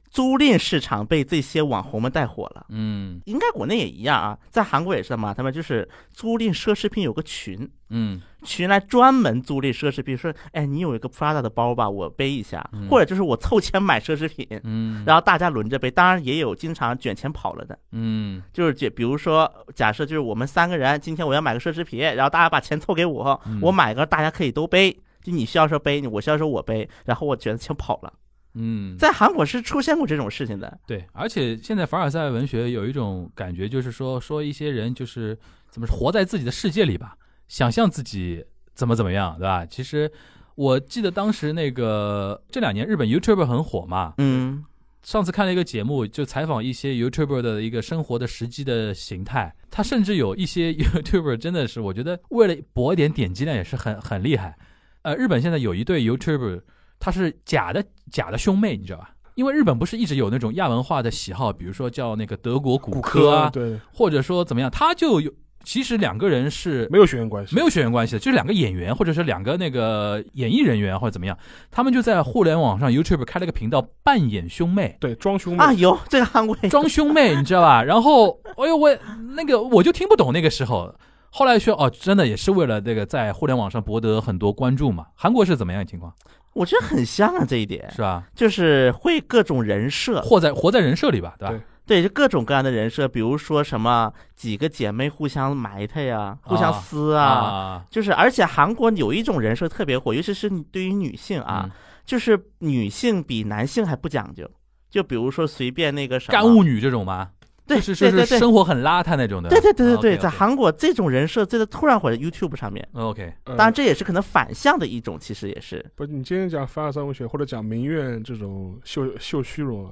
S3: 租赁市场被这些网红们带火了。
S4: 嗯
S3: 应该国内也一样啊，在韩国也是的嘛，他们就是租赁奢侈品有个群，
S4: 嗯
S3: 群来专门租赁奢侈品，说，哎，你有一个 Prada 的包吧，我背一下，
S4: 嗯
S3: 或者就是我凑钱买奢侈品，
S4: 嗯，
S3: 然后大家轮着背。当然也有经常卷钱跑了的，
S4: 嗯
S3: 就是就比如说，假设就是我们三个人，今天我要买个奢侈品，然后大家把钱凑给我，
S4: 嗯
S3: 我买个大家可以都背。就你需要说背，我需要说我背，然后我卷钱跑了。
S4: 嗯，
S3: 在韩国是出现过这种事情的，
S4: 对，而且现在凡尔赛文学有一种感觉，就是说说一些人就是怎么说活在自己的世界里吧，想象自己怎么怎么样，对吧？其实我记得当时那个这两年日本 YouTuber 很火嘛，
S3: 嗯
S4: 上次看了一个节目，就采访一些 YouTuber 的一个生活的实际的形态，他甚至有一些 YouTuber 真的是我觉得为了博一点点击量也是很很厉害。呃，日本现在有一对 YouTuber，他是假的假的兄妹，你知道吧？因为日本不是一直有那种亚文化的喜好，比如说叫那个德国骨科啊，
S2: 对，
S4: 或者说怎么样，他就有其实两个人是
S2: 没有血缘关系，
S4: 没有血缘关系的，就是两个演员或者是两个那个演艺人员或者怎么样，他们就在互联网上 YouTube 开了个频道扮演兄妹。
S2: 对，装兄妹
S3: 啊，，有这个韩国也有
S4: 装兄妹，你知 道吧？然后，哎呦，我那个我就听不懂那个时候。后来说哦，真的也是为了那个在互联网上博得很多关注嘛。韩国是怎么样的情况，
S3: 我觉得很像啊这一点，
S4: 是吧？
S3: 就是会各种人设，
S4: 活在活在人设里吧，对吧？
S3: 对，就各种各样的人设，比如说什么几个姐妹互相埋汰呀、互相撕啊，
S4: 啊
S3: 就是而且韩国有一种人设特别火，尤其是对于女性
S4: 嗯
S3: 啊，，就是女性比男性还不讲究，就比如说随便那个什么
S4: 干物，女这种嘛，
S3: 啊对，
S4: 就是
S3: 对
S4: 就是
S3: 对对。
S4: 生活很邋遢那种的。啊
S3: 对对对对对，在
S4: 在
S3: 韩国这种人设真的突然火在 YouTube 上面，
S4: OK，
S2: 呃
S3: 当然这也是可能反向的一种，其实也是
S2: 不是你今天讲凡尔赛文学或者讲民怨这种秀秀虚荣啊，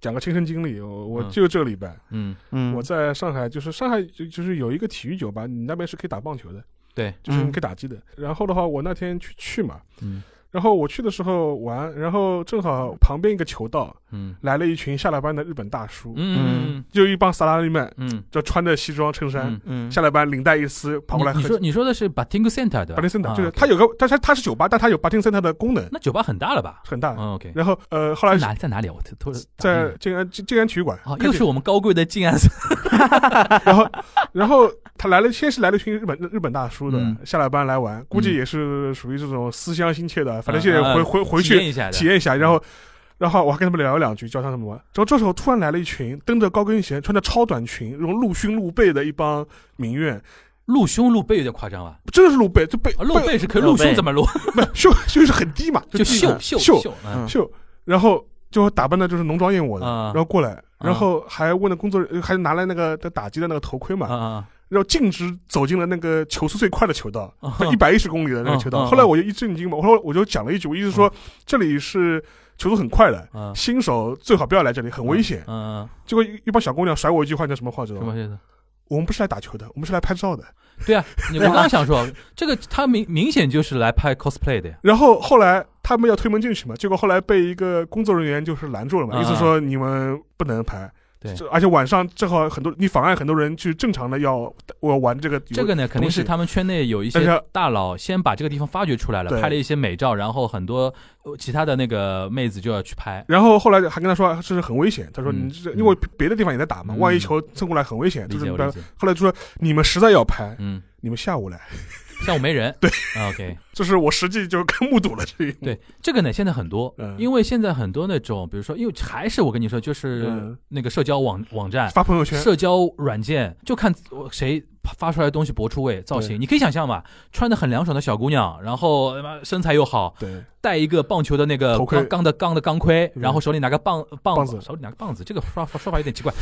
S2: 讲个亲身经历，我我
S4: 嗯
S2: 就这个礼拜、
S4: 嗯
S3: 嗯，
S2: 我在上海，就是上海就就是有一个体育酒吧，你那边是可以打棒球的，
S4: 对，
S2: 就是你
S3: 嗯
S2: 可以打击的。然后的话，我那天去去嘛，
S4: 嗯
S2: 然后我去的时候玩，然后正好旁边一个球道
S4: 嗯
S2: 来了一群下了班的日本大叔，
S4: 嗯
S2: 就一帮萨拉利曼，
S4: 嗯
S2: 就穿着西装衬衫，
S4: 嗯。
S3: 嗯
S2: 下了班领带一撕，啊跑过来喝
S4: 你你说你说的是 Batting Center 对吧
S2: 巴丁森塔，就是
S4: 啊
S2: 它有个，但是它它是酒吧，但它有巴丁森塔的功能，
S4: 那酒吧很大了吧？
S2: 很大。
S4: 嗯 OK，
S2: 然后呃，后
S4: 在
S2: 来
S4: 哪在哪里啊？我突突然打断
S2: 啊在
S4: 你
S2: 静安静静安体育馆
S4: 啊，，
S2: 看
S4: 又
S2: 见
S4: 是我们高贵的静安
S2: 然后，然后他来了，先是来了一群日本日本大叔的
S4: 嗯，
S2: 下了班来玩，估计
S4: 嗯
S2: 也是属于这种思乡心切的，反正现在
S4: 嗯嗯
S2: 回回回
S4: 体
S2: 去
S4: 验一下的，嗯
S2: 体验一下，然后。然后我还跟他们聊了两句，教他们怎么玩。然后这时候突然来了一群蹬着高跟鞋、穿着超短裙、那种露胸露背的一帮民怨，
S4: 露胸露背有点夸张吧？
S2: 真的是露背，就背
S4: 啊露
S2: 背
S4: 背是可以，
S3: 露
S4: 露
S3: 背
S4: 胸怎么露？
S2: 不是袖袖是很低嘛，
S4: 就
S2: 秀
S4: 秀秀
S2: 秀
S4: 秀，嗯
S2: 袖。然后就打扮的就是浓妆艳抹的，
S4: 啊
S2: 然后过来，然后还问了工作人员，还拿了那个打击的那个头盔嘛，
S4: 啊啊
S2: 然后径直走进了那个球速最快的球道，
S4: 啊！
S2: 一百一十公里的那个球道。
S4: 嗯嗯嗯
S2: 后来我就一震惊嘛，我说我就讲了一句，我意思说、这里是球速很快的，
S4: 啊
S2: 新手最好不要来这里，很危险。
S4: 嗯，嗯
S2: 结果一一帮小姑娘甩我一句话，叫什么话知道
S4: 什么
S2: 吗？
S4: 意思？
S2: 我们不是来打球的，我们是来拍照的。
S4: 对啊，你我刚想说，这个他明明显就是来拍 cosplay 的呀。
S2: 然后后来他们要推门进去嘛，结果后来被一个工作人员就是拦住了嘛，
S4: 啊
S2: 意思说你们不能拍。
S4: 对
S2: 这，而且晚上正好很多你妨碍很多人去正常的要我玩这个游
S4: 这个呢，肯定是他们圈内有一
S2: 但
S4: 些
S2: 是
S4: 大佬先把这个地方发掘出来了，
S2: 对
S4: 拍了一些美照，然后很多呃其他的那个妹子就要去拍。
S2: 然后后来还跟他说这是很危险，他说
S4: 嗯
S2: 你这
S4: 嗯
S2: 因为别的地方也在打嘛，
S4: 嗯
S2: 万一球蹭过来很危险，
S4: 理
S2: 就是
S4: 解，
S2: 你
S4: 我
S2: 不要
S4: 理解。
S2: 后来就说你们实在要拍，
S4: 嗯，
S2: 你们下午来，
S4: 下午没人。对，OK。
S2: 这是我实际就跟目睹了这一幕。
S4: 对这个呢，现在很多
S2: 嗯，
S4: 因为现在很多那种，比如说，因为还是我跟你说，就是
S2: 嗯
S4: 那个社交网网站、
S2: 发朋友圈，
S4: 社交软件，就看谁发出来的东西博出位、造
S2: 对
S4: 型。你可以想象嘛，穿的很凉爽的小姑娘，然后他妈身材又好，
S2: 对，
S4: 戴一个棒球的那个
S2: 头盔
S4: 钢钢的钢的钢盔，
S2: 嗯
S4: 然后手里拿个棒棒
S2: 棒子
S4: 手里拿个棒子，这个说法说法有点奇怪，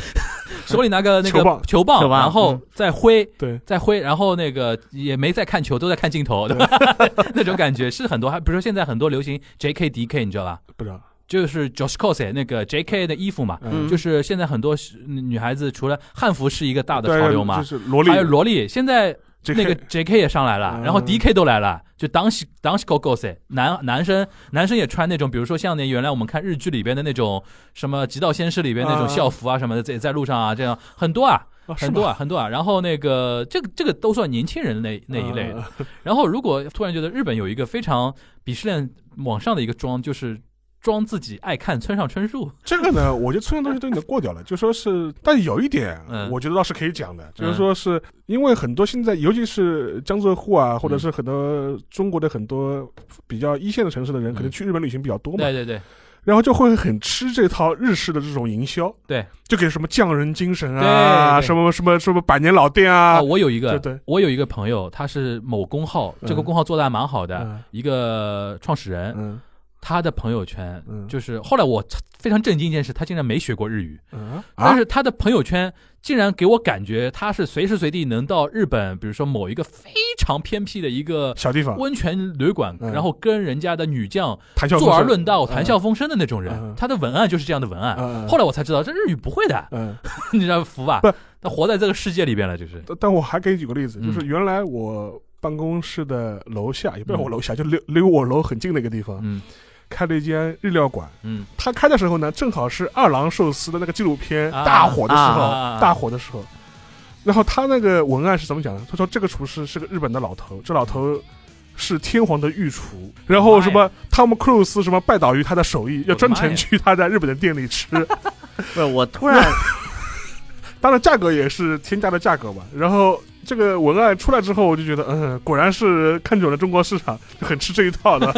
S4: 手里拿个那个
S2: 球棒
S4: 球棒，
S3: 球棒嗯
S4: 然后再挥。
S2: 对，
S4: 再挥，然后那个也没在看球，都在看镜头，对吧？ 那种感觉是很多，还比如说现在很多流行 JKDK，你知道吧？
S2: 不知道，
S4: 就是 Josh Cosey 那个 JK 的衣服嘛，
S3: 嗯
S4: 就是现在很多是女孩子除了汉服是一个大的
S2: 对，
S4: 潮流嘛
S2: 就，是萝莉
S4: 还有萝莉，现在
S2: 这
S4: 那个 JK 也上来了，
S2: 嗯
S4: 然后 DK 都来了，就当西当西 g o g o s 男男生男生也穿那种，比如说像那原来我们看日剧里边的那种什么《极道鲜师》里边那种
S2: 啊
S4: 校服啊什么的，在在路上啊这样很多啊。很多啊，很多啊，然后那个这个这个都算年轻人那那
S2: 啊
S4: 一类的。
S2: 的，
S4: 然后如果突然觉得日本有一个非常鄙视链往上的一个装，就是装自己爱看村上春树，
S2: 这个呢，我觉得村上东西都已经过掉了， 就说是，但有一点
S4: 嗯，
S2: 我觉得倒是可以讲的，就是说是因为很多现在，尤其是江浙沪啊，或者是很多中国的很多比较一线的城市的人，
S4: 嗯
S2: 可能去日本旅行比较多嘛
S4: 对，对对，
S2: 然后就会很吃这套日式的这种营销，
S4: 对，
S2: 就给什么匠人精神啊，
S4: 对对
S2: 什么什么什么百年老店
S4: 啊，
S2: 啊，
S4: 我有一
S2: 对
S4: 个，
S2: 对，
S4: 我有一个朋友，他是某公号，这个
S2: 嗯
S4: 公号做的还蛮好的，
S2: 嗯
S4: 一个创始人，
S2: 嗯
S4: 他的朋友圈，
S2: 嗯
S4: 就是后来我非常震惊一件事，他竟然没学过日语，
S2: 嗯
S4: 但
S2: 啊，
S4: 是他的朋友圈竟然给我感觉他是随时随地能到日本，比如说某一个非常偏僻的一个
S2: 小地方
S4: 温泉旅馆，
S2: 啊嗯
S4: 然后跟人家的女将
S2: 谈笑
S4: 坐而
S2: 风生
S4: 论道、谈笑风生的那种
S2: 嗯
S4: 人。他的文案就是这样的文案。
S2: 嗯嗯
S4: 后来我才知道，这日语不会的，
S2: 嗯，
S4: 你知道服吧
S2: 不？
S4: 他活在这个世界里边了，就是。
S2: 但但我还可以举个例子，
S4: 嗯
S2: 就是原来我办公室的楼下，也不是
S4: 嗯
S2: 我楼下，就离离我楼很近的一个地方，
S4: 嗯
S2: 开了一间日料馆。
S4: 嗯
S2: 他开的时候呢，正好是二郎寿司的那个纪录片
S4: 啊
S2: 大火的时候，
S4: 啊
S2: 大火的时候。然后他那个文案是怎么讲的？他说这个厨师是个日本的老头，这老头是天皇的御厨。然后什么汤姆克鲁斯什么拜倒于他的手艺，要专
S4: 我的妈
S2: 程
S4: 呀
S2: 去他在日本的店里吃。
S3: 不是，我突然
S2: 当然价格也是天价的价格吧。然后这个文案出来之后，我就觉得，嗯，果然是看准了中国市场，很吃这一套 的。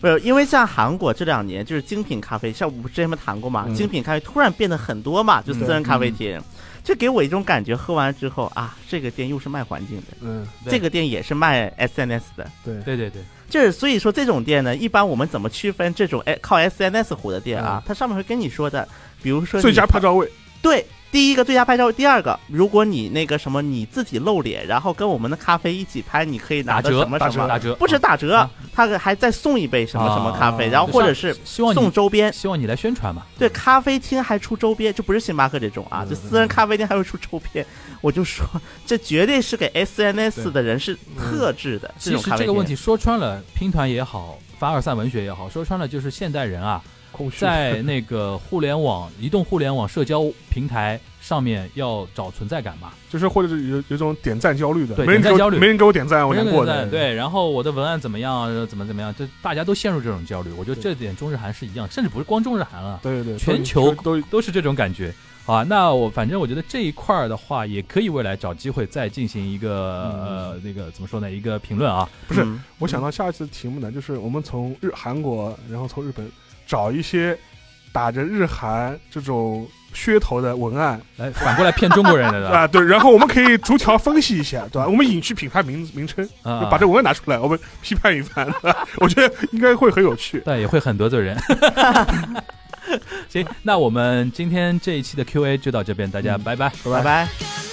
S3: 不是，因为像韩国这两年就是精品咖啡，像我们之前不谈过嘛，
S2: 嗯
S3: 精品咖啡突然变得很多嘛，就私人咖啡厅，就给我一种感觉，喝完之后啊，这个店又是卖环境的，
S2: 嗯，
S4: 对
S3: 这个店也是卖 SNS 的，
S2: 对，
S4: 对对对，
S3: 就是所以说这种店呢，一般我们怎么区分这种哎靠 SNS 火的店啊？它上面会跟你说的，比如说
S2: 嗯
S3: 你
S2: 最佳拍照位，
S3: 对。第一个最佳拍照，第二个，如果你那个什么你自己露脸，然后跟我们的咖啡一起拍，你可以拿
S4: 打
S3: 到
S4: 折
S3: 什么
S2: 打
S3: 什
S2: 折嗯
S3: 么，
S4: 打折
S3: 不止打折
S4: 啊，
S3: 他还再送一杯什么什么咖
S2: 啊
S3: 啡，然后或者是
S4: 希望你嗯
S3: 送周边。
S4: 希望你来宣传嘛。
S3: 对，咖啡厅还出周边，就不是星巴克这种啊，
S2: 嗯
S3: 就私人咖啡厅还会出周边。我就说，这绝对是给 SNS 的人是特制的。
S4: 嗯其
S3: 种
S4: 实
S3: 咖啡
S4: 这个问
S3: 厅
S4: 题说穿了，拼团也好，凡尔赛文学也好，说穿了就是现代人啊，
S2: 空虚
S4: 在那个互联网、移动互联网社交平台上面要找存在感嘛。
S2: 就是或者是有有种点赞焦虑的，
S4: 对
S2: 没人给我
S4: 点赞焦虑
S2: 没人给我点赞，啊我难过
S4: 在
S2: 的。，嗯
S4: 对，然后我的文案怎么样，怎么怎么样，就大家都陷入这种焦虑。我觉得这点中日韩是一样，甚至不是光中日韩了，
S2: 对对，
S4: 全球嗯
S2: 都都
S4: 都是这种感觉。好啊，那我反正我觉得这一块儿的话，也可以未来找机会再进行一个、呃那个怎么说呢，一个评论啊。
S2: 不是
S3: 嗯
S2: 我想到下一次题目呢，就是我们从日韩国，然后从日本找一些打着日韩这种噱头的文案，
S4: 来反过来骗中 国人的，对
S2: 对
S4: 吧？
S2: 吧？对，然后我们可以逐条分析一下，对吧？我们隐去品牌名名称，
S4: 啊
S2: 就把这文案拿出来，我们批判一番， 对吧我觉得应该会很有趣。
S4: 但也会很得 罪人。 行，那我们今天这一期的 Q&A 就到这边，大家
S5: 嗯
S4: 拜拜。
S3: 嗯拜拜。
S1: 「あなたの